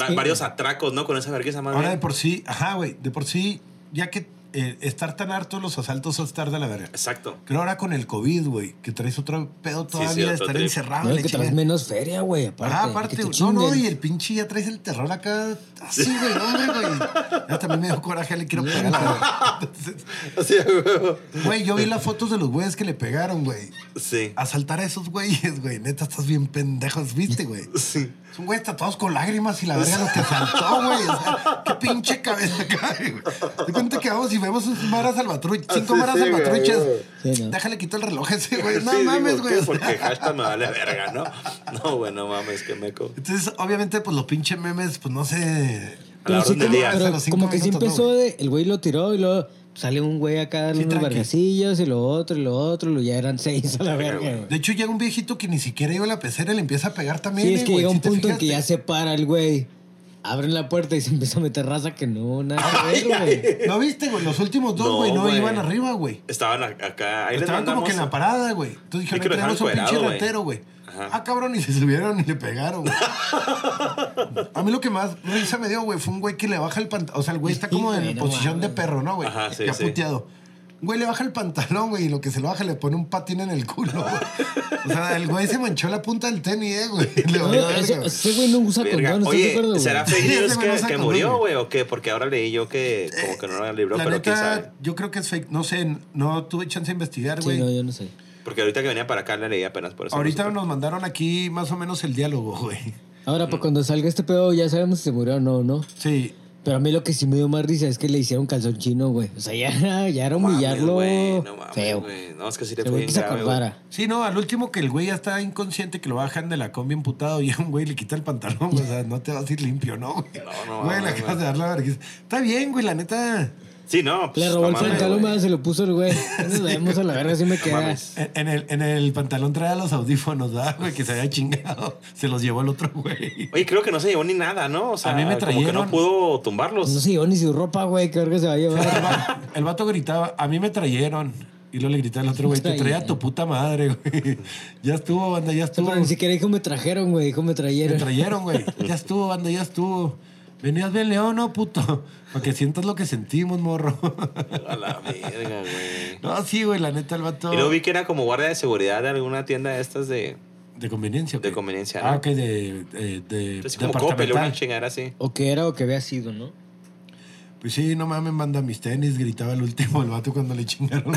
Speaker 2: va-
Speaker 3: Sí.
Speaker 2: varios atracos, ¿no? Con esa verguiza más
Speaker 1: Ahora de
Speaker 2: bien.
Speaker 1: por sí, ajá, güey, de por sí, ya que eh, estar tan harto los asaltos es estar de la verga.
Speaker 2: Exacto.
Speaker 1: Creo ahora con el COVID, güey, que traes otro pedo
Speaker 2: sí,
Speaker 1: todavía de
Speaker 2: otro
Speaker 1: estar
Speaker 2: trip.
Speaker 1: encerrado.
Speaker 3: No,
Speaker 1: la
Speaker 3: que
Speaker 1: chingada.
Speaker 3: traes menos feria, güey, aparte.
Speaker 1: Ah,
Speaker 3: que
Speaker 1: aparte,
Speaker 3: te
Speaker 1: güey. no, no,
Speaker 3: chinguen.
Speaker 1: y el pinche ya traes el terror acá. Así, güey, hombre, güey. Ya también me dio coraje, le quiero pegar. a la- Entonces,
Speaker 2: Así, güey.
Speaker 1: Güey, yo vi las fotos de los güeyes que le pegaron, güey.
Speaker 2: Sí.
Speaker 1: Asaltar a esos güeyes, güey. Neta, estás bien pendejos, ¿viste, güey?
Speaker 2: Sí.
Speaker 1: Son güeyes tatuados con lágrimas y la verga los que asaltó, güey. O sea, qué pinche cabeza cae, güey. De cuenta que vamos y vemos sus maras salvatruchas, cinco
Speaker 2: Así,
Speaker 1: maras
Speaker 2: Ah, sí, güey,
Speaker 1: salvatruchas.
Speaker 3: güey. Sí, no.
Speaker 1: Déjale quitar el reloj a ese, güey. No
Speaker 2: Sí, digo,
Speaker 1: mames,
Speaker 2: ¿qué?
Speaker 1: güey. O sea,
Speaker 2: Porque hashtag me vale verga, ¿no? No, güey, no mames, que meco.
Speaker 1: Entonces, obviamente, pues los pinches memes, pues no sé.
Speaker 2: A
Speaker 3: Pero
Speaker 2: la
Speaker 3: sí
Speaker 2: orden del
Speaker 3: como,
Speaker 2: día.
Speaker 3: pero
Speaker 1: Hasta los cinco
Speaker 3: como que sí
Speaker 1: minutos,
Speaker 3: empezó
Speaker 1: ¿no,
Speaker 3: de- el güey lo tiró y luego sale un güey acá a
Speaker 1: Sí,
Speaker 3: darle unos
Speaker 1: tranqui.
Speaker 3: vergacillos y lo otro y lo otro, y lo ya eran seis a la verga, güey.
Speaker 1: De hecho, llega un viejito que ni siquiera iba a la pecera y le empieza a pegar también.
Speaker 3: Sí, es
Speaker 1: eh,
Speaker 3: que
Speaker 1: güey,
Speaker 3: llega
Speaker 1: ¿sí
Speaker 3: un
Speaker 1: te
Speaker 3: punto en que ya
Speaker 1: fijaste?
Speaker 3: se para el güey. Abren la puerta y se empieza a meter raza que no, nada que ver, güey.
Speaker 1: ¿No viste, güey? Los últimos dos,
Speaker 2: No,
Speaker 1: güey, no,
Speaker 2: güey.
Speaker 1: iban arriba, güey.
Speaker 2: Estaban a- acá. Ahí les
Speaker 1: Estaban como
Speaker 2: mandamos-
Speaker 1: que en la parada, güey. Entonces
Speaker 2: que
Speaker 1: dijeron,
Speaker 2: lo
Speaker 1: tenemos un
Speaker 2: dejaron
Speaker 1: pinche
Speaker 2: cuadrado, güey".
Speaker 1: ratero, güey.
Speaker 2: Ajá.
Speaker 1: Ah, cabrón, y se subieron y le pegaron, güey. A mí lo que más risa me dio, güey, fue un güey que le baja el pantalón. O sea, el güey está como
Speaker 3: Híjole,
Speaker 1: en
Speaker 3: no
Speaker 1: posición de
Speaker 3: mames.
Speaker 1: perro, ¿no, güey?
Speaker 2: Ajá, sí,
Speaker 1: ya
Speaker 2: sí.
Speaker 1: puteado. Un Güey, le baja el pantalón, güey, y lo que se lo baja le pone un patín en el culo, güey. O sea, el güey se manchó la punta del tenis, eh, güey. Le
Speaker 3: No,
Speaker 1: valió verga,
Speaker 3: ese,
Speaker 1: güey.
Speaker 3: ese güey no usa
Speaker 2: Verga.
Speaker 3: condón, ¿estás de
Speaker 2: Oye,
Speaker 3: acuerdo, güey?
Speaker 2: ¿será fake
Speaker 1: Sí,
Speaker 2: news
Speaker 1: ese
Speaker 2: que,
Speaker 1: güey no usa
Speaker 2: que
Speaker 1: condón,
Speaker 2: murió,
Speaker 1: güey.
Speaker 2: güey? ¿O qué? Porque ahora leí yo que como que no lo libró,
Speaker 1: La
Speaker 2: pero quién sabe.
Speaker 1: neta, yo creo que es fake. No sé, no tuve chance de investigar,
Speaker 3: Sí,
Speaker 1: güey.
Speaker 3: no, yo no sé.
Speaker 2: Porque ahorita que venía para acá la leí apenas por eso.
Speaker 1: Ahorita
Speaker 2: no.
Speaker 1: nos mandaron aquí más o menos el diálogo, güey.
Speaker 2: Mm.
Speaker 3: Ahora, pues cuando salga este pedo ya sabemos si se murió o no, ¿no?
Speaker 1: Sí.
Speaker 3: Pero a mí lo que sí me dio más risa es que le hicieron calzón chino, güey. O sea, ya, ya era
Speaker 2: No mames,
Speaker 3: humillarlo
Speaker 2: güey, no mames,
Speaker 3: feo.
Speaker 2: güey. No, es que sí
Speaker 3: Se
Speaker 2: le
Speaker 3: ve
Speaker 2: fue
Speaker 3: que
Speaker 2: bien
Speaker 3: se
Speaker 2: grave, güey.
Speaker 3: acordara.
Speaker 1: Sí, no, al último que el güey ya está inconsciente que lo bajan de la combi emputado y a un güey le quita el pantalón, o sea, no te vas a ir limpio, ¿no? Güey,
Speaker 2: No, no,
Speaker 1: Güey, le
Speaker 2: mames,
Speaker 1: acabas
Speaker 2: güey.
Speaker 1: de dar la vergüenza. Está bien, güey, la neta.
Speaker 2: Sí, no. pues,
Speaker 3: Le robó
Speaker 2: no
Speaker 3: el
Speaker 2: mames,
Speaker 3: pantalón,
Speaker 2: güey.
Speaker 3: se lo puso el güey. Nos vemos a la verga, así me
Speaker 2: No
Speaker 3: queda.
Speaker 2: mames.
Speaker 1: En en el, en el pantalón traía los audífonos, ¿verdad, güey? Que se había chingado. Se los llevó el otro güey.
Speaker 2: Oye, creo que no se llevó ni nada, ¿no? O sea,
Speaker 1: mí me
Speaker 2: como que
Speaker 1: trajeron-
Speaker 2: no pudo
Speaker 3: Pues No
Speaker 2: tumbarlos.
Speaker 3: se llevó ni su ropa, güey. Qué verga se va a
Speaker 1: El
Speaker 3: llevar.
Speaker 1: va- El vato gritaba, a mí me trayeron. Y luego le gritaba al otro güey, te traía tu puta madre, güey. Ya estuvo, banda, ya estuvo.
Speaker 3: Pero ni siquiera dijo me trajeron, güey. Dijo me
Speaker 1: Me
Speaker 3: trayeron.
Speaker 1: trayeron, güey. Ya estuvo, banda, ya estuvo. Venías bien, León, no, puto. Para que sientas lo que sentimos, morro.
Speaker 2: A la verga, güey.
Speaker 1: No, sí, güey, la neta, el vato.
Speaker 2: Y luego vi que era como guardia de seguridad de alguna tienda de estas de.
Speaker 1: De conveniencia.
Speaker 2: De
Speaker 1: ok.
Speaker 2: conveniencia,
Speaker 1: Ah,
Speaker 2: ¿no?
Speaker 1: ok, de. de, de
Speaker 2: Entonces, pues, como
Speaker 1: departamental.
Speaker 2: Coppel, una chingadera así.
Speaker 3: O que era o que había sido, ¿no?
Speaker 1: Pues sí, no mames, manda mis tenis, gritaba el último, el vato cuando le chingaron.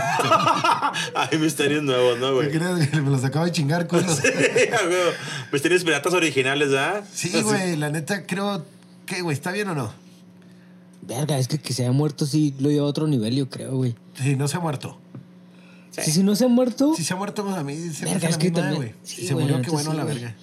Speaker 2: Ay, misterios nuevos, ¿no,
Speaker 1: ¿Qué
Speaker 2: Ah, güey?
Speaker 1: crees? Me los acaba de chingar, culo.
Speaker 2: A huevo. misterios piratas originales, ¿verdad?
Speaker 1: Sí, güey, la neta, creo. que, güey? ¿Está bien o no?
Speaker 3: Verga, es que que se haya muerto sí lo lleva a otro nivel, yo creo, güey.
Speaker 1: Sí, no se ha muerto.
Speaker 2: Sí.
Speaker 3: Si, si no se ha muerto,
Speaker 1: Si se ha muerto, pues, a mí se me hace
Speaker 3: Verga, es
Speaker 1: la
Speaker 3: que
Speaker 1: misma,
Speaker 3: también-
Speaker 1: güey.
Speaker 3: sí,
Speaker 1: Si se
Speaker 3: güey,
Speaker 1: murió,
Speaker 3: la
Speaker 1: qué
Speaker 3: neta,
Speaker 1: bueno
Speaker 3: sí,
Speaker 1: la
Speaker 3: güey.
Speaker 1: verga.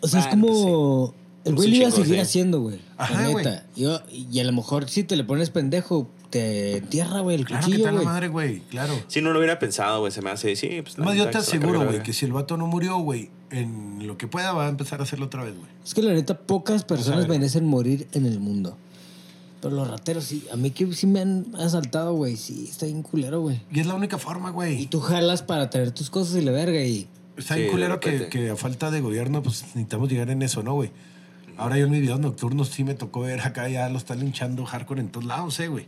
Speaker 3: o sea, es
Speaker 2: Bueno,
Speaker 3: como... El güey
Speaker 2: Es
Speaker 3: lo
Speaker 2: un
Speaker 3: iba a
Speaker 2: chingo,
Speaker 3: seguir
Speaker 2: sí.
Speaker 3: haciendo, güey.
Speaker 1: Ajá,
Speaker 3: la
Speaker 1: güey.
Speaker 3: neta. Yo- y a lo mejor si te le pones pendejo, te entierra, güey, el
Speaker 1: Claro que
Speaker 3: cuchillo,
Speaker 1: está la
Speaker 3: güey.
Speaker 1: madre, güey, claro.
Speaker 2: Si no lo hubiera pensado, güey, se me hace. Sí, pues. la
Speaker 1: Más yo
Speaker 2: neta
Speaker 1: te
Speaker 2: que se la cargó
Speaker 1: aseguro,
Speaker 2: la
Speaker 1: güey,
Speaker 2: verga.
Speaker 1: que si el vato no murió, güey, en lo que pueda va a empezar a hacerlo otra vez, güey.
Speaker 3: Es que la neta, pocas personas
Speaker 1: ver.
Speaker 3: merecen morir en el mundo. Pero los rateros sí. A mí que sí me han asaltado, güey. Sí, está bien culero, güey.
Speaker 1: Y es la única forma,
Speaker 3: Y
Speaker 1: güey.
Speaker 3: tú jalas para tener tus cosas y la verga y...
Speaker 1: Está
Speaker 2: Sí,
Speaker 1: bien
Speaker 2: de
Speaker 1: culero que,
Speaker 2: repente.
Speaker 1: que a falta de gobierno, pues necesitamos llegar en eso, ¿no, güey? Ahora yo en mis videos nocturnos sí me tocó ver acá ya lo están linchando hardcore en todos lados, eh, güey.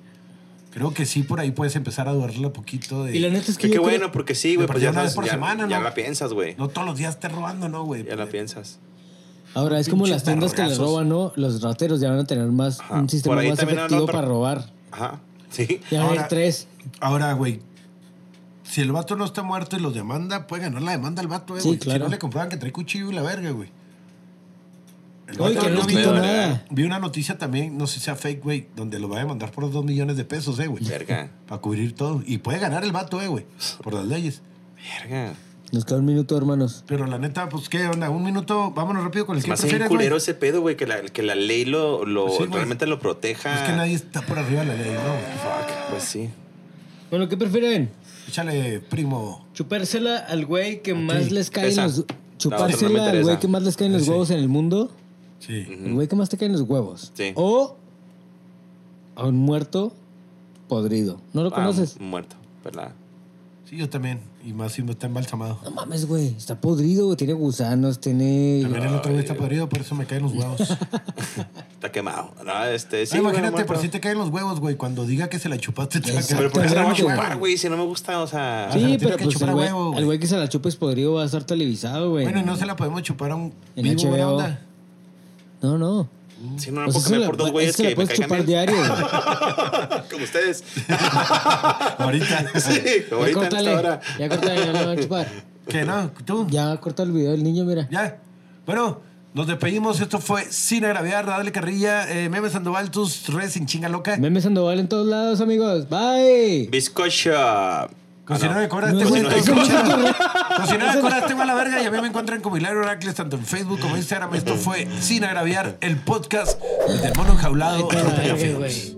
Speaker 1: Creo que sí, por ahí puedes empezar a dudarle poquito de...
Speaker 3: Y la neta es que
Speaker 2: Que
Speaker 3: yo
Speaker 2: qué
Speaker 3: creo-
Speaker 2: bueno, porque sí, güey.
Speaker 1: Pero
Speaker 2: Pues
Speaker 1: ya
Speaker 2: ya,
Speaker 1: una vez
Speaker 2: sabes,
Speaker 1: por
Speaker 2: ya-
Speaker 1: semana, ¿no?
Speaker 2: ya la piensas, güey.
Speaker 1: No todos los días estés robando, ¿no, güey?
Speaker 2: Ya la
Speaker 1: Pues,
Speaker 2: piensas.
Speaker 3: Ahora, es como
Speaker 1: Pinches
Speaker 3: las tiendas que les
Speaker 1: vergazos.
Speaker 3: roban, ¿no? Los rateros ya van a tener más
Speaker 2: Ajá.
Speaker 3: un sistema
Speaker 2: Por ahí
Speaker 3: más
Speaker 2: también
Speaker 3: efectivo
Speaker 2: andan-
Speaker 3: para robar.
Speaker 2: Ajá. Sí.
Speaker 3: Ya van a haber
Speaker 1: Ahora-
Speaker 3: tres.
Speaker 1: Ahora, güey, si el vato no está muerto y los demanda, puede ganar la demanda al vato, eh,
Speaker 3: Sí,
Speaker 1: güey. Si
Speaker 3: claro.
Speaker 1: no le compraban que trae cuchillo y la verga, güey. El
Speaker 3: Oye,
Speaker 1: vato
Speaker 3: que no
Speaker 1: no
Speaker 3: les
Speaker 1: vi-
Speaker 3: quitó
Speaker 2: veo,
Speaker 3: nada.
Speaker 1: Vi una noticia también, no sé si sea fake, güey, donde lo va a demandar por 2 millones de pesos, eh, güey.
Speaker 2: Verga.
Speaker 1: Para cubrir todo. Y puede ganar el vato, eh, güey, por las leyes.
Speaker 2: Verga.
Speaker 3: Nos queda un minuto, hermanos.
Speaker 1: Pero la neta, pues, ¿qué onda? Un minuto, vámonos rápido con el
Speaker 2: Se
Speaker 1: que
Speaker 2: me hace bien
Speaker 1: prefieres,
Speaker 2: culero
Speaker 1: güey.
Speaker 2: ese pedo, güey, que la, que la ley lo, lo-
Speaker 1: Sí, güey.
Speaker 2: realmente lo proteja.
Speaker 1: Es que nadie está por arriba de la ley, ¿no? güey?
Speaker 2: Fuck, pues sí.
Speaker 3: Bueno, ¿qué prefieren?
Speaker 1: Échale, primo.
Speaker 3: ¿Chupársela al güey que más les caen
Speaker 2: Esa.
Speaker 3: los...
Speaker 2: No, esa no me
Speaker 3: Chupársela al
Speaker 2: interesa.
Speaker 3: güey que más les caen los
Speaker 1: Sí.
Speaker 3: huevos en el mundo?
Speaker 1: Sí.
Speaker 3: El güey que más te caen los huevos.
Speaker 2: Sí.
Speaker 3: O a un muerto podrido. ¿No lo
Speaker 2: Ah,
Speaker 3: conoces?
Speaker 2: Muerto, ¿verdad?
Speaker 1: Sí, yo también. Y más si no está embalsamado.
Speaker 3: No mames, güey. Está podrido, güey. Tiene gusanos, tiene...
Speaker 2: Ah,
Speaker 1: También el otro güey está podrido, por eso me caen los huevos.
Speaker 2: Está quemado. No, este, sí,
Speaker 1: Ah,
Speaker 2: güey,
Speaker 1: imagínate,
Speaker 2: muerto.
Speaker 1: por si te caen los huevos, güey, cuando diga que se la chupaste, te la
Speaker 3: Exacto.
Speaker 2: Pero ¿por qué se la voy a
Speaker 3: Exactamente,
Speaker 2: chupar, güey? Si no me gusta, o sea...
Speaker 1: se la
Speaker 3: Sí,
Speaker 1: tiene
Speaker 3: pero
Speaker 1: que
Speaker 3: pues
Speaker 1: chupar
Speaker 3: el
Speaker 1: a
Speaker 3: güey,
Speaker 1: huevo, güey.
Speaker 3: el güey que se la chupa es podrido va a estar televisado, güey.
Speaker 1: Bueno, y no se la podemos chupar a un
Speaker 3: En
Speaker 1: vivo,
Speaker 3: HBO.
Speaker 1: buena onda.
Speaker 3: No, no.
Speaker 2: Si no me
Speaker 3: O sea,
Speaker 2: puedo
Speaker 3: se
Speaker 2: cambiar
Speaker 3: la,
Speaker 2: por dos güeyes
Speaker 3: se la
Speaker 2: que me
Speaker 3: puedes
Speaker 2: caigan
Speaker 3: chupar
Speaker 2: bien.
Speaker 3: diario, güey.
Speaker 2: Como ustedes.
Speaker 1: Ahorita.
Speaker 2: Sí,
Speaker 3: Ya
Speaker 2: ahorita, hasta
Speaker 3: córtale,
Speaker 2: ahora.
Speaker 3: ya córtale, ya no va a chupar.
Speaker 1: que no, tú. Ya.
Speaker 3: Ya corta el video del niño, mira.
Speaker 1: Bueno, nos despedimos. Esto fue Sin Agraviar, Dale Carrilla, eh, Meme Sandoval, tus redes sin chinga loca.
Speaker 3: Meme Sandoval en todos lados, amigos. Bye.
Speaker 2: Bizcocho. Ah,
Speaker 1: Cocinero
Speaker 2: no.
Speaker 1: de Cora, este güey.
Speaker 3: No,
Speaker 1: entonces,
Speaker 3: no, no,
Speaker 1: escucha.
Speaker 3: no, no.
Speaker 1: Cocinero de Cora, este güey a la verga. Y a mí me encuentran como Hilario Oracles, tanto en Facebook como en Instagram. Esto fue Sin Agraviar, el podcast del mono enjaulado.
Speaker 3: Ay,
Speaker 1: Rompecafé.
Speaker 3: güey.